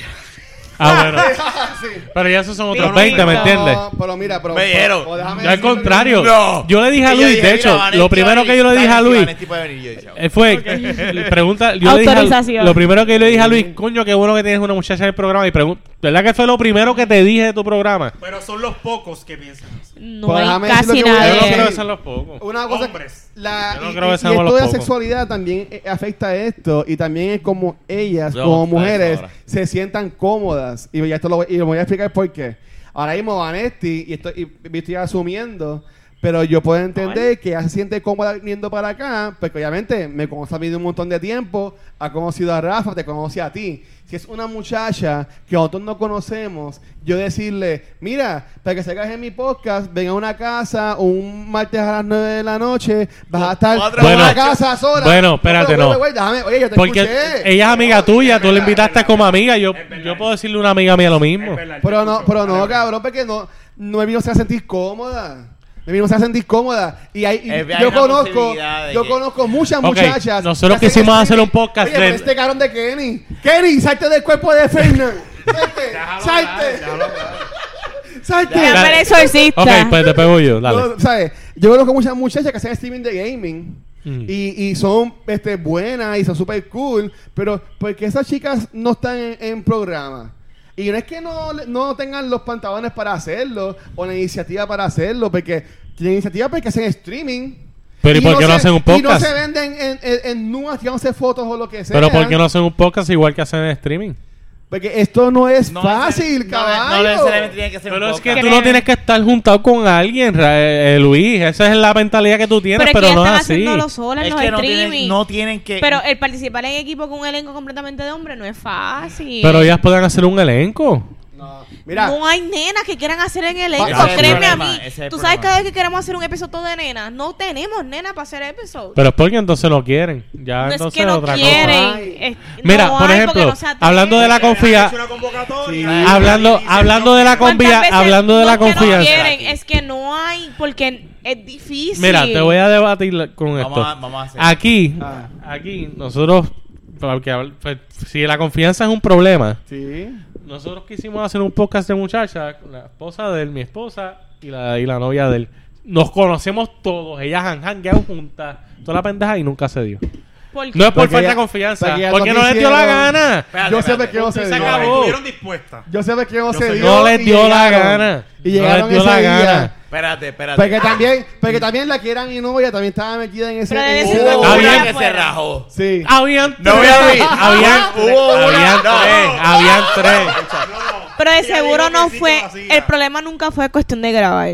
S2: Ah, bueno.
S6: sí.
S2: Pero ya esos son otros
S5: Pero
S2: 20, ¿me
S5: no,
S2: entiendes?
S6: No, pero mira, pero. pues,
S4: Me dijeron.
S2: Yo al contrario.
S4: No.
S2: Yo le dije a
S4: Y yo
S2: Luis,
S4: dije,
S2: de
S4: mira,
S2: hecho,
S4: Vanetti
S2: lo primero
S4: va a
S2: que yo le dije a
S4: venir,
S2: Luis,
S4: Vanetti va a venir, yo, chao.
S2: eh, fue, le pregunta, yo le dije, a-
S5: Autorización.
S2: lo primero que yo le dije a Luis, coño, qué bueno que tienes una muchacha en el programa y pregunta, ¿verdad que fue lo primero que te dije de tu programa?
S3: Pero son los pocos que piensan así.
S5: No
S6: Pues déjame
S5: hay
S6: decir lo
S5: casi
S6: que voy a
S2: Yo no
S6: decir.
S2: creo
S5: nadie.
S2: que sean los pocos.
S6: Una cosa.
S3: Hombres.
S6: La,
S2: Yo no
S6: y,
S2: creo que
S6: y- y
S2: seamos los
S6: esto de la
S2: pocos.
S6: sexualidad también eh, afecta a esto. Y también es como ellas,
S4: Yo,
S6: como
S4: eso
S6: mujeres,
S4: ahora.
S6: se sientan cómodas. Y ya esto lo voy, y lo voy a explicar por qué. Ahora mismo Vanetti, y estoy, y estoy asumiendo, pero yo puedo entender que ella se siente cómoda viniendo para acá, porque obviamente me conoce a mí de un montón de tiempo, ha conocido a Rafa, te conoce a ti. Si es una muchacha que nosotros no conocemos, yo decirle, mira, para que salgas en mi podcast, ven a una casa un martes a las 9 de la noche, vas a estar
S4: Cuatro
S6: en una
S2: machos.
S6: casa sola.
S2: Bueno, espérate,
S6: pero,
S2: no.
S6: güey, güey, déjame, oye, yo te
S2: Porque
S6: escuché.
S2: ella es amiga tuya, tú la
S3: verdad,
S2: invitaste
S3: es verdad.
S2: como amiga, yo,
S3: Es verdad.
S2: yo puedo decirle a una amiga mía lo mismo.
S3: Es verdad,
S6: Pero
S3: yo
S6: no,
S3: escucho. Ah,
S6: pero no,
S3: Dale,
S6: cabrón, porque no, no he venido a sentir cómoda. No he venido a sentir cómoda. Y hay, y
S4: Eh, hay
S6: yo
S4: una
S6: conozco,
S4: posibilidad de
S6: yo
S4: que-
S6: conozco muchas
S2: Ok,
S6: muchachas.
S2: nosotros
S6: que hacen
S2: quisimos
S6: streaming.
S2: hacer un podcast
S6: Oye, pero
S2: de-
S6: este cabrón de Kenny. Kenny, salte del cuerpo de Fernan. Salte,
S3: déjalo hablar,
S6: salte,
S3: déjalo hablar.
S6: salte.
S5: Ya, pero exorcista.
S2: Ok, pues te pego yo, dale.
S6: No, ¿sabes? Yo conozco muchas muchachas que hacen streaming de gaming
S2: Mm.
S6: y, y son este, buenas y son super cool, pero porque esas chicas no están en, en programa. Y no es que no, le- no tengan los pantalones para hacerlo o la iniciativa para hacerlo, porque tienen iniciativa porque hacen streaming.
S2: Pero ¿y por qué no
S6: se-
S2: hacen un podcast?
S6: Y no se venden en, en, en nuas tirándose fotos o lo que sea.
S2: Pero ¿por qué no hacen un podcast igual que hacen en streaming?
S6: Porque esto no es
S4: No
S6: fácil,
S4: neces-
S6: caballo.
S4: No, no necesariamente tiene que ser un
S2: Pero es que
S4: podcast.
S2: tú no tienes que estar juntado con alguien, Ra- eh, eh, Luis. Esa es la mentalidad que tú tienes,
S5: Pero es
S2: pero,
S5: que ya
S2: no
S5: están
S2: es así.
S5: haciéndolo sola en
S4: Es
S5: los
S4: que no
S5: streaming.
S4: tienen, no tienen que...
S5: Pero el participar en equipo con un elenco completamente de hombres no es fácil.
S2: Pero ellas pueden hacer un elenco.
S6: No. Mira,
S5: No hay nenas que quieran hacer en el elenco.
S6: Ese es el
S5: Créeme
S4: problema,
S5: a mí.
S4: ese es el
S5: Tú sabes
S4: problema.
S5: cada vez que queremos hacer un episodio de nenas, no tenemos nenas para hacer episodios.
S2: Pero es porque entonces no quieren. Ya
S5: no es
S2: entonces
S5: que no
S2: otra cosa.
S5: quieren.
S6: Ay.
S5: es-
S2: Mira,
S5: no
S2: por
S5: hay
S2: ejemplo,
S5: porque no se atreven.
S2: hablando de la
S3: Ustedes han
S2: confía-
S3: hecho una convocatoria.
S6: Sí.
S2: Hablando, hablando de la
S5: ¿Cuántas
S2: confia-
S5: veces
S2: hablando de
S5: no
S2: la
S5: que no
S2: confianza.
S5: quieren? es que no hay, porque es difícil.
S2: Mira, te voy a debatir la- con
S4: Vamos
S2: esto.
S4: a- vamos a hacer.
S2: Aquí,
S6: Ah.
S2: aquí nosotros porque habl- pues, si la confianza es un problema,
S6: sí.
S2: Nosotros quisimos hacer un podcast de muchachas, con la esposa de él, mi esposa y la, y la novia de él. Nos conocemos todos, ellas han hangueado juntas, toda la pendeja y nunca se dio.
S5: Porque-
S2: No es por
S6: Porque
S2: falta de
S6: ya-
S2: confianza,
S6: porque ya
S2: porque
S6: no
S2: no les dio la
S6: quisieron.
S2: gana.
S4: Espérate,
S6: yo sé
S4: espérate.
S6: de qué no se
S2: Se
S6: dio.
S2: acabó.
S3: Estuvieron dispuestas.
S6: Yo sé que
S3: Yo
S6: no se
S3: sé
S6: dio.
S3: que
S2: no les
S6: y
S2: dio la
S6: llegaron.
S2: gana.
S6: Y
S2: No
S6: llegaron
S2: les dio
S6: ese
S2: la
S6: día.
S2: gana.
S4: Espérate, espérate.
S6: Porque también, porque también la que era mi novia también estaba metida en ese.
S5: Pero debe
S6: en
S5: ser
S6: ese-
S5: una
S4: Hubo
S2: Está
S4: una
S2: bien.
S4: que se rajó.
S6: Sí.
S2: Habían
S4: No voy
S2: tres,
S4: a abrir.
S2: habían,
S4: Hubo una-
S2: habían
S4: no.
S2: tres, habían tres.
S5: Pero de
S3: Ella dijo
S5: seguro no
S3: que sí
S5: fue.
S3: que lo hacía.
S5: El problema nunca fue cuestión de grabar.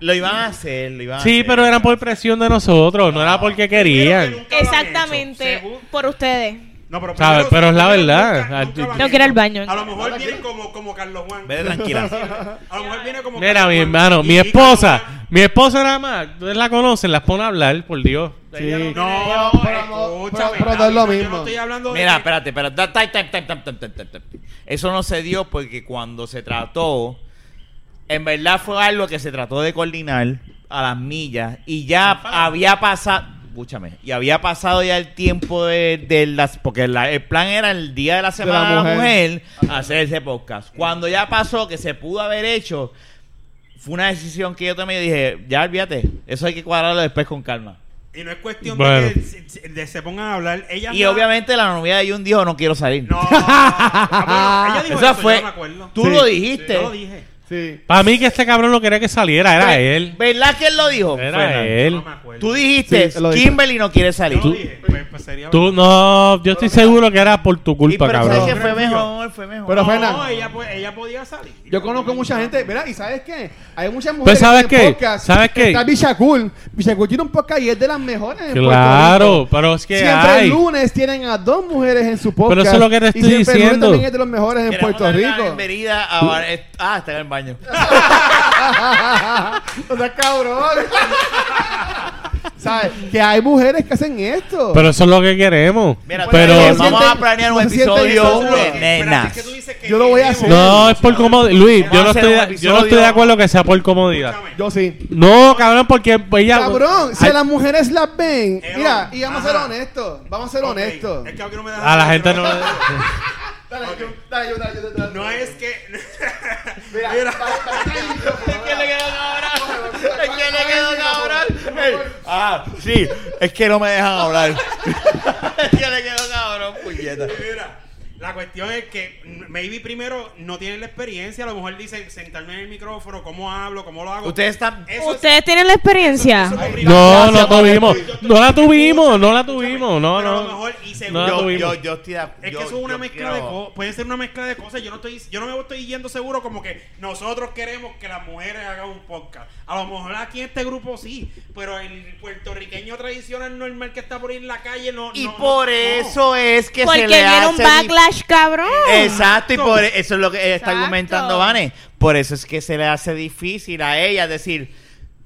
S4: Lo iban a hacer, lo iban a hacer.
S2: Sí, pero eran por presión de nosotros, no
S4: Ah.
S2: era porque querían.
S3: Nunca lo han
S5: Exactamente.
S3: hecho, según-
S5: Por ustedes.
S3: No, pero,
S2: ¿Sabes?
S3: primero-
S2: Pero es la
S3: primero
S2: verdad.
S3: nunca-
S2: Ah,
S3: nunca
S2: tú-
S3: lo han
S5: Tengo que ir al
S3: hecho.
S5: baño.
S3: A lo mejor vienen como, como Carlos Juan.
S4: Vete tranquila.
S3: A lo mejor viene como
S2: Mira,
S3: Carlos
S2: mi
S3: Juan.
S2: hermano,
S3: Y-
S2: mi
S3: y
S2: esposa, mi esposa nada más, ustedes la conocen, las pone a hablar, por Dios.
S6: Sí.
S3: Carlos Juan- No,
S6: Pero no-
S3: escúchame,
S6: pero- pero no es lo
S3: David, Yo
S6: mismo.
S3: no estoy hablando de-
S4: Mira, espérate, espérate. Da- time, time, time, time, time, time, time, time. Eso no se dio porque cuando se trató, en verdad fue algo que se trató de coordinar a las millas y ya había pasado, escúchame, y había pasado ya el tiempo de, de las, porque la- el plan era el día de la semana de la mujer, hacer ese podcast. Cuando ya pasó que se pudo haber hecho, fue una decisión que yo tomé y dije, ya olvídate, eso hay que cuadrarlo después con calma.
S3: Y no es cuestión
S2: Bueno.
S3: de que se- se- de se pongan a hablar. Ella
S4: Y
S3: no-
S4: obviamente la novia de Jun dijo, no quiero salir.
S3: No. Ah, bueno, ella dijo
S4: Esa
S3: eso,
S4: fue-
S3: yo no me acuerdo.
S4: Tú
S6: Sí.
S4: lo
S3: Sí,
S4: dijiste.
S3: Yo lo dije.
S6: Sí.
S2: Para mí que este cabrón no quería que saliera, era
S4: Ve-
S2: él.
S4: ¿Verdad que él lo dijo?
S2: Era
S4: Fernan?
S2: él.
S3: No me acuerdo.
S4: Tú dijiste,
S6: Sí, lo dijo.
S4: Kimberly no quiere salir.
S3: Yo lo
S4: Tú-
S3: dije. Pues, pues sería
S2: Tú no, yo estoy seguro que era por tu
S4: Y
S2: culpa,
S4: pero ¿sabes
S2: cabrón.
S4: que fue
S3: Creo que
S4: mejor, fue mejor.
S6: Pero
S3: No,
S6: Fernan-
S3: ella, po- ella podía salir.
S6: Yo conozco mucha gente, ¿verdad? ¿Y sabes qué? Hay muchas mujeres
S2: Pues, ¿sabes
S6: tienen
S2: qué? ¿Sabes qué?
S6: Está Bichacul. Bichacul tiene un podcast y es de las mejores en Puerto
S2: Claro,
S6: Rico.
S2: pero es que
S6: Siempre
S2: hay.
S6: el lunes tienen a dos mujeres en su podcast.
S2: Pero eso es lo que te
S6: y
S2: estoy
S6: siempre el lunes
S2: diciendo.
S6: también es de los mejores en
S4: Queremos
S6: Puerto
S4: darle la
S6: Rico.
S4: bienvenida a Bar- eh, Ah, está en el baño.
S6: o sea, cabrón. ¿Sabes? Que hay mujeres que hacen esto.
S2: Pero eso es lo que queremos.
S4: Mira,
S2: pero
S3: pues,
S4: también
S6: no
S4: vamos a
S6: sienten-
S4: planear un
S6: no se sienten
S4: episodio
S6: solos.
S4: de
S3: Nena.
S4: nenas.
S6: Yo lo voy a hacer.
S2: no es por comodidad, Luis, yo no
S4: Vamos a
S2: estoy
S4: hacer
S2: de,
S4: un
S2: yo no estoy de
S4: episodio.
S2: acuerdo que sea por comodidad.
S6: Yo sí.
S2: No, cabrón, porque ella
S5: pues,
S6: Cabrón, si
S2: Ay,
S6: las mujeres las ven,
S3: Eh,
S6: mira, y vamos a ser
S3: ajá.
S6: honestos, vamos a ser honestos.
S3: Es que a mí no me dejan
S2: a la gente no
S3: hablar.
S6: Dale, yo, dale, yo, dale, yo, dale,
S3: No es que.
S6: Mira,
S3: Mira.
S6: ¿Es
S4: ¿Qué le quedó cabrón? ¿Es que le quedó cabrón?
S6: Ey,
S4: Ah, sí, es que no me dejan hablar. ¿Es que le quedó cabrón, puñeta?
S3: Mira, la cuestión es que mm, maybe primero no tienen la experiencia, a lo mejor dicen sentarme en el micrófono, cómo hablo, cómo lo hago.
S4: Ustedes están...
S3: Eso es-
S5: ¿Ustedes tienen la experiencia?
S3: eso es obligado.
S2: No, no
S3: Gracias,
S2: tuvimos.
S3: Manuel.
S2: No la tuvimos, no la
S3: Escúchame,
S2: tuvimos. No,
S3: pero a lo
S2: no.
S3: mejor,
S2: No
S3: y
S2: la
S4: Yo,
S3: seguro,
S2: tuvimos.
S4: yo, yo estoy... de-
S3: es
S4: yo-
S3: que eso es una
S4: yo
S3: mezcla de
S4: quiero-
S3: cosas, puede ser una mezcla de cosas. Yo no estoy, yo no me estoy yendo seguro como que nosotros queremos que las mujeres hagan un podcast. A lo mejor aquí en este grupo sí, pero el puertorriqueño tradicional normal que está por ahí en la calle no.
S4: Y
S3: no- no-
S4: por
S3: no.
S4: eso es que
S5: Porque
S4: se le
S5: viene
S4: hace...
S5: un backlash, cabrón.
S4: Exacto, y por eso es lo que está
S5: Exacto.
S4: argumentando Vane. Por eso es que se le hace difícil a ella decir,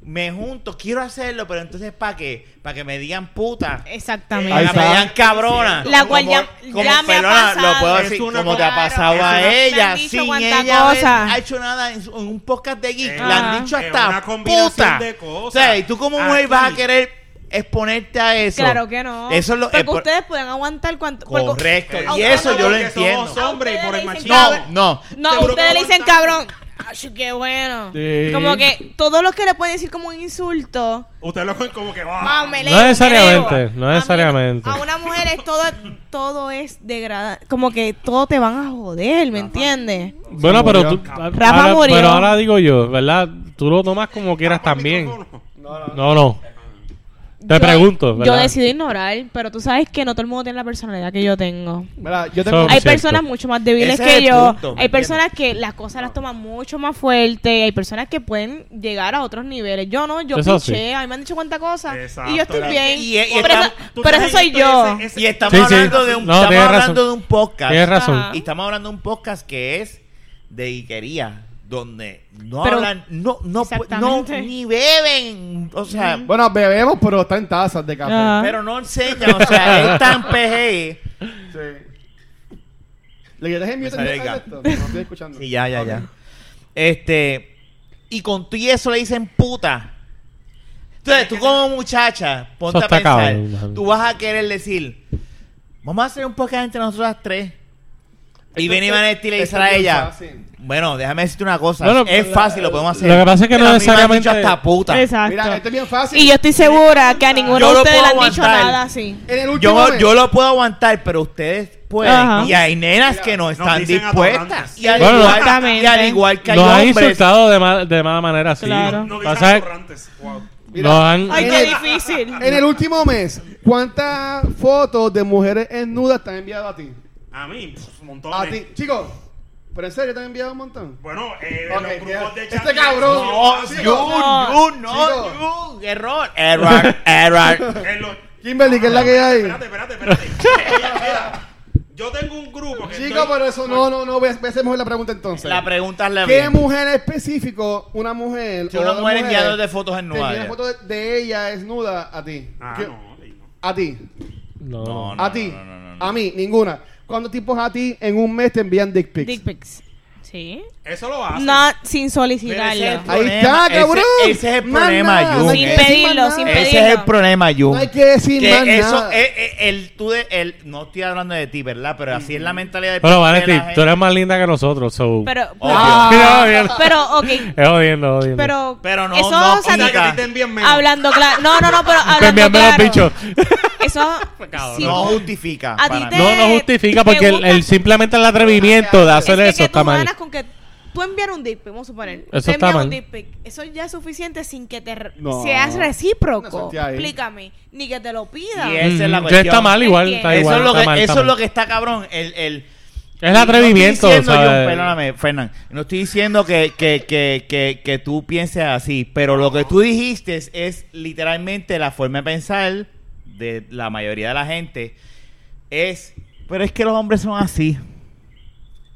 S4: me junto, quiero hacerlo, pero entonces ¿para qué? Para que me digan puta.
S5: Exactamente.
S4: Para
S2: Ahí
S4: que me
S2: está.
S4: digan cabrona.
S5: La cual ya- ya me ha pasado.
S4: Lo puedo
S5: Es
S4: decir,
S3: una
S4: como te ha
S5: cosa-
S4: pasado
S5: Claro,
S4: a
S5: es una- me
S4: ella.
S5: han dicho
S4: Sin
S5: cuanta
S4: ella haber
S5: cosa.
S4: hecho nada en, su- en un podcast de geek.
S3: Es
S4: Le han
S5: una-
S4: dicho
S3: es
S4: hasta
S3: una combinación
S4: puta.
S3: de cosas.
S4: O sea, y tú como mujer
S3: Aquí.
S4: vas a querer exponerte a eso.
S5: Claro que no.
S4: Eso es lo
S5: Porque
S4: es por-
S5: ustedes pueden aguantar cuanto. porque-
S4: Correcto. Y
S5: aunque-
S4: eso yo lo
S3: Porque
S4: entiendo.
S3: somos hombres y por el
S5: A ustedes le dicen
S3: machismo.
S5: cabrón.
S4: No,
S5: No,
S3: Seguro
S5: ustedes
S3: que
S5: le dicen
S3: aguantan.
S5: cabrón. Ay, qué bueno.
S2: Sí.
S5: Como que todos los que le pueden decir como un insulto.
S3: Ustedes lo ven como que. "Ah".
S5: Wow, me
S2: No
S5: leo,
S2: necesariamente,
S5: me leo.
S2: no
S5: A mí-
S2: necesariamente.
S5: A, una mujer es todo, todo es degradante. Como que todo te van a joder, ¿me entiendes?
S2: Bueno, pero tú.
S5: Rafa
S2: ahora-
S5: murió.
S2: Pero ahora digo yo, ¿verdad? Tú lo tomas como quieras
S3: Con
S2: también.
S3: micrófono.
S2: No, no. Te
S5: Yo-
S2: pregunto,
S5: Yo
S2: ¿verdad?
S5: decido ignorar, pero tú sabes que no todo el mundo tiene la personalidad que yo tengo.
S6: Mira, yo tengo...
S2: Por
S5: Hay
S2: Oh, cierto.
S5: personas mucho más débiles
S4: Ese es
S5: que
S4: el
S5: yo.
S4: punto, ¿me
S5: hay personas que las cosas las toman mucho más fuerte. Hay personas que pueden llegar a otros niveles. Yo no, yo
S2: Eso
S5: piché. A mí me han dicho cuánta cosa.
S3: Exacto,
S5: Y yo estoy
S3: claro.
S5: bien.
S4: Y- y
S5: pero
S4: estamos-
S5: eso,
S3: Tú
S5: pero
S3: estás
S5: eso soy
S3: en
S5: yo.
S3: ese- ese-
S4: Y estamos
S2: Sí, sí.
S4: hablando de un
S2: No,
S4: estamos
S2: tienes razón.
S4: hablando de un podcast.
S2: Tienes razón.
S5: Ajá.
S4: Y estamos hablando de un podcast que es de Iquería, donde no
S5: Pero-
S4: hablan, no, no, pu- no,
S5: Exactamente.
S4: ni beben, o sea,
S6: Bueno, bebemos, pero está en tazas de café.
S5: Ah.
S4: pero no enseñan, o sea, es tan PG.
S6: Sí. ¿Le quieres
S4: Me
S6: enviar
S4: sale el
S6: esto? No estoy escuchando.
S4: Sí, ya, ya, ya.
S6: Ok.
S4: Este, y con tú y eso le dicen puta. Entonces, tú como muchacha, ponte a
S2: está
S4: pensar,
S2: cabrón, mano.
S4: tú vas a querer decir, vamos a hacer un podcast entre nosotras tres. Y viene y Vanetti y le dice
S6: Eso
S4: a
S6: es bien
S4: ella,
S6: fácil.
S4: Bueno, déjame decirte una cosa.
S2: Bueno,
S4: es
S2: la-
S4: fácil, lo podemos hacer.
S2: lo que pasa es que
S4: Pero a
S2: no
S4: mí me han
S2: necesariamente-
S4: dicho hasta puta.
S5: Exacto.
S6: Mira, esto es bien fácil.
S5: Y yo estoy segura que a ninguno
S4: Yo
S5: de
S4: lo
S5: ustedes le
S4: puedo
S5: han dicho
S4: aguantar.
S5: nada así.
S6: En el último
S4: Yo,
S6: mes.
S4: yo lo puedo aguantar, pero ustedes pueden.
S5: Ajá.
S4: Y hay nenas que no están
S3: dicen
S4: dispuestas.
S3: atorantes.
S4: Y al,
S2: Bueno,
S4: igual,
S5: Exactamente.
S4: y al igual que hay
S2: Nos han
S4: hombres.
S2: insultado de, ma- de mala manera, sí.
S5: Claro.
S3: No dicen
S2: Pasa que
S3: atorrantes. Wow.
S6: Mira,
S2: nos han-
S5: Ay, qué
S6: En el-
S5: difícil.
S6: En el último mes, ¿cuántas fotos de mujeres desnudas te han enviado a ti?
S3: A mí, pf, montones.
S6: A ti, chicos. Pero en serio, te han enviado un montón.
S3: Bueno, eh,
S6: Ok,
S3: los grupos de
S6: este
S3: chat-
S6: cabrón.
S4: No,
S6: Sí,
S4: you,
S5: no.
S4: you, no,
S6: Chico.
S4: you. Error, error, error.
S3: En los-
S6: Kimberly, ¿qué es la que hay?
S3: Ah, Espérate, espérate, espérate. Mira, yo tengo un grupo que
S6: Chicos,
S3: estoy-
S6: pero eso no, no, no. Voy a voy a hacer mejor la pregunta entonces.
S4: La pregunta es la
S6: ¿Qué
S4: misma.
S6: mujer específico, una mujer
S4: Si
S6: o
S4: una
S6: dos
S4: mujer
S6: mujeres
S4: enviándote fotos en
S6: te envía
S4: nueva.
S6: fotos de, de ella desnuda a ti?
S3: Ah,
S6: ¿Qué-
S3: no, ahí no.
S6: A ti.
S2: No,
S4: No, no.
S6: a ti.
S4: no, no,
S6: A mí, ninguna. ¿Cuántos tipos a ti en un mes te envían dick pics?
S5: Dick pics. Sí.
S3: Eso lo
S4: Ah,
S3: hace.
S5: No, sin
S4: Pero ese
S5: solicitarlo.
S4: es-
S6: Ahí
S4: Problema.
S6: está, cabrón.
S4: Ese- ese es el problema,
S6: nada,
S4: Jun,
S6: no hay que
S5: eh.
S6: decir más
S5: Sin pedirlo,
S6: nada.
S5: sin pedirlo.
S4: Ese es el problema, Yu.
S6: No hay que decir
S4: que
S6: más
S4: eso
S6: nada.
S4: eh, eh, el tú de el no estoy hablando de ti verdad pero así
S6: Mm.
S4: es la mentalidad de
S2: Bueno,
S4: de la
S2: Vanetti, tú
S4: gente.
S2: eres más linda que nosotros, so.
S5: Pero, ah,
S4: Obvio. Ah.
S2: Mira, jodiendo.
S5: pero, ok.
S2: Es jodiendo, jodiendo.
S5: Pero,
S4: Pero no,
S5: eso,
S4: no
S5: o sea,
S3: O sea, que a
S4: quita.
S3: ti te envían menos.
S5: hablando claro. No, no, no, pero
S2: Que me
S5: hablando
S2: llamen Pues los
S5: claro.
S2: bichos.
S5: Eso, sí,
S4: no justifica
S5: A
S4: para
S5: ti
S4: mí.
S5: te-
S2: No, no justifica porque el,
S5: buscan-
S2: el- simplemente el atrevimiento de hacer
S5: es
S2: eso
S5: que, que
S2: está
S5: tú
S2: mal.
S5: ganas con que tú enviar un dick pic, vamos a suponer.
S2: Eso
S5: tú
S2: está
S5: envías
S2: mal.
S5: un dick pic, eso ya es suficiente sin que te re-
S6: No.
S5: seas
S6: No,
S5: recíproco.
S6: eso está ahí.
S5: Explícame, ni que te lo pida.
S4: Y es- esa la
S2: Ujú.
S4: cuestión.
S2: Mm, está mal igual,
S5: Entiendo.
S2: está
S4: eso
S2: igual.
S4: es lo
S2: está
S4: que
S2: mal,
S4: eso
S2: está
S4: es lo
S2: mal.
S4: que está cabrón el, el
S2: Es el atrevimiento,
S4: no estoy diciendo,
S2: ¿sabes?
S4: Jun, perdóname, Fernan. No estoy diciendo que, que, que, que, que tú pienses así, pero lo que tú dijiste es, es literalmente la forma de pensar de la mayoría de la gente. Es, pero es que los hombres son así.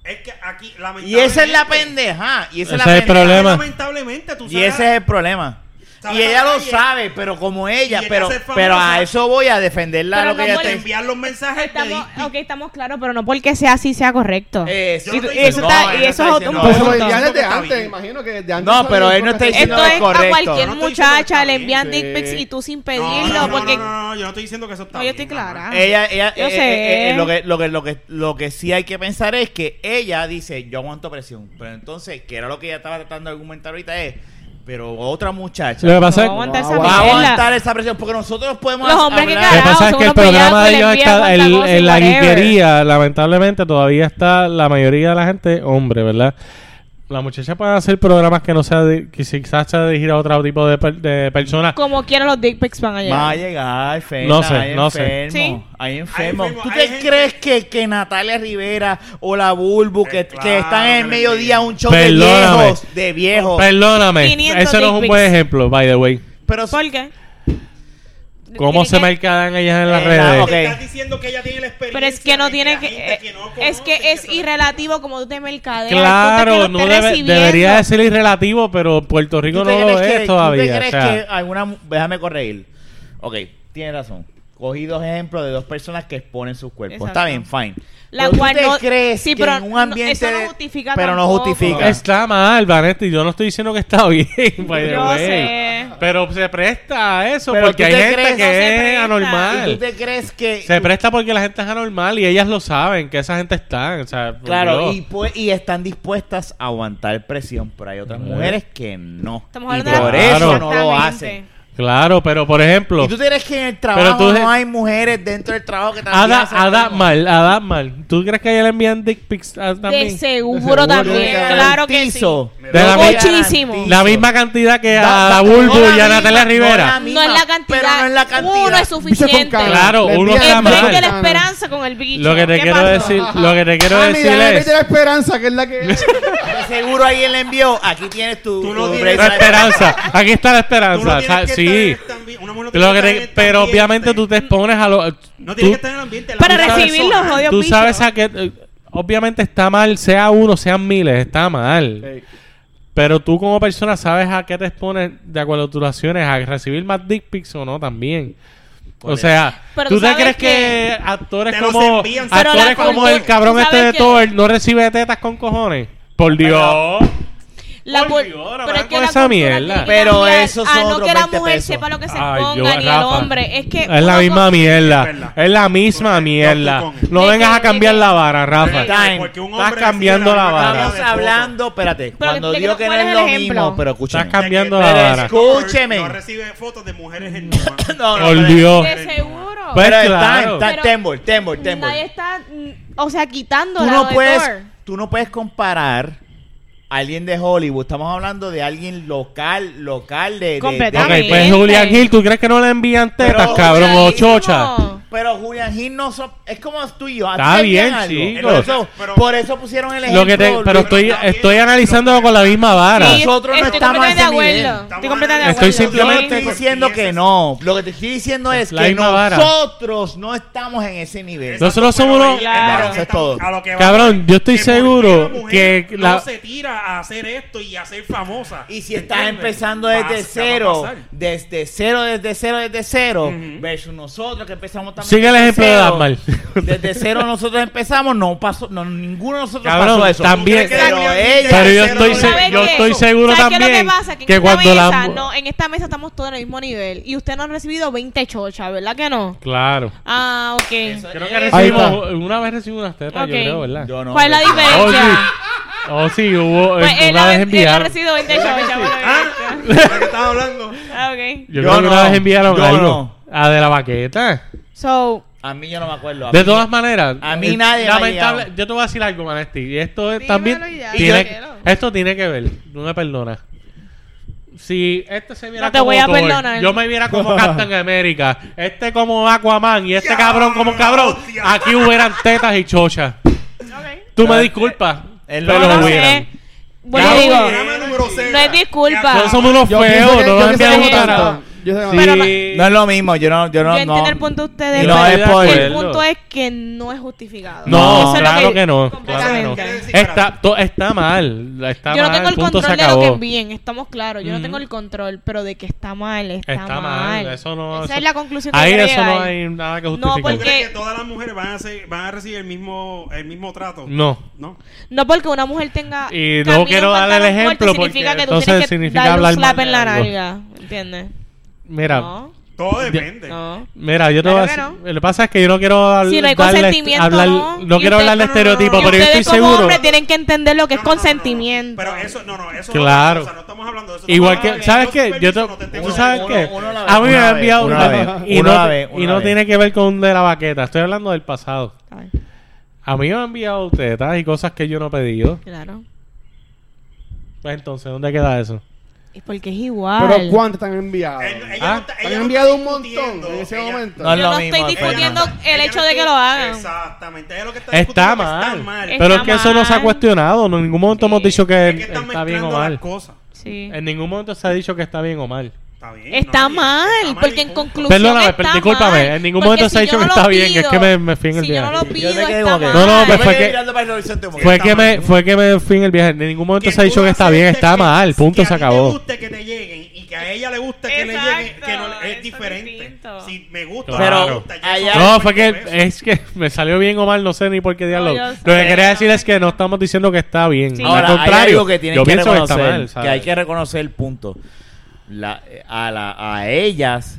S3: Es que aquí, lamentablemente.
S4: Y esa es la pendeja. Y esa es la
S2: Ese es
S4: pendeja.
S2: el problema.
S3: Lamentablemente, tú
S4: Y ese es el problema.
S3: Sale
S4: Y
S3: a la
S4: ella lo
S3: calle
S4: sabe, pero como ella,
S3: Y ella
S4: pero,
S3: se es
S4: pero
S3: famosa.
S4: a eso voy a defenderla
S5: Pero
S4: lo que
S5: mi
S4: ella
S5: amor,
S4: te-
S3: Enviar los mensajes de
S5: Estamos,
S3: dick
S5: ok, estamos claros, pero no porque sea así sea correcto.
S4: Eh,
S3: Yo
S4: sí,
S3: no
S4: tú-
S3: estoy
S4: eso
S3: diciendo-
S4: está-
S3: No,
S4: y
S3: ella
S4: eso
S3: está
S4: es
S3: diciendo-
S4: otro
S6: Pues se lo
S4: punto.
S6: enviaron
S3: Punto que
S6: desde
S3: está
S6: antes,
S3: bien.
S6: imagino que desde antes.
S4: No, pero
S6: sabían
S4: él no está
S6: que
S4: diciendo- no
S5: Esto
S6: hacían.
S5: es
S4: es correcto.
S5: a cualquier
S3: No estoy diciendo que
S5: muchacha
S3: está
S5: le
S3: bien,
S5: envían
S6: sí.
S5: dick pics y tú sin
S3: No, no,
S5: pedirlo
S3: no, no,
S5: porque
S3: no, no, yo no estoy diciendo que eso está
S5: No, yo estoy
S3: bien, mamá.
S5: clara.
S4: Ella, ella,
S5: Ah, Yo
S4: eh, eh,
S5: sé.
S4: eh, eh, lo, que, lo, que, lo, que, lo que sí hay que pensar es que ella dice, yo aguanto presión. Pero entonces, que era lo que ella estaba tratando de argumentar ahorita es, pero otra muchacha
S2: Lo que pasa
S5: no
S2: es
S5: aguanta esa
S6: no
S4: va a
S5: mierda.
S4: aguantar esa presión porque nosotros podemos
S5: Los hombres que
S2: Lo que
S4: hablar-
S5: carajo,
S2: pasa es
S5: son
S2: que el
S5: unos
S2: programa
S5: pellazos,
S2: de ellos
S5: les
S2: está,
S5: envían
S2: el-
S5: cuanta
S2: en la
S5: cosa y whatever.
S2: guillería, lamentablemente todavía está la mayoría de la gente hombre, ¿verdad? Las muchachas pueden hacer programas que no sea, de- que quizás sea dirigir a otro tipo de, per- de personas.
S5: Como quiera los dick pics van a
S4: Va a
S5: llegar.
S4: llegar, enferma,
S2: No sé,
S4: hay
S2: no sé.
S4: enfermo,
S5: Sí.
S4: hay enfermo.
S3: Hay enfermo,
S4: ¿Tú
S3: hay
S4: te
S3: gente-
S4: crees que, que Natalia Rivera o la Bulbu que,
S3: Eh,
S4: que
S3: claro,
S4: están
S3: que
S4: en el
S3: les
S4: mediodía
S3: digo.
S4: un show
S2: Perdóname.
S4: de viejos, de viejos?
S2: Perdóname,
S5: 500
S2: ese no es
S5: dick
S2: un buen
S5: pics.
S2: ejemplo, by the way.
S4: pero
S5: ¿Por qué?
S2: ¿Cómo
S5: Tiene
S2: se
S5: que-
S2: mercadan ellas en las
S4: Eh,
S2: redes?
S4: ok.
S3: Estás diciendo que ella tiene la experiencia.
S5: Pero es que no
S3: de
S5: tiene
S3: la
S5: que...
S3: gente no
S5: eh,
S3: conoce,
S5: es que es
S3: sabe.
S5: irrelativo como tú te mercadeas. el punto
S2: Claro,
S5: es que lo
S2: no
S5: estés
S2: debe-
S5: recibiendo.
S2: debería de ser irrelativo, pero Puerto Rico
S4: ¿Tú te
S2: no lo
S4: crees
S2: es
S4: que-
S2: todavía.
S4: ¿Tú te crees
S2: o sea.
S4: que alguna... mu- Déjame corregir. Ok, tienes razón. Cogí dos ejemplos de dos personas que exponen sus cuerpos. Está bien,
S5: Exacto.
S4: fine.
S5: La
S4: Pero ¿tú
S5: cual
S4: te
S5: no-
S4: crees
S5: sí,
S4: que
S5: pero
S4: en
S5: no-
S4: un ambiente...
S5: eso no
S4: de-
S5: justifica
S4: Pero no
S5: tampoco.
S4: justifica.
S2: Está mal, Vanetti. Yo no estoy diciendo que está bien, by the
S5: Yo
S2: way.
S5: sé.
S2: Pero se presta a eso
S4: Pero
S2: porque
S4: tú
S2: hay
S4: te
S2: gente
S4: crees-
S2: que
S5: No se
S2: es
S5: presta.
S4: ¿Y tú
S2: anormal.
S4: te crees que...
S2: Se presta porque la gente es anormal y ellas lo saben, que esa gente está. O sea, por
S4: Claro,
S2: Dios.
S4: y, pues- y están dispuestas a aguantar presión, pero hay otras mujeres que no.
S5: Estamos
S4: y
S5: hablando de la-
S4: por
S2: Claro.
S4: eso no lo
S5: Exactamente.
S4: hacen.
S2: claro, pero por ejemplo,
S4: ¿Y tú te crees que en el
S2: Pero
S4: trabajo
S2: tú-
S4: no hay mujeres dentro del trabajo que también
S2: Ada,
S4: hacen lo
S2: Ada
S4: mismo?
S2: Mal, Ada Mal. ¿Tú crees que a ella le envían dick pics a- también?
S5: De seguro
S4: Yo
S5: también,
S4: te
S5: claro que sí.
S4: garantizo.
S2: De la, mi-
S5: Muchísimo. garantizo.
S2: la misma cantidad que
S4: Da-
S2: a la
S4: da-
S2: Bulbu
S4: no la
S2: y a
S4: misma,
S2: Natalia
S4: no
S2: Rivera.
S4: la
S5: No es la cantidad,
S4: Pero no es la cantidad.
S5: uno es
S6: Bicho
S5: suficiente.
S6: con cara.
S2: Claro,
S6: Le
S2: uno
S6: envían
S2: está
S5: En vez
S2: mal.
S5: de la
S6: cara.
S5: esperanza con el bicho.
S2: Lo que te
S5: ¿Qué
S2: quiero
S5: pasó?
S2: decir, lo que te quiero
S6: Ah,
S2: decir
S6: mira,
S2: es
S6: vete la esperanza, que es la que.
S4: De seguro alguien le envió. Aquí tienes tu.
S3: Tú no
S4: tu
S3: tienes-
S2: la
S4: break.
S2: esperanza. Aquí está la
S3: Tú no
S2: esperanza.
S3: tienes
S2: o sea,
S3: que
S2: sí.
S3: estar en el ambi- una mujer no tiene
S2: Lo que
S3: que
S2: te-
S3: estar en el
S2: pero
S3: ambiente.
S2: obviamente tú te expones a lo.
S3: No
S2: tú-
S3: tienes que estar en el ambiente. la
S5: Para
S3: única
S5: recibir
S3: persona-
S5: los odios
S2: Tú
S5: bichos.
S2: sabes a que eh, obviamente está mal, sea uno, sean miles, está mal.
S6: Ey.
S2: Pero tú como persona sabes a qué te expones de acuerdo a tus acciones, a recibir más dick pics o no también. O sea,
S5: Pero
S2: ¿tú,
S5: tú
S2: te crees
S5: sabes
S2: que,
S5: que-
S2: actores
S3: Pues, Te los
S2: como
S3: envían,
S5: Pero la
S2: actores como
S5: cultura-
S2: el cabrón
S5: ¿tú
S2: este de
S5: sabes que-
S2: Thor no recibe tetas con cojones? Por Dios.
S5: La
S2: Ay,
S5: cul-
S2: Dios, ahora van
S5: pero es que
S2: con
S5: la
S2: esa
S5: cultura
S2: mierda.
S5: tiene que
S4: Pero
S5: cambiar.
S4: esos
S5: Ah,
S4: son
S5: no
S4: otros
S5: que la
S4: 20
S5: mujer
S4: pesos.
S5: sepa lo que se
S2: Ay,
S5: ponga
S2: yo,
S5: ni el
S2: Rafa.
S5: hombre. Es que
S2: Es la misma mierda.
S3: verdad.
S2: Es la misma
S3: Correcto,
S2: mierda.
S3: tú con-
S2: No
S5: De
S2: vengas
S5: que-
S2: a cambiar
S5: de que-
S2: la vara,
S3: Porque-
S2: Rafa.
S4: Time.
S3: porque un
S2: Estás
S3: hombre recibe
S2: cambiando la
S3: misma
S2: vara.
S3: cantidad de
S4: Estamos
S3: fotos.
S4: hablando, espérate, cuando
S5: te
S4: digo
S5: quiero-
S4: que no
S5: ¿cuál
S4: es
S5: es
S4: lo
S5: el ejemplo?
S4: mismo, pero
S2: Estás
S4: escúchame.
S2: cambiando
S4: Pero
S2: la
S4: es
S2: vara.
S4: que- Escúcheme.
S3: No recibe fotos de mujeres en Roma.
S4: No, no,
S2: Por
S4: pero-
S2: Dios.
S5: De seguro.
S2: Pues
S4: Pero
S2: claro.
S4: está,
S5: Pero-
S4: está Tembol, Tembol, Tembol.
S5: Nadie está, mm, o sea, quitando
S4: Tú
S5: la
S4: no
S5: de
S4: puedes,
S5: Thor.
S4: tú no puedes comparar a alguien de Hollywood. Estamos hablando de alguien local, local de. de- de-
S2: Ok,
S5: Completamente.
S2: pues
S5: Gente.
S2: Julian Hill, ¿tú crees que no le envían tetas,
S4: Pero-
S2: cabrón? O
S5: Clarísimo.
S2: chocha.
S4: Pero Julian Hill no so- es como tú y yo. a ti
S2: Está
S4: te envían algo.
S2: bien, chicos.
S4: Por eso,
S3: Pero-
S4: por eso pusieron el ejemplo.
S2: Lo que te, pero
S4: Luis.
S2: estoy,
S3: está bien,
S2: estoy
S3: pero-
S2: analizándolo con la misma vara.
S5: Sí,
S4: Nosotros no
S5: estoy
S4: estamos a ese
S5: completamente de acuerdo.
S4: nivel.
S5: Estoy completamente de
S2: Estoy
S5: acuerdo.
S4: Yo no
S2: simplemente-
S4: estoy diciendo que no. Lo que te estoy diciendo es
S2: La
S4: que
S2: misma vara.
S4: nosotros no estamos en ese nivel.
S2: No, Nosotros somos
S3: Pero
S2: unos-
S5: Claro.
S4: Eso es todo.
S3: a lo que
S2: Cabrón, yo estoy
S3: que por qué
S2: seguro
S3: la mujer
S2: que
S3: no
S2: la-
S3: se tira a hacer esto y a ser famosa.
S4: Y si estás
S3: ¿Entiendes?
S4: empezando
S3: Va-
S4: desde
S3: te va a
S4: cero,
S3: pasar.
S4: desde cero, desde cero, desde cero,
S3: Ujú.
S4: versus nosotros que empezamos también.
S2: Sigue el
S4: desde
S2: ejemplo de
S4: cero.
S2: Dasmal.
S4: Desde cero nosotros empezamos, no pasó, no, ninguno de nosotros
S2: Cabrón,
S4: pasó eso.
S2: también-
S4: Pero ella-
S2: Pero yo
S4: cero,
S2: estoy,
S4: ¿sabes
S2: se- yo
S5: qué?
S2: estoy seguro
S5: ¿Sabes qué es lo
S2: también
S5: que, pasa? Que, en
S2: que
S5: esta
S2: cuando
S5: mesa,
S2: la...
S5: no, en esta mesa estamos todos en el mismo nivel. Y usted no ha recibido 20 chochas, ¿verdad que no?
S2: Claro.
S5: Ah, ok.
S2: Creo que
S6: Ahí está.
S2: recibimos... Una vez recibimos unas tetas,
S5: Ok.
S2: yo creo, ¿verdad?
S4: Yo no.
S5: ¿Cuál es la
S2: Oh, sí.
S5: diferencia?
S2: Oh, sí, hubo...
S5: Pues
S2: eh,
S5: él,
S2: una
S5: ha,
S2: vez
S5: él ha
S2: enviaron...
S5: recibido 20 chochas. por
S3: Ah,
S5: ejemplo.
S3: ¿de qué estás hablando?
S5: Ah, ok.
S2: Yo
S4: Yo
S2: creo que una
S4: no.
S2: vez enviaron
S4: Yo
S2: algo.
S4: no.
S2: A de la baqueta.
S5: So,
S4: A mí yo no me acuerdo. a
S2: De
S4: mí-
S2: todas maneras,
S4: a mí
S2: eh,
S4: nadie me ha
S2: lamentable-
S4: llegado.
S2: yo te voy a decir algo, Manesti, y esto es
S5: Dímelo
S2: también
S5: ya,
S2: tiene-
S5: dímelo.
S2: esto tiene que ver, no me perdonas. Si este se viera
S5: No te
S2: como
S5: voy a
S2: Thor,
S5: perdonar.
S2: yo me viera como Captain America, este como Aquaman y este cabrón como cabrón,
S3: hostia.
S2: aquí hubieran tetas y chochas. Tú me
S4: Pero,
S2: disculpas,
S4: es lo
S2: pero
S5: no,
S2: lo
S5: no
S2: hubieran.
S5: sé. Bueno,
S2: Ya,
S5: digo,
S2: bueno.
S3: Programa número cero.
S5: No es disculpa. Ah.
S2: Nosotros somos unos
S6: Yo pienso
S2: feos,
S6: que-
S2: no
S6: yo
S2: nos
S6: pienso que
S2: enviamos
S6: es
S2: nada.
S6: tanto. Yo sé-
S5: Pero la-
S2: Sí.
S4: No es lo mismo, yo no, yo no,
S5: yo entiendo
S4: no-
S5: el punto de ustedes,
S4: No,
S5: pero
S4: es por-
S5: el punto es que no es justificado.
S2: No,
S5: Eso es lo
S2: claro que, no. Claro que
S5: completamente.
S2: no.
S3: Quiere decir, espérate.
S2: Está, to- está mal. Está
S5: Yo no
S2: mal.
S5: tengo el
S2: punto, se
S5: control de lo que
S2: acabó.
S5: envíen, estamos claros. Yo no
S2: Ujú.
S5: tengo el control, pero de que está mal, está,
S2: Está mal. Eso no.
S5: Esa
S2: eso-
S5: es la conclusión que
S2: Ahí
S5: yo quiero
S2: eso no
S5: llegar.
S2: hay nada que
S5: No,
S2: justificar.
S3: ¿Tú
S5: porque-
S3: crees que todas las mujeres van a, ser- van a recibir el mismo, el mismo trato?
S2: No.
S3: No.
S5: No porque una mujer tenga.
S2: Y no
S5: camine
S2: quiero
S5: un
S2: dar el
S5: pantalón corto,
S2: ejemplo,
S5: significa
S2: porque
S5: que tú
S2: entonces
S5: tienes que
S2: significa
S5: darle
S2: hablar
S5: un slap
S2: mal
S5: en
S2: de
S5: la
S2: algo.
S5: nalga. ¿Entiendes?
S2: Mira,
S5: No.
S3: Todo depende.
S5: No.
S2: mira, yo te
S5: Claro
S2: voy a
S5: que
S2: decir- Lo que pasa es que yo no quiero hablar.
S5: Si no hay
S2: darle-
S5: consentimiento,
S2: hablar-
S5: no.
S2: no
S5: Y
S2: quiero hablar de
S5: usted-
S3: no, no, no, no,
S2: estereotipos, pero
S5: Y
S2: yo estoy
S5: ustedes como
S2: seguro.
S5: hombres tienen que entender lo que es
S3: No, no, no, no, no.
S5: consentimiento.
S3: Pero eso, no, no, eso
S2: Claro.
S3: no, o sea, no estamos hablando de eso.
S2: Igual
S3: Estamos
S2: que, ¿sabes
S3: hablando de
S2: qué?
S3: los
S2: Yo
S3: permisos,
S2: te-
S3: no te
S2: ¿Tú
S3: estoy
S2: sabes
S3: diciendo-
S2: qué?
S4: uno a la vez,
S2: A mí me
S4: una
S2: ha
S4: vez,
S2: enviado
S4: una
S2: una-
S4: vez,
S2: y
S4: una
S2: no,
S4: vez,
S2: y
S4: una
S2: no
S4: vez.
S2: tiene que ver con de la baqueta. Estoy hablando del pasado.
S5: Ay,
S2: A mí me han enviado tetas y cosas que yo no he pedido.
S5: Claro.
S2: Pues entonces, ¿dónde queda eso?
S5: Es porque es igual.
S6: Pero ¿cuántas te han enviado?
S3: Él- ella
S2: Ah,
S3: no está- ella
S6: Han
S3: no
S6: enviado
S3: está
S6: un montón
S3: discutiendo,
S6: en ese
S3: ella-
S6: momento.
S4: No es
S5: Yo
S4: lo
S5: no
S4: mismo,
S5: estoy
S4: es verdad.
S5: discutiendo el
S3: ella
S5: hecho
S3: no
S5: de que
S3: está-
S5: lo hagan.
S3: Exactamente. Ella lo que está,
S2: Está
S3: discutiendo es que
S2: mal.
S3: Está mal.
S5: Está
S2: Pero es que eso no se ha
S5: mal.
S2: cuestionado. No, en ningún momento hemos
S5: Sí.
S2: dicho que
S3: Es que
S2: está,
S3: están
S2: bien o
S3: mezclando
S2: mal.
S3: las cosas.
S5: Sí.
S2: En ningún momento se ha dicho que está bien o mal.
S3: Está bien.
S5: Está
S3: no,
S5: mal,
S3: está mal
S5: porque
S3: y
S5: en
S3: punto.
S5: conclusión.
S2: Perdóname,
S5: está
S2: pero discúlpame,
S5: mal,
S2: en ningún
S5: porque
S2: momento se ha
S5: si
S2: dicho
S5: yo
S2: que
S5: no
S2: está
S5: lo
S2: bien, es que me- me fui en el
S5: Si yo no
S2: viaje.
S5: lo pido, está mal.
S2: No, no,
S4: Yo
S2: pues
S4: me
S2: fue
S4: quedé
S2: que-
S4: mirando para el horizonte como
S2: Fue
S3: está
S2: que me,
S3: mal.
S2: fue que me fui en el viaje. En ningún momento se ha dicho
S3: tú
S2: que está bien,
S3: aceptes
S2: está
S3: que-
S2: mal. Punto,
S3: que
S2: se
S3: a ti
S2: acabó.
S3: te guste que te lleguen y que a ella le guste que
S5: Exacto,
S3: le lleguen, que no,
S5: eso
S3: es
S5: es
S3: diferente.
S5: distinto.
S3: si me gusta,
S2: Pero
S3: no me gusta, ya
S4: allá-
S3: eso
S2: No,
S3: es
S2: fue que
S3: cuestión de eso.
S2: es que me salió bien o mal, no sé ni por qué diablo.
S5: yo
S2: Lo
S5: sé,
S2: que quería
S5: no.
S2: decir es que no estamos diciendo que está bien.
S5: Sí.
S4: Ahora,
S2: Al
S4: hay
S2: contrario,
S4: algo que tienen
S2: yo
S4: que
S2: pienso que está
S4: reconocer,
S2: mal.
S4: que
S2: ¿sabes?
S4: hay que reconocer el punto. La, eh, a, la- a ellas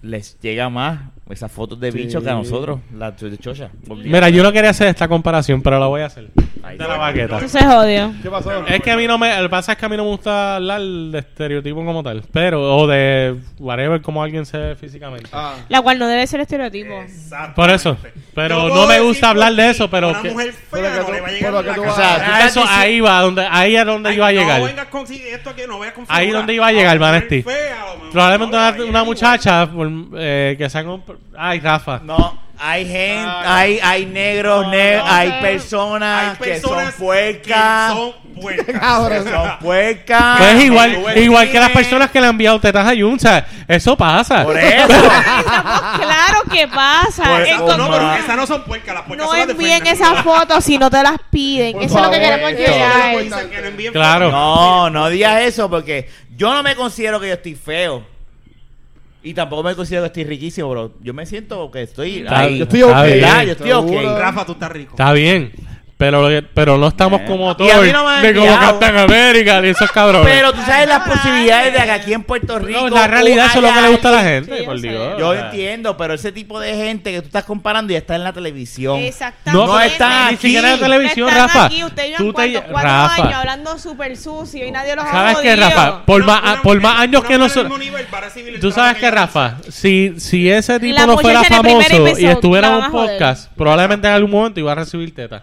S4: les llega más esas fotos de bicho que a nosotros, las de chocha.
S2: Mira, yo no quería hacer esta comparación, pero la voy a hacer.
S4: Ahí
S2: De
S4: está.
S2: la baqueta.
S5: Entonces odio.
S6: ¿Qué pasó?
S2: Es que a mí no me. Lo que pasa es que a mí no me gusta hablar de estereotipo como tal. Pero, o de whatever, como alguien se ve físicamente.
S6: Ah.
S5: La cual no debe ser estereotipo.
S3: Exactamente.
S2: Por eso.
S3: Yo
S2: Pero
S3: puedo
S2: no me
S3: decir
S2: gusta hablar
S3: por
S2: de
S3: ti,
S2: eso, pero.
S3: Una
S2: que-
S3: mujer
S6: Pero
S3: fea
S6: que
S3: no
S6: tú-
S3: le va a
S6: pero
S3: llegar a
S6: que
S3: la
S6: tú
S3: cara.
S6: vas a-
S4: tú
S2: a
S4: estás
S2: eso,
S4: diciendo-
S2: ahí va, donde, ahí es donde
S3: Ah, Ay,
S2: yo iba a llegar.
S3: No vengas con esto aquí, no vengas con
S2: Ahí
S3: figura.
S2: donde iba a llegar,
S3: una mujer
S2: Vanesti.
S3: fea, a lo mejor,
S2: Probablemente
S3: no le va a
S2: una,
S3: llegar
S2: una
S3: igual.
S2: muchacha por- eh, que se ha comp- Ay, Rafa.
S4: No, hay gente,
S2: Ah.
S4: hay, hay negros, ne- hay personas,
S3: Hay personas
S4: que son puercas.
S3: Que son puercas.
S6: Cabrón.
S4: que son puercas.
S2: Pues es
S4: que
S2: igual,
S4: tú
S2: igual que las
S4: exiges.
S2: personas que le han enviado tetas a Yunza. Eso pasa.
S4: Por eso.
S5: claro que pasa.
S4: Pues,
S5: En
S4: oh,
S5: con-
S3: no, pero
S4: Ah.
S3: esas no son puercas. Las puercas
S5: no
S3: son las de
S5: envíen
S3: Fernanda.
S5: esas fotos si no te las piden.
S6: Por
S5: Eso es
S6: favor,
S5: lo que queremos
S6: eso es lo
S5: llegar.
S6: importante.
S3: Que no envíen
S2: Claro.
S3: fotos.
S4: No, no digas eso porque yo no me considero que yo estoy feo. Y tampoco me considero que estoy riquísimo, bro. Yo me siento que estoy
S2: Está
S4: ahí.
S6: Yo estoy ok.
S2: Está bien.
S4: ¿Verdad? Yo estoy ok.
S6: Seguro.
S3: Rafa, tú estás rico.
S2: Está bien. Pero, lo que- pero no estamos
S4: Bien.
S2: como
S4: Eh, Y a mí
S2: todos.
S4: no me han
S2: de como
S4: enviado.
S2: Captain America y esos cabrones.
S4: Pero tú sabes las posibilidades de que aquí en Puerto Rico.
S2: No, la realidad eso es lo que le gusta a la
S4: haya
S2: gente.
S5: Sí, yo
S2: por
S5: sé.
S2: Dios.
S4: alguien- Yo
S2: O sea,
S4: entiendo, pero ese tipo de gente que tú estás comparando ya está en la televisión.
S5: Exactamente.
S4: No está
S2: Ni siquiera en la
S4: aquí.
S2: televisión,
S5: Están
S2: Rafa.
S5: Aquí, ustedes llevan
S2: Tú te-
S5: cuántos, cuatro
S2: Rafa.
S5: años hablando súper sucio y nadie los ha
S2: ¿Sabes qué,
S5: jodido.
S2: Rafa? Por,
S3: Una-
S2: más,
S3: una
S2: por
S3: mujer-
S2: más años
S3: una
S2: que
S3: mujer del
S2: nosotros.
S3: mismo nivel va a recibir el
S2: Tú
S3: trato
S2: sabes que,
S3: ella
S2: Rafa, si, si ese tipo
S5: La
S2: no fuera
S5: muchacha de primera
S2: famoso
S5: y
S2: y
S5: beso,
S2: estuviera
S5: la
S2: en
S5: van
S2: un
S5: a joder.
S2: podcast, probablemente en algún momento iba a recibir teta.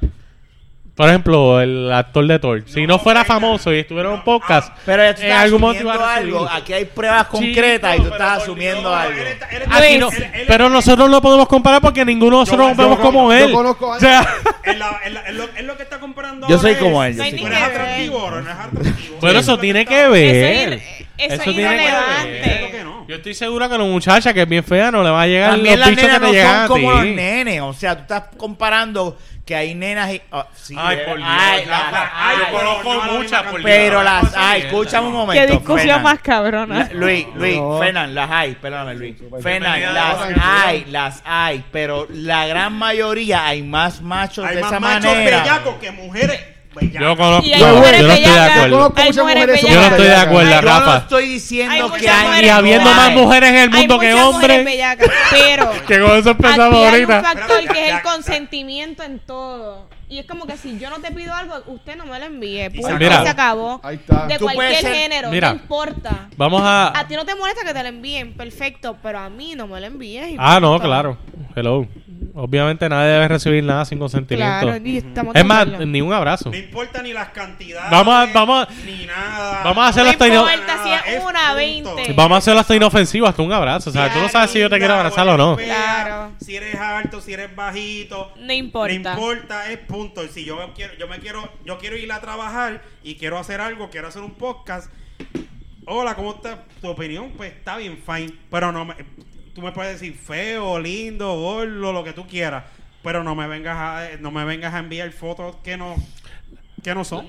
S2: Por ejemplo, el actor de Thor. Si no,
S3: No,
S2: fuera
S3: venga.
S2: famoso y estuviera en un
S3: No,
S2: podcast,
S4: Ah, Pero ya tú
S2: en
S4: estás
S2: Eh, algún momento iba
S4: asumiendo
S2: a recibir.
S4: algo. Aquí hay pruebas concretas y tú
S2: pero por
S4: estás asumiendo
S3: hizo.
S4: algo.
S3: Él está- él está-
S2: Aquí no-
S3: él- él-
S2: pero nosotros no podemos comparar porque ninguno de nosotros nos
S3: yo
S2: vemos
S3: conozco-
S2: como
S6: yo
S2: él.
S6: conozco a
S2: o sea,
S3: él la- él la- él lo- él lo que está comparando
S4: Yo
S3: ahora
S4: soy como
S3: es,
S4: él, yo
S5: No hay
S4: soy
S5: ni
S3: Tú
S4: como
S3: eres
S5: que
S4: él.
S5: ver.
S3: atractivo, no eres atractivo.
S2: bueno,
S3: es
S2: eso
S3: lo
S2: tiene
S3: está-
S2: que
S5: Eso
S2: ver.
S5: es ir- eso es
S2: tiene que ver.
S5: irrelevante.
S3: Creo que no.
S2: Yo estoy seguro que una muchacha que es bien fea no le va a llegar
S4: También
S2: los
S4: las
S2: bichos que
S4: nenas
S2: te
S4: no
S2: llegan
S4: son
S2: a
S4: como los
S2: ti.
S4: nenes. O sea, tú estás comparando que hay nenas y... ah, sí,
S2: Ay,
S4: eh,
S2: por Dios,
S4: ay,
S2: Rafa,
S4: las-
S2: ay,
S4: ay,
S2: por- conozco
S3: no, no, no,
S2: muchas,
S3: no,
S2: por
S4: Pero
S2: Dios.
S4: las
S2: Cosa
S4: hay.
S2: mierda.
S4: Escúchame un momento.
S5: Qué discusión
S4: Fernan.
S5: más cabrona.
S4: La- Luis, Luis,
S6: No.
S4: Fernan, las hay, perdóname Luis.
S2: Bienvenida
S4: Fernan,
S2: a
S4: las
S2: la
S4: hay, las hay, pero la gran mayoría hay más machos
S3: Hay
S4: de
S3: más
S4: esa
S3: machos
S4: manera.
S3: bellacos que mujeres bellacas.
S2: Yo conozco.
S5: Y hay
S2: no,
S5: mujeres
S2: yo no estoy de
S5: bellacas.
S2: acuerdo.
S6: Conozco
S5: Hay
S6: muchas
S5: mujeres
S6: mujeres
S5: bellacas.
S2: Yo no estoy de acuerdo,
S4: Yo no
S2: Rafa.
S4: estoy
S5: Hay
S4: diciendo
S5: muchas
S4: que hay
S5: mujeres
S2: Y habiendo
S5: bellacas.
S2: más
S4: Ay.
S2: mujeres en el
S5: Hay
S2: mundo que
S5: muchas mujeres
S2: hombres.
S5: bellacas, pero
S2: Que con eso
S5: aquí
S2: empezamos
S5: hay un
S2: ahorita.
S5: factor que es
S3: Ya,
S5: el
S3: ya.
S5: consentimiento en todo. Y es como que si yo no te pido algo, usted no me lo envíe. Punto,
S3: acabó.
S5: y se
S2: Mira.
S5: acabó.
S6: Ahí está.
S5: De
S4: Tú puedes
S5: cualquier
S4: ser-
S5: género,
S2: Mira.
S5: no importa.
S2: Vamos
S5: A
S2: a.
S5: ti no te molesta que te lo envíen, perfecto, pero a mí no me lo envíes. y
S2: Ah, no,
S5: punto.
S2: claro. Hello. Obviamente nadie debe recibir nada sin consentimiento.
S5: Claro, y estamos de
S2: es más,
S5: acuerdo.
S2: ni un abrazo.
S3: No importa ni las cantidades.
S2: Vamos a- vamos a-
S3: Ni nada.
S2: Vamos a hacer
S5: No
S2: hasta ino-
S5: importa si es
S3: Es
S5: una,
S3: punto.
S5: 20.
S2: Vamos a hacerlo hasta inofensivo, hasta un abrazo. O sea, tú no sabes si yo te quiero abrazar o no.
S5: Claro.
S3: Claro. Si eres alto, si eres bajito.
S5: No
S3: No
S5: importa.
S3: importa, es punto. Y Si yo me quiero, yo me quiero, yo quiero ir a trabajar y quiero hacer algo, quiero hacer un podcast. hola, ¿cómo está tu opinión? Pues está bien, fine. Pero no me, tú me puedes decir feo, lindo, gordo, lo que tú quieras. Pero no me vengas a, no me vengas a enviar fotos que no, que no son.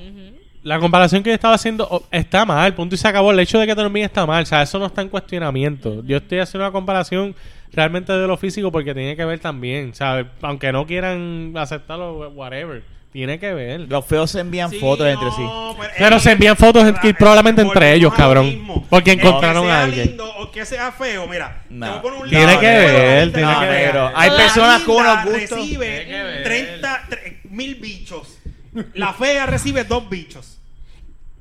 S2: La comparación que yo estaba haciendo oh, está mal, punto y se acabó. El hecho de que te lo miden está mal, o sea, eso no está en cuestionamiento. Yo estoy haciendo una comparación realmente de lo físico porque tiene que ver también, ¿sabes? Aunque no quieran aceptarlo, whatever, tiene que ver.
S4: Los feos se envían fotos entre sí.
S3: pues, eh,
S2: Pero se envían fotos en-
S3: que
S2: probablemente entre ellos, cabrón. Porque encontraron a alguien.
S3: o que sea feo, mira.
S4: No.
S3: te voy a poner un
S2: Tiene
S3: lado,
S2: que
S3: te voy a poner
S2: ver,
S3: un
S2: tiene
S3: lado.
S2: que ver.
S4: Pero hay
S3: La
S4: personas con
S3: linda
S4: unos gustos.
S3: recibe
S1: Tiene que ver.
S3: 30 tre- mil bichos. La fea recibe dos bichos.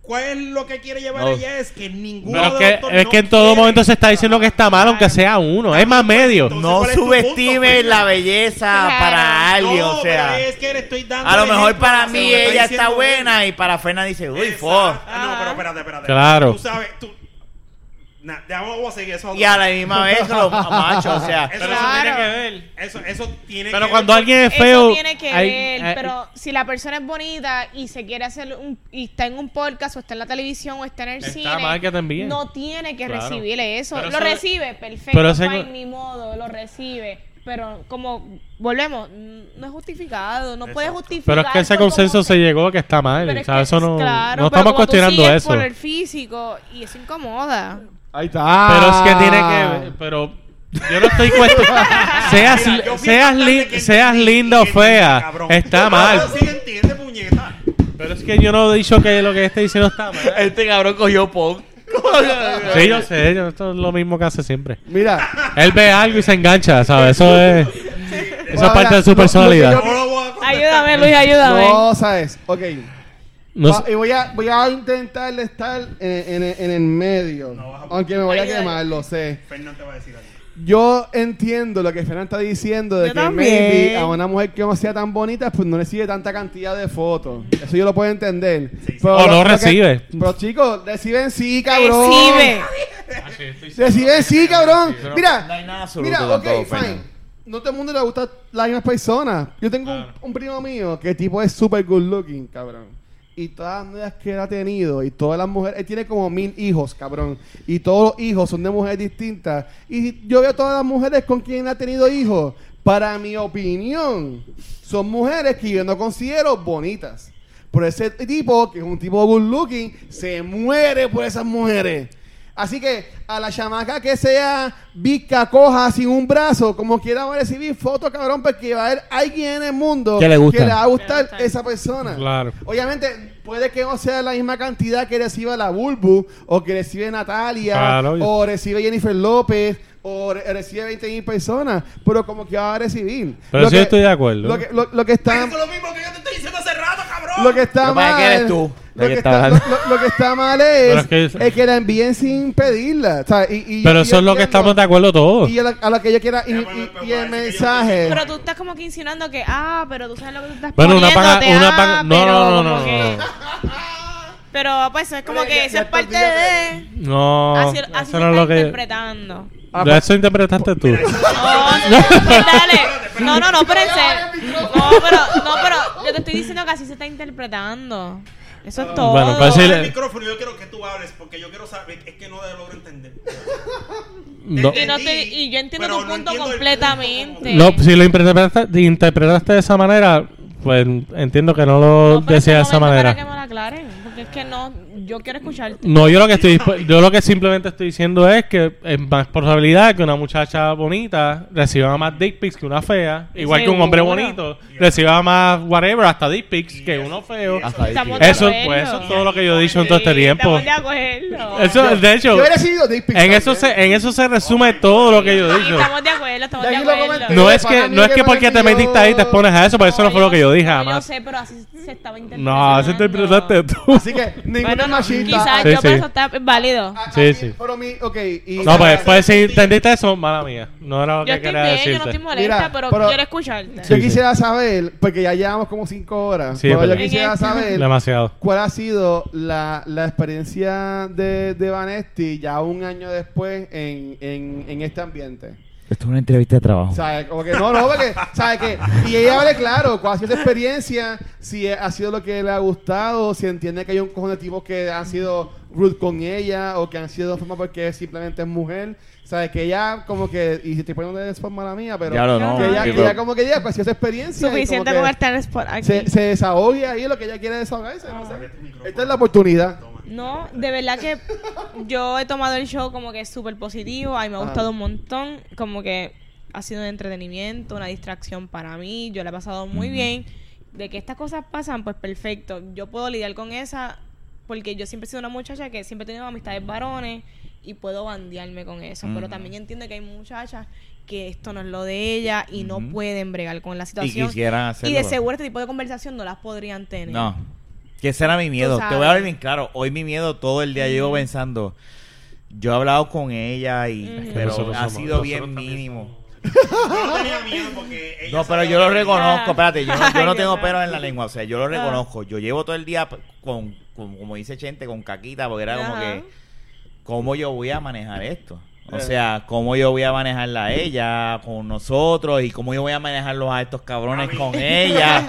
S3: ¿Cuál es lo que quiere llevar
S4: No.
S3: ella? Es que ninguno
S2: Pero es
S3: de los dos
S2: que, es
S3: no
S2: que en todo
S3: quiere.
S2: momento se está diciendo que está mal, aunque sea uno. Es más medio.
S3: Entonces,
S4: No
S3: ¿cuál es tu
S4: subestime
S3: punto?
S4: la belleza
S5: Claro.
S4: para
S3: No,
S4: alguien, o
S3: pero
S4: sea.
S3: es que le estoy dando
S4: A lo
S3: el
S4: mejor
S3: ejemplo,
S4: para
S3: se
S4: mí
S3: lo estoy
S4: ella está
S3: diciendo él.
S4: buena y para Ferna dice, uy, fo.
S3: Exacto. Ah, No, pero espérate, espérate.
S2: Claro.
S3: Tú sabes, tú. Nah, dejamos voy a seguir eso.
S4: Y a la misma vez los machos, o sea.
S3: Eso,
S5: Pero eso Claro. tiene que
S2: ver.
S3: eso, eso tiene que
S2: Pero cuando
S3: ver-
S2: alguien es
S5: Eso
S2: feo.
S5: tiene que
S2: hay- eh,
S5: ver,
S2: hay-
S5: pero si la persona es bonita y se quiere hacer un y está en un podcast o está en la televisión o está en el
S2: Está
S5: cine,
S2: mal que te envíen.
S5: no tiene que
S2: Claro.
S5: recibirle eso.
S2: Pero
S5: lo
S2: eso-
S5: recibe, perfecto,
S2: pero eso-
S5: fine, ni modo, lo recibe. Pero como volvemos, no es justificado, no puede justificar.
S2: Pero es que ese
S5: por cómo
S2: consenso
S5: se-
S2: se llegó que está mal.
S5: Pero es
S2: ¿sabes?
S5: que-
S2: eso no,
S5: claro,
S2: no
S5: pero
S2: estamos
S5: como tú
S2: cuestionando
S5: sigues
S2: eso.
S5: por el físico y eso incomoda.
S6: Ahí está.
S2: Pero es que tiene
S5: Ah.
S2: que ver. Pero yo no estoy cuestionando. seas
S3: Mira, yo fui
S2: seas,
S3: bastante
S2: lin-
S3: que
S2: seas
S3: entendí,
S2: linda o
S3: entendí,
S2: fea.
S3: cabrón.
S2: Está mal.
S3: Ahora sí entiende, puñeta.
S2: Pero es que yo no he dicho que lo que esté diciendo está mal.
S4: Este cabrón cogió pon.
S2: Sí, yo sé. yo- esto es lo mismo que hace siempre.
S6: Mira.
S2: Él ve algo y se engancha, ¿sabes? Eso es. Eso es
S6: Ahora,
S2: parte de
S6: lo- lo
S2: su
S6: que
S2: personalidad.
S6: yo-
S3: No lo voy a contestar.
S5: Ayúdame, Luis, ayúdame.
S6: No, sabes. Ok.
S2: No
S6: Va-
S2: sé-
S6: y voy a, voy a intentar estar en, en- en el medio.
S3: No, vas a-
S6: aunque me voy a
S5: Ayúdame.
S6: quemar, lo sé.
S3: Fernan te va a decir algo.
S6: Yo entiendo lo que Fernan está diciendo de
S5: Yo
S6: que
S5: también.
S6: maybe a una mujer que no sea tan bonita, pues no recibe tanta cantidad de fotos. Eso yo lo puedo entender.
S3: Sí, sí.
S6: Pero
S2: O
S6: lo-
S2: no
S6: lo que-
S2: recibe.
S6: pero chicos, reciben sí, cabrón. Eh.
S5: Recibe.
S6: Reciben sí, cabrón. Mira,
S4: No hay nada absoluto
S6: mira, ok,
S4: tampoco,
S6: fine.
S4: Fernan.
S6: No todo el mundo le gusta las mismas personas. Yo tengo un- un, primo mío que el tipo es super good looking, cabrón. Y todas las novias que él ha tenido, y todas las mujeres, él tiene como mil hijos, cabrón. Y todos los hijos son de mujeres distintas. Y yo veo a todas las mujeres con quien ha tenido hijos. Para mi opinión, son mujeres que yo no considero bonitas. Pero ese tipo, que es un tipo good looking, se muere por esas mujeres. Así que a la chamaca que sea bizca, coja, sin un brazo, como quiera, va a recibir fotos, cabrón, porque va a haber alguien en el mundo
S4: Que le gusta.
S6: va a gustar
S5: gustan.
S6: esa persona.
S2: Claro.
S6: Obviamente, puede que no sea la misma cantidad que reciba la Bulbu, o que recibe Natalia,
S2: Claro.
S6: o recibe Jennifer López, o re- recibe 20 mil personas, pero como que va a recibir.
S2: Pero sí estoy de acuerdo.
S6: Lo que, lo- lo que está
S3: Eso es lo mismo que yo te estoy diciendo hace rato, cabrón.
S6: lo que está
S4: Lo que pasa
S6: mal
S4: es que eres tú
S6: lo
S4: la
S6: que
S4: que
S6: está,
S4: está
S6: lo,
S4: hablando.
S6: lo- lo que está mal
S2: Pero
S6: es,
S2: es que-
S6: es que la envíen sin pedirla o sea, y- y-
S2: Pero
S6: y
S2: eso es lo que
S6: entiendo-
S2: estamos de acuerdo todos.
S6: y a lo, a lo que yo quiera y,
S3: Ya,
S6: y-
S3: pero- pero
S6: y el
S3: parece que yo
S6: mensaje
S5: Pero tú estás como que insinuando que, ah, pero tú sabes lo que tú estás
S2: Bueno, una
S5: poniendo,
S2: paga-
S5: te
S2: una
S5: ah,
S2: paga- no,
S5: pero
S2: no, no,
S5: como
S2: no,
S5: que-
S2: no.
S5: Pero pues es como
S6: Pero ya-
S5: que
S6: ya
S5: eso es
S6: tú
S5: parte
S6: olvídate.
S5: de...
S2: No,
S5: así así
S2: eso
S5: se
S2: no es
S5: ah, está
S2: lo que.
S5: interpretando.
S6: Ah,
S2: De eso interpretaste tú.
S5: No, pues dale. No, no, no, pero en serio. No, pero, no, pero yo te estoy diciendo que así se está interpretando. Eso es todo.
S2: Bueno, pues sí,
S3: Dame
S2: le-
S3: el micrófono, yo quiero que tú hables porque yo quiero saber. Es que no lo logro entender.
S2: No,
S5: Y, no te- y yo entiendo
S3: Pero
S5: tu
S3: no
S5: punto
S3: entiendo el
S5: completamente.
S3: punto.
S2: No, si lo interpretaste, interpretaste de esa manera, pues entiendo que no lo
S5: No, pero
S2: decía de
S5: es que
S2: esa
S5: no me-
S2: manera.
S5: Para que me lo aclaren, porque es que no, yo quiero escucharte.
S2: No, yo lo que estoy dispu- yo lo que simplemente estoy diciendo es que es más probabilidad que una muchacha bonita reciba más dick pics que una fea, igual que un hombre
S5: Seguro.
S2: bonito reciba más whatever hasta dick pics que uno feo.
S4: Hasta ahí.
S5: Estamos de
S2: Eso
S5: acuerdo.
S2: pues eso es todo lo que yo he dicho en todo este
S5: Sí,
S2: tiempo.
S5: Estamos de acuerdo.
S2: Eso de hecho
S6: yo he recibido dick pics
S2: en eso
S6: también.
S2: se en eso se resume todo lo que yo he
S5: Sí,
S2: dicho.
S5: Estamos de acuerdo, estamos
S6: Ya
S5: de
S6: yo lo
S5: acuerdo.
S6: comenté.
S2: No es
S6: Para
S2: que
S6: mí
S2: no es
S6: que
S2: que
S6: me
S2: porque te
S6: vendió-
S2: metiste ahí te expones a eso, porque eso no fue lo que yo dije
S5: no,
S2: jamás.
S5: Yo sé, pero así se estaba interpretando.
S2: No, eso interpretaste tú.
S6: así que ningún
S5: Bueno, no,
S6: machista
S5: quizás
S2: Sí,
S5: yo, pero
S2: sí.
S5: eso está válido.
S6: Ah, ah,
S2: Sí,
S6: ah,
S2: sí.
S6: pero mi ok y
S2: No, pues, pues si entendiste eso, mala mía. No era lo
S5: Yo
S2: que
S5: estoy
S2: quería
S5: bien, yo no
S2: decirte.
S5: estoy molesta,
S6: Mira,
S5: pero,
S6: pero-
S5: quiero escucharte.
S6: yo
S2: Sí, sí.
S6: quisiera saber porque ya llevamos como cinco horas
S2: Sí, pues. es
S6: pero yo
S2: verdad.
S6: quisiera
S5: En esta.
S6: saber
S2: Demasiado.
S6: ¿Cuál ha sido la, la experiencia de, de Vanesti ya un año después en, en, en este ambiente?
S4: Esto es una entrevista de trabajo.
S6: ¿Sabes? Como que no, no, porque, ¿sabes qué? Y ella hable claro, cuál ha sido esa experiencia, si ha sido lo que le ha gustado, si entiende que hay un cojón de tipos que han sido rude con ella o que han sido forma porque simplemente es mujer. ¿Sabes? Que ella, como que, y si estoy poniendo de forma la mía, pero.
S4: Ya lo no.
S6: que ella,
S4: sí,
S6: que
S4: pero-
S6: ella como que ella, pues, ha sido esa experiencia. y como
S5: Suficiente
S6: que
S5: con estar en spot aquí.
S6: se, se desahogue ahí lo que ella quiere desahogarse. no sé.
S3: tu micrófono.
S6: Esta es la oportunidad.
S5: No, de verdad que yo he tomado el show como que súper positivo. A mí me ha
S6: Ajá.
S5: gustado un montón. Como que ha sido un entretenimiento, una distracción para mí. Yo la he pasado muy bien. De que estas cosas pasan, pues perfecto. Yo puedo lidiar con esa porque yo siempre he sido una muchacha que siempre he tenido amistades varones y puedo bandearme con eso. Pero también entiendo que hay muchachas que esto no es lo de ella y no pueden bregar con la situación.
S4: quisieran
S5: Y de
S4: hacerlo.
S5: seguro este tipo de conversación no las podrían tener.
S4: No. Que ese era mi miedo. Te voy
S5: sabes.
S4: a hablar bien claro. Hoy mi miedo todo el día llevo pensando. Yo he hablado con ella y
S5: Es que
S4: pero
S2: nosotros
S4: ha
S2: somos-
S4: sido
S2: nosotros
S4: bien
S2: también
S4: mínimo.
S3: Yo no tenía miedo porque ella
S4: No, pero
S3: sabía
S4: yo lo
S3: que-
S4: reconozco, espérate, yo, no- yo no
S5: Ay,
S4: tengo
S5: Dios
S4: pelos
S5: mío.
S4: en la lengua, o sea,
S3: Ah.
S4: yo lo reconozco. Yo llevo todo el día con, con- como dice Chente, con caquita, porque era como
S5: Ajá.
S4: que, ¿cómo yo voy a manejar esto? O sea, ¿cómo yo voy a manejarla a ella con nosotros y cómo yo voy a manejarlos a estos cabrones
S3: A mí.
S4: con ella?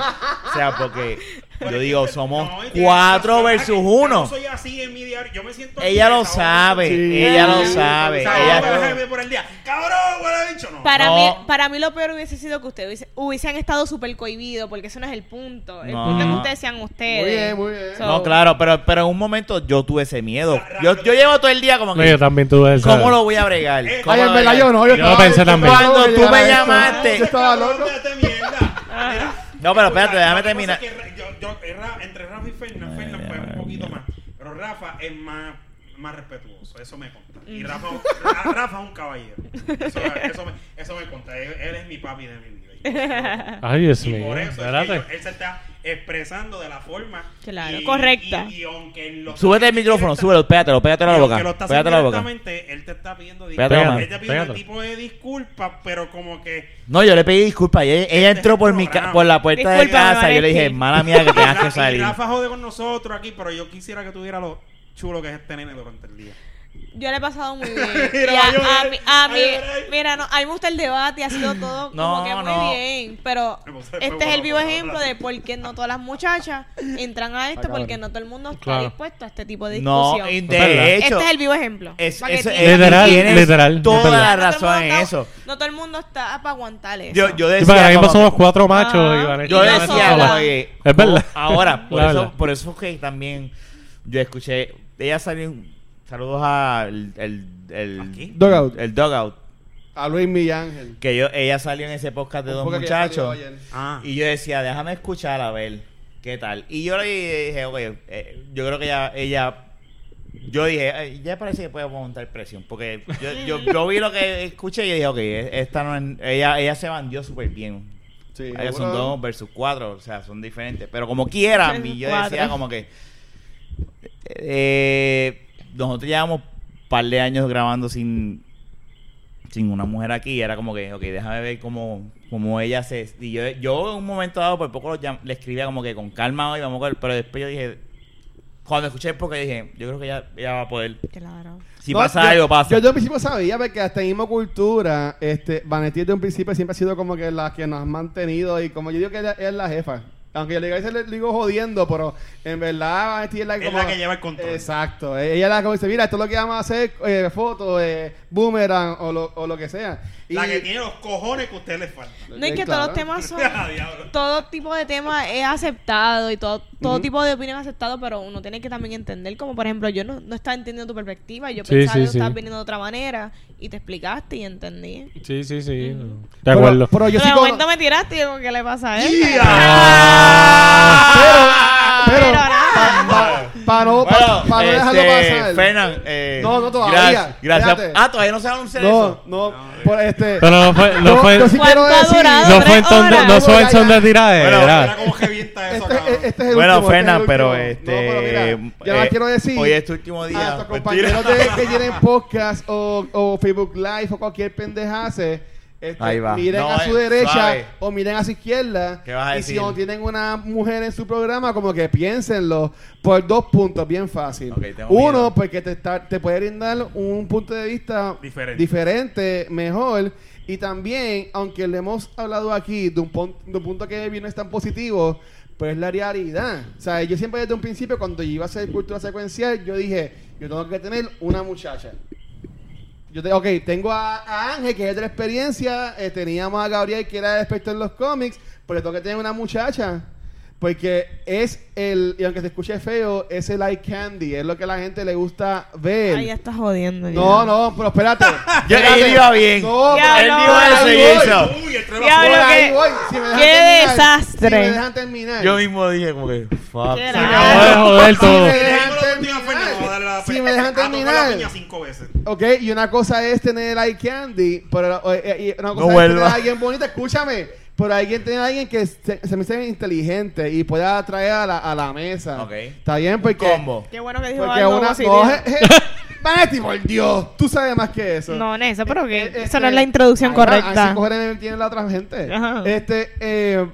S4: O sea, porque yo digo, somos
S3: No, y tiene
S4: cuatro
S3: razón,
S4: versus
S3: yo no
S4: uno.
S3: soy así en mi diario, yo me siento
S4: Ella lo
S3: desahogo.
S4: sabe,
S6: Sí.
S4: ella lo
S6: Sí.
S4: sabe.
S3: O sea,
S4: ella-
S3: no me dejes ver por el día. Cabrón, huele bicho, no.
S5: Para,
S4: No.
S5: mí, para mí lo peor hubiese sido que ustedes hubiese- hubiesen estado súper cohibidos, porque eso no es el punto. El
S4: No.
S5: punto es que ustedes sean ustedes.
S6: Muy bien, muy bien.
S5: So-
S4: No, claro, pero, pero en un momento yo tuve ese miedo. Yo, yo llevo todo el día como
S2: No, yo
S4: que...
S2: también tuve esa.
S4: ¿Cómo lo voy a bregar?
S3: Eh, Ay,
S4: ¿Cómo
S6: Ay,
S4: lo
S6: en
S4: voy a
S6: verdad, yo
S4: bregar?
S6: no. Yo,
S2: Yo
S6: estaba-
S2: pensé también.
S6: acabo de
S4: Cuando tú
S6: llegar
S4: me
S6: a esto.
S4: llamaste-
S6: Yo estaba loco.
S3: Cállate, mierda. Mira,
S4: No, pero espérate,
S3: escucha,
S4: déjame
S3: lo que
S4: terminar.
S3: pasa es que Ra- yo- yo- eh, Ra- entre Rafa y Fernan, Fernan fue un poquito más. Pero Rafa es más, más respetuoso, eso me conta. Y Rafa, Ra- Rafa es un caballero. Eso, eso, me, eso me conta. Él, él es mi papi de mi vida.
S2: Ay,
S4: Pues
S2: Dios
S3: Y
S2: mío.
S3: por eso es que
S2: Espérate.
S3: yo- él se está expresando de la forma
S5: Claro,
S3: y-
S5: correcta.
S3: y- y aunque él lo-
S4: Súbete el micrófono, súbelo, pégatelo, pégatelo a la
S3: y aunque
S4: boca.
S3: lo está
S4: Pégatelo a la
S3: haciendo
S4: boca.
S3: directamente, él te está pidiendo
S4: Pégatelo,
S3: disculpas.
S4: man.
S3: Él te pide un
S2: Pégatelo.
S3: tipo de disculpas, pero como que.
S4: No, yo le pedí disculpas. Ella, ella
S3: Este
S4: entró por, mi
S3: programa.
S4: ca- por la puerta de
S5: Discúlpame,
S4: casa y yo le dije,
S5: Valentín.
S4: hermana mía, que tengas
S3: Y
S4: que salir.
S3: Rafa jode con nosotros aquí, pero yo quisiera que tuviera lo chulo que es este nene durante el día.
S5: Yo le he pasado muy bien.
S3: Mira,
S5: Y a,
S3: va a llorar,
S5: a mí, a
S3: va a
S5: mí-
S3: llorar.
S5: mira, no, a mí me gusta el debate, ha sido todo
S4: No,
S5: como que muy
S4: no.
S5: bien. Pero
S3: Me puse- me
S5: este es
S3: puse-
S5: el vivo
S3: me puse-
S5: ejemplo de por qué no todas las muchachas entran a esto,
S6: Ah,
S5: porque
S6: cabrón.
S5: no todo el mundo está
S2: Claro.
S5: dispuesto a este tipo de
S4: No,
S5: discusión.
S4: y
S2: ¿Verdad?
S4: de hecho,
S5: este es el vivo ejemplo.
S4: es,
S5: Pa' que
S4: eso-
S5: entiendan.
S2: Literal,
S4: tienes
S2: literal,
S4: toda
S2: es
S4: la
S2: verdad.
S5: No todo el mundo
S4: razón en
S5: está-
S4: eso.
S5: No todo el mundo está para aguantar eso.
S4: Yo, yo
S2: Sí,
S4: decía,
S2: porque ahora mismo
S4: como-
S2: somos cuatro machos
S5: Ajá.
S2: y Valentina
S4: yo
S5: una
S2: está
S4: decía,
S5: sola.
S2: sola.
S4: oye,
S2: Es verdad.
S4: ahora, por
S2: La
S4: eso,
S2: verdad.
S4: por eso que también yo escuché, ella salió, en- saludos a el, el, el,
S6: Dugout.
S4: el Dugout,
S6: A Luis Millángel.
S4: que yo, ella salió en ese podcast de dos
S6: Porque
S4: muchachos.
S6: salió ayer.
S3: Ah.
S4: Y yo decía, déjame escuchar a ver qué tal. Y yo le dije, oye, eh, yo creo que ella, ella yo dije, "Ay, ya parece que puedo montar presión. Porque yo, yo, yo vi lo que escuché y yo dije, ok, e- esta no es- ella, ella se bandió súper bien.
S6: Sí,
S4: Ellas son
S6: seguro.
S4: dos versus cuatro, o sea, son diferentes. Pero como quiera,
S5: Versus
S4: y yo decía
S5: cuatro.
S4: como que eh, nosotros llevamos par de años grabando sin sin una mujer aquí y era como que ok déjame ver cómo, cómo ella se y yo, yo en un momento dado por poco lo llam- le escribía como que con calma hoy vamos a ver", pero después yo dije cuando escuché porque dije yo creo que ella, ella va a poder
S5: Claro.
S4: si
S6: No,
S4: pasa
S6: yo-
S4: algo pasa
S6: Yo desde un principio sabía, porque hasta en mismo cultura, este, Vanetti desde un principio siempre ha sido como que la que nos ha mantenido y como yo digo que ella es la jefa. Aunque yo le diga, se le le digo jodiendo, pero en verdad Vanetti es la
S3: Es
S6: como-
S3: la que lleva el control.
S6: Exacto. Eh, Ella es la que dice, mira, esto es lo que vamos a hacer, eh, fotos, eh, boomerang o lo, o lo que sea. Y-
S3: La que tiene los cojones que a usted le falta.
S5: No, y que
S6: Claro.
S5: todos los temas son.
S3: Ah, diablo.
S5: todo tipo de tema es aceptado y todo, todo tipo de opinión es aceptado, pero uno tiene que también entender, como por ejemplo, yo no, no estaba entendiendo tu perspectiva, yo
S2: Sí,
S5: pensaba
S2: sí,
S5: que tú
S2: sí.
S5: estabas viniendo de otra manera y te explicaste y entendí.
S2: Sí, sí, sí. De
S6: Pero-
S2: acuerdo.
S6: Pero, yo
S5: Pero
S6: sí
S5: de
S6: cono-
S5: momento me tiraste y yo, ¿qué le pasa a él?
S4: Ah.
S6: pero,
S5: Pero nada.
S6: para no, pa-
S4: Bueno,
S6: pa no dejarlo
S4: este,
S6: pasar.
S4: Fernan, eh,
S6: No, no todavía.
S4: gracias- Gracias.
S6: Espérate.
S4: Ah, todavía no se anuncia
S6: No,
S4: eso.
S6: no, por este.
S2: Pero no fue, no
S6: yo-
S2: fue,
S6: yo sí
S5: ¿Cuánto
S6: quiero
S5: ha
S6: decir-
S5: durado?
S2: no fue en son de,
S5: Tres
S2: no
S5: horas.
S2: fue en son de
S3: Bueno, era
S2: tiradera.
S3: como que vienta eso,
S6: Este,
S3: cabrón.
S6: e- este es el
S4: bueno,
S6: último, este es
S4: Fernan,
S6: el
S4: pero
S6: último.
S4: este.
S6: No, pero mira, yo
S4: eh,
S6: nada quiero decir.
S4: Hoy es tu último día.
S6: a estos
S4: Mentira.
S6: compañeros de- que tienen podcast o, o Facebook Live o cualquier pendejase. Este,
S4: Ahí va.
S6: Miren
S1: No,
S6: a su
S1: eh,
S6: derecha
S1: suave.
S6: o miren a su izquierda.
S1: ¿Qué vas a
S6: y
S1: decir?
S6: si no tienen una mujer en su programa, como que piénsenlo por dos puntos, bien fácil.
S1: Ok, tengo
S6: Uno,
S1: miedo.
S6: porque te, está- te puede brindar un punto de vista
S3: Diferente.
S6: diferente, mejor. Y también, aunque le hemos hablado aquí de un, pon- de un punto que no es tan positivo, pues es la realidad. O sea, yo siempre desde un principio, cuando yo iba a hacer cultura secuencial, yo dije, yo tengo que tener una muchacha. Yo te, ok, tengo a, a Ángel, que es de la experiencia. eh, teníamos a Gabriel, que era experto en los cómics. Pero tengo que tener una muchacha. Porque es el, y aunque se escuche feo, es el eye candy. Es lo que a la gente le gusta ver.
S5: Ay, ya estás jodiendo. ya.
S6: no, no, pero espérate.
S4: Yo
S6: espérate.
S4: él iba bien.
S6: No,
S5: Ya,
S6: pero-
S4: Él
S5: no,
S4: dijo
S5: ahí
S4: eso y
S6: voy.
S4: hizo.
S3: Uy, el tren
S5: Ya
S6: Por
S5: lo
S3: va
S5: que-
S6: ahí voy, si me dejan
S5: qué
S6: terminar,
S5: desastre.
S6: Si me dejan terminar.
S1: Yo mismo dije como que, fuck.
S5: Qué
S1: se
S5: raro.
S1: acabó.
S2: Acabo de joder
S6: Si
S2: todo.
S6: me dejan
S3: Tengo la última
S6: terminar.
S3: Fernan, vamos a darle la
S6: Este, Si
S3: Fer-
S6: me dejan
S3: a tocar la
S6: terminar.
S3: piña cinco veces.
S6: Ok, y una cosa es tener eye candy, pero eh, eh, y una cosa es
S1: vuelva.
S6: tener a alguien bonito, escúchame, pero hay que tener a alguien que se, se me sea inteligente y pueda atraer a la, a la mesa.
S1: Ok.
S6: Está bien, porque.
S4: Combo.
S5: Qué bueno que dijo
S6: Porque
S5: algo
S6: una.
S5: positivo.
S6: No, je- je- Vati, por Dios, tú sabes más que eso.
S5: No, Nessa, pero que
S6: Eh,
S5: esa
S6: este,
S5: no es la introducción
S6: ahí va,
S5: correcta.
S6: Así cojones tiene la otra gente.
S5: Ajá.
S6: Este, eh.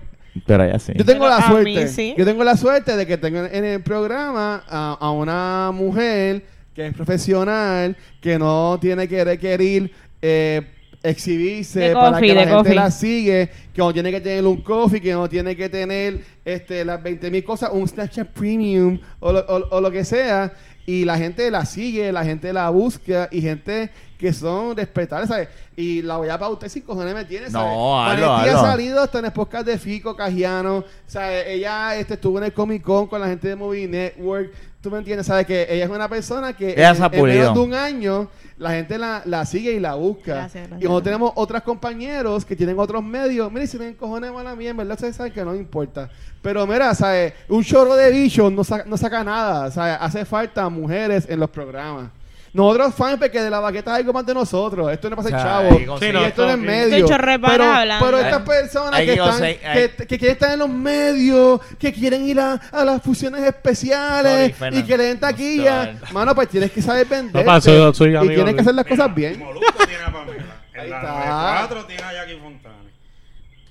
S1: Pero ya sí.
S6: Yo tengo
S5: Pero
S6: la
S5: a
S6: suerte.
S5: mí sí.
S6: Yo tengo la suerte de que tengo en- en el programa a, a una mujer que es profesional, que no tiene que requerir eh, exhibirse
S5: De
S6: para
S5: coffee,
S6: que la
S5: de
S6: gente
S5: coffee.
S6: la sigue, que no tiene que tener un coffee, que no tiene que tener este las 20 mil cosas, un Snapchat Premium o lo, o- o lo que sea. Y la gente la sigue, la gente la busca y gente que son respetables, ¿sabes? Y la voy a pautar sin cojones me tiene, ¿sabes?
S4: No, hazlo,
S6: Valentina
S4: hazlo.
S6: Salido salido hasta en el podcast de Fico Cajiano. O sea, ella este, estuvo en el Comic Con con la gente de Movie Network. Tú me entiendes, sabes que ella es una persona que
S4: Ella
S6: en-
S4: se ha
S6: en, menos
S4: pulido.
S6: de un año la gente la, la sigue y la busca.
S5: Gracias, gracias.
S6: Y como tenemos otros compañeros que tienen otros medios, mira, y si tienen cojones mala mía, en verdad ustedes saben que no importa. Pero mira, sabes, un chorro de bichos no, sa- no saca nada, sabes, hace falta mujeres en los programas. Nosotros fans porque de la baqueta es algo más de nosotros. Esto no pasa el
S4: Ay,
S6: chavo.
S4: con-
S2: Sí,
S6: Y
S2: no,
S6: esto no es
S2: sí.
S6: medio.
S5: Estoy chorreparada
S6: Pero,
S5: hablando.
S6: pero estas
S4: Hay-
S6: personas
S4: hay
S6: que,
S4: que
S6: están,
S4: conseguir- hay-
S6: que, que quieren estar en los medios, que quieren ir a, a las fusiones
S4: Sorry,
S6: especiales y
S4: Fernan.
S6: que le den taquilla,
S4: Sorry.
S6: mano, pues tienes que saber vender. Pues,
S2: Papá, soy- soy
S6: y
S2: amigo
S6: tienes que
S2: de-
S6: hacer las cosas
S3: Mira,
S6: bien.
S3: Molusco tiene a Pamela.
S6: Ahí
S3: En la
S6: está.
S3: 94 tiene a Jackie Fontane.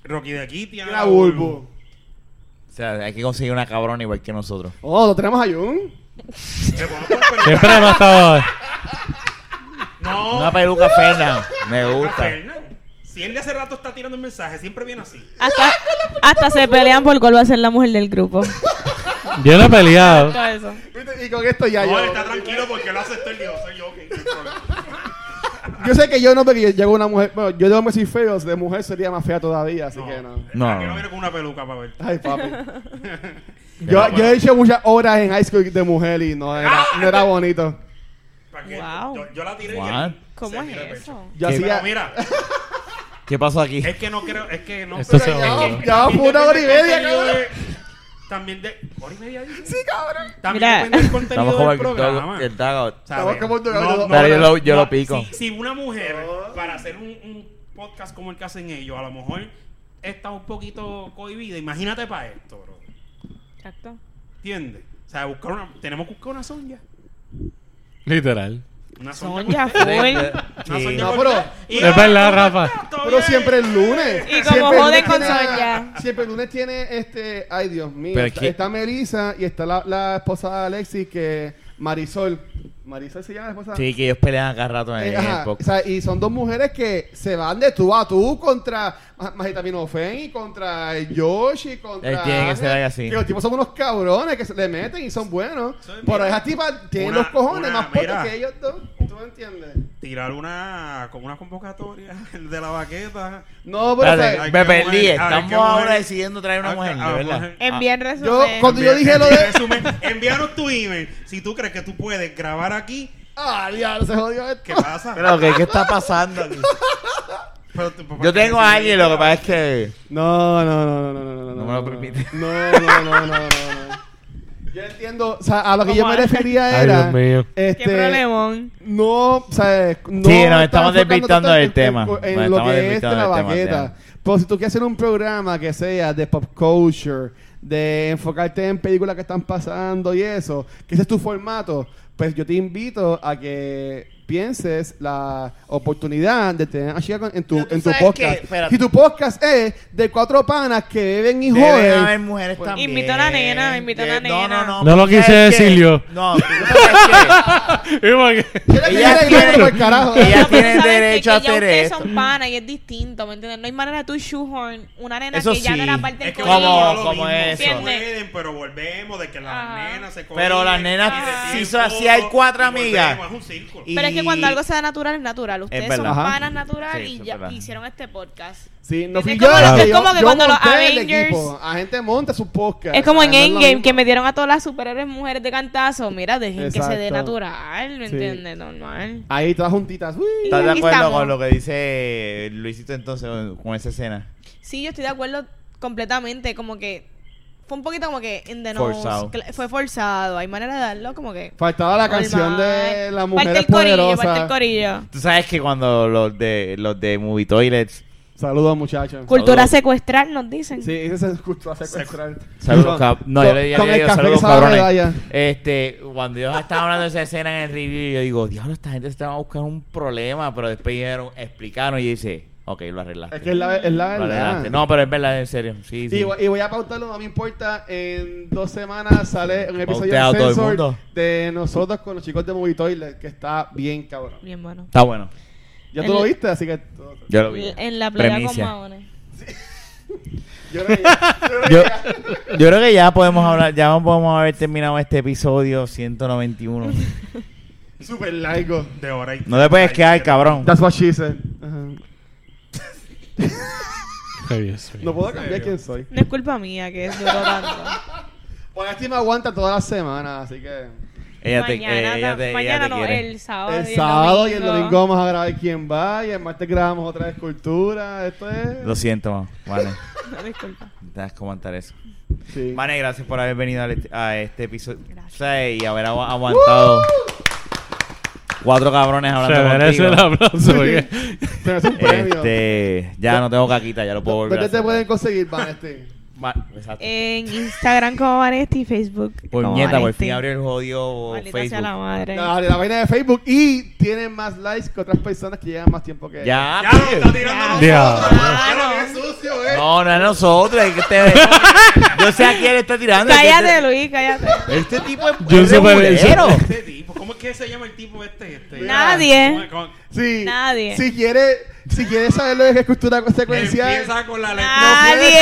S3: Rocky de aquí tiene
S6: Mira, Bulbo.
S4: O sea, hay que conseguir una cabrona igual que nosotros.
S6: Oh, ¿lo tenemos a Jun?
S3: Se pone por peluca.
S2: Siempre me estaba.
S3: No,
S4: Una peluca Fernan. Me
S3: a
S4: gusta.
S3: Fernan. Si él de hace rato está tirando un mensaje, siempre viene así.
S5: Hasta, hasta se pelean por cuál va a ser la mujer del grupo.
S2: Yo no he peleado.
S5: Todo eso.
S6: Viste, Y con esto ya
S3: no,
S6: yo.
S3: él está tranquilo porque lo aceptó el dios. Soy yo, ok. no hay problema.
S6: Yo sé que yo no, porque yo llego una mujer. Bueno, yo de hombre soy feo, de mujer sería más fea todavía, así que no.
S4: No.
S3: Aquí no viene con una peluca para ver.
S6: Ay, papi. yo, yo he hecho muchas horas en high school de mujer y no era, no era bonito.
S3: Para que-
S5: Wow.
S3: yo, yo la tiré
S4: What?
S3: y él
S5: ¿Cómo
S3: se tiró de
S5: es
S3: pecho.
S5: eso?
S6: Yo
S4: ¿Qué?
S6: hacía.
S3: Pero mira,
S4: ¿Qué pasó aquí?
S6: Este
S3: es que no creo, es que no.
S2: Esto
S3: pero
S2: se
S3: es
S2: va.
S3: que
S6: Ya vamos por una hora y
S3: depende
S6: media,
S3: del contenido
S6: cabrón.
S3: de- También de. ¿Hora y media? dice?
S6: Sí, cabrón.
S3: También
S5: Mira.
S3: depende del contenido
S4: Estamos como
S3: del
S4: el,
S3: programa.
S4: el Dagout.
S6: Estamos como Oh. el Dagout.
S4: Pero yo lo- yo lo pico.
S3: Si, si una mujer, para hacer un, un podcast como el que hacen ellos, a lo mejor está un poquito cohibida. Imagínate para esto, bro.
S5: Exacto.
S3: ¿Entiendes? O sea, buscar una, tenemos que buscar una sonja.
S2: Literal.
S3: Una sonja.
S5: Son ya full.
S3: Una sonja
S6: No,
S3: corta.
S6: pero-
S3: Y-
S2: Es verdad, Rafa.
S6: Pero siempre el lunes.
S5: Y como
S6: Siempre el
S5: joden
S6: lunes
S5: con
S6: tiene-
S5: Sonia.
S6: Siempre el lunes tiene este. Ay, Dios mío.
S4: Pero
S6: está,
S4: que-
S6: está Melissa y está la, la esposa de Alexis, que. Marisol. ¿Marisol se llama la esposa?
S4: Sí, que ellos pelean acá rato en
S6: Eh,
S4: el
S6: ajá, o
S4: podcast.
S6: sea, y son dos mujeres que se van de tú a tú contra Ma- Majitaminofen y contra Josh y contra.
S4: Eh, tiene que ser
S6: Ángel,
S4: algo así.
S6: Que los tipos son unos cabrones que se le meten y son buenos.
S3: Eso es
S6: Pero
S3: mira,
S6: esas tipas tienen
S3: una-
S6: los cojones
S3: una-
S6: más puestos
S3: mira.
S6: que ellos dos. ¿Tú me entiendes?
S3: Tirar una, con una convocatoria de la baqueta.
S6: No, pero.
S4: Espérate,
S6: o sea,
S4: me
S3: Ay, qué mujer,
S4: perdí.
S3: ay,
S4: Estamos
S3: qué mujer.
S4: ahora decidiendo traer una
S3: Ah,
S4: mujer, de
S3: ah,
S4: verdad.
S3: mujer.
S5: En bien
S6: yo,
S5: resumen.
S6: cuando yo dije lo
S3: En
S6: de.
S3: resumen, envíanos tu email. Si tú crees que tú puedes grabar aquí,
S6: ¡Ah, diablo! Se jodió esto.
S3: ¿qué pasa?
S4: Pero, ¿qué, ¿qué está pasando aquí?
S3: Pero tú- ¿para
S4: Yo
S3: qué
S4: tengo
S3: decir?
S4: a alguien, lo que pasa es que.
S6: No, no, no, no, no, no, no.
S4: No me lo permite.
S6: No, no, no, no, no, no. Yo entiendo, o sea, a lo que yo me refería
S2: Ay,
S6: era.
S2: Dios mío.
S6: Este,
S5: Qué problemón.
S6: No, o sea, no.
S4: Sí, nos
S6: está
S4: estamos
S6: enfocando
S4: desvirtuando
S6: tanto
S4: del
S6: en-
S4: tema.
S6: En,
S4: Nos
S6: lo
S4: estamos
S6: que es
S4: desvirtuando
S6: la
S4: del tema,
S6: baqueta.
S4: tema.
S6: Pero si tú quieres hacer un programa que sea de pop culture, de enfocarte en películas que están pasando y eso, que ese es tu formato, pues yo te invito a que pienses la oportunidad de tener a Chica con- en tu,
S4: Pero tú
S6: en tu
S4: sabes que-
S6: podcast.
S4: espérate.
S6: y tu podcast es de cuatro panas que beben y
S4: Deben
S6: joden.
S4: haber mujeres también.
S5: Invita Pues, a la nena, invita a la
S4: Eh, No,
S5: nena.
S4: no, no.
S2: No lo
S4: porque
S2: quise
S4: es que-
S2: decir yo.
S4: No, tú sabes
S6: Yo le
S4: que
S6: quité
S4: ellas
S6: el nombre
S4: tienen-
S6: por el carajo.
S4: ellas
S5: Pero
S4: tienen
S5: ¿sabes qué?
S4: derecho
S5: Que
S4: a
S5: ya
S4: hacer
S5: ustedes
S4: esto.
S5: son pana y es distinto, ¿me entiendes? No hay manera de tú shoehorn una nena
S4: Eso
S5: que ya no
S4: sí.
S5: era parte del
S3: Es que
S4: ¿Cómo-
S5: corillo.
S3: volvemos a lo
S4: cómo
S3: mismo.
S4: es
S5: eso?
S3: Pueden, pero volvemos de que las
S5: Ajá.
S3: nenas se
S4: Pero las nenas
S5: sí
S4: hizo así, hay cuatro amigas.
S3: Es un círculo.
S4: Y-
S5: Pero es que cuando algo sea natural, es natural. Ustedes son
S4: verdad.
S6: Ajá.
S5: panas natural
S4: Sí, eso
S5: y
S4: es
S5: ya
S4: verdad.
S5: hicieron este podcast.
S6: Sí, no fui
S5: Es
S6: yo,
S5: como-
S6: la
S5: es
S6: yo-
S5: como que
S6: yo
S5: cuando los
S6: monté el
S5: Avengers-
S6: equipo. La gente monta su podcast.
S5: Es como en
S6: Ah, no es lo
S5: Endgame,
S6: mismo.
S5: que metieron a todas las superhéroes mujeres de cantazo. Mira, dejen que se dé
S6: Exacto.
S5: natural, ¿me
S6: Sí.
S5: entiendes? Normal.
S6: Ahí todas juntitas. Uy.
S4: ¿Estás de
S5: Aquí
S4: acuerdo
S5: estamos.
S4: con lo que dice Luisito entonces con esa escena?
S5: Sí, yo estoy de acuerdo completamente. Como que fue un poquito como que in the nose.
S4: Forzado.
S5: Cla- Fue forzado. Hay manera de darlo como que.
S6: Faltaba la canción de
S5: normal.
S6: la mujer
S5: Parte
S6: es
S5: el corillo, parte
S6: poderosa.
S5: el corillo.
S4: Tú sabes que cuando los de los de Movie Toilets,
S6: Saludos, muchachos.
S5: Cultura secuestral, nos dicen.
S6: Sí, ese se escuchó a secuestrar.
S4: saludos
S6: Con-
S4: cab- no, yo le- yo
S6: con
S4: le
S6: el
S4: digo,
S6: café que
S4: saludos
S6: sabe a
S4: cabrones.
S6: medalla.
S4: Este, cuando yo estaba hablando de esa escena en el review, yo digo, diablo, esta gente se va a buscar un problema, pero después dijeron, explicaron y dice, ok, lo arreglaste.
S6: Es que es la, es la
S4: Lo
S6: verdad.
S4: arreglaste. No, pero es verdad, en serio. Sí, sí.
S6: Y, voy- y voy a pautarlo, no me importa. En dos semanas sale un episodio
S4: Pautea a
S6: de,
S4: todo el
S6: Censor
S4: mundo.
S6: de nosotros con los chicos de Movie Toilet, que está bien cabrón.
S5: Bien bueno.
S4: Está bueno.
S6: Ya
S5: El-
S6: tú lo viste, así que.
S4: Yo lo vi.
S5: En la playa
S4: Premicia.
S5: con Mahones.
S6: Yo creo que ya- yo creo que
S4: Yo,
S6: ya-
S4: yo creo que ya podemos hablar, ya podemos haber terminado este episodio 191.
S6: Súper largo.
S3: De hora y
S4: No te puedes quedar, cabrón.
S6: That's what she said. Ajá.
S2: Qué bien, sí.
S6: No puedo cambiar quién soy.
S5: No es culpa mía que duró tanto.
S6: Porque me aguanta todas las semanas, así que.
S4: Ella te,
S5: mañana
S4: eh, ella te- ella
S5: mañana
S4: te
S5: no,
S4: quiere.
S5: el sábado.
S6: El sábado Ah, y el domingo vamos a grabar quién va y el martes grabamos otra escultura. Esto es.
S4: Lo siento, ma. Vale.
S5: No, disculpa.
S4: Te das comentar eso.
S6: Sí.
S4: Vane, gracias por haber venido al est- a este episodio
S5: Gracias.
S4: O sea, y haber agu- aguantado cuatro cabrones
S2: Se
S4: hablando
S2: merece el
S4: contigo.
S2: aplauso. porque-
S6: Pero es un premio.
S4: Este, ya no tengo caquita, ya lo puedo volver. a
S6: ¿Dónde te
S4: hacer.
S6: pueden conseguir, Vanesti?
S4: Ma- exacto.
S5: En Instagram como Vanesti y Facebook. como
S4: Puñeta, por
S5: Vanesti.
S4: fin abrió el jodido
S5: Maldita sea la
S4: Facebook.
S5: madre.
S6: La, la vaina de Facebook y tienen más likes que otras personas que llevan más tiempo que
S4: Ya, pues.
S3: Ya lo está tirando
S5: Ya.
S3: nosotros.
S2: Ya.
S3: Ya lo que es sucio, eh.
S4: No, no es nosotros. es que este- yo sé a quién le está tirando. es que
S5: Cállate, Luis, cállate.
S4: Este, este tipo es,
S2: Yo
S4: es
S2: sé para-
S4: regulero.
S3: Este tipo, ¿cómo es que se llama el tipo este? este?
S5: Nadie.
S3: ¿Cómo- cómo-
S6: Sí.
S5: Nadie.
S6: Si quieres si quieres saber lo que es cultura secuencial,
S3: Empieza con la
S5: Nah.
S3: letra.
S5: Pues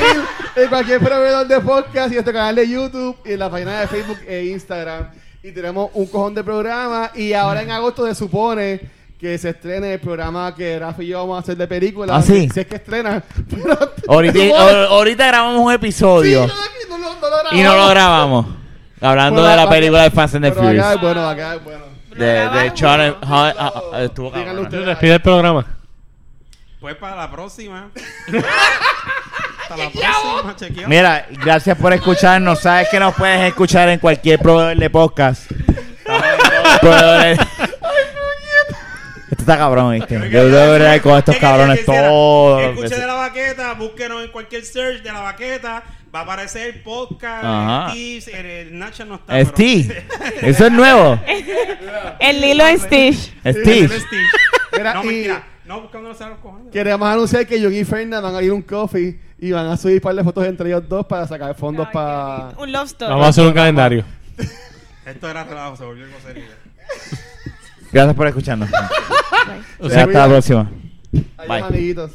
S5: Nadie.
S6: en cualquier proveedor de podcast y en nuestro canal de YouTube y en la página de Facebook e Instagram. Y tenemos un cojón de programa y ahora en agosto se supone que se estrene el programa que Rafa y yo vamos a hacer de película.
S4: ¿Ah, sí?
S6: Si es que estrena. Pero-
S4: Ahorita,
S6: Sí,
S4: ahor- ahorita grabamos un episodio
S6: no, no, no lo grabamos.
S4: y no lo grabamos. Hablando
S6: Pero
S4: de la
S6: va a-
S4: película de Fast and the
S6: Pero va a
S4: Furious.
S6: quedar bueno, va a quedar bueno.
S4: De, de Charlie. ah, ah, ah, estuvo
S6: Díganlo
S4: cabrón.
S6: ustedes.
S2: Despide el programa.
S3: Pues para la próxima. Hasta la próxima, chequeado.
S4: Mira, gracias por escucharnos. Sabes que nos puedes escuchar en cualquier proveedor de podcast. Proveedores. Esto está cabrón, ¿viste? Yo debo ver con estos
S3: ¿Qué quería
S4: cabrones
S3: que hiciera?
S4: todos. los
S3: Escuche de
S4: veces.
S3: la baqueta, búsquenos en cualquier search de la baqueta. Va a aparecer el podcast, eh,
S4: Ajá.
S3: Steve, el, el Nacho no está. pero-
S4: Steve, eso es nuevo.
S5: El Lilo y Stitch.
S4: Steve,
S3: El Steve.
S6: Mira,
S3: No,
S6: y-
S3: mentira. No, buscándonos a los cojones.
S6: Queremos anunciar que John y Ferna van a ir a un coffee y van a subir un par de fotos entre ellos dos para sacar fondos
S5: Ay,
S6: para.
S5: Un love story.
S2: Vamos a hacer un calendario.
S3: Esto era relajo, se volvió algo serio.
S4: gracias por escucharnos.
S5: Bye.
S2: O sea,
S4: hasta la próxima.
S6: Adiós,
S4: Bye.
S6: amiguitos.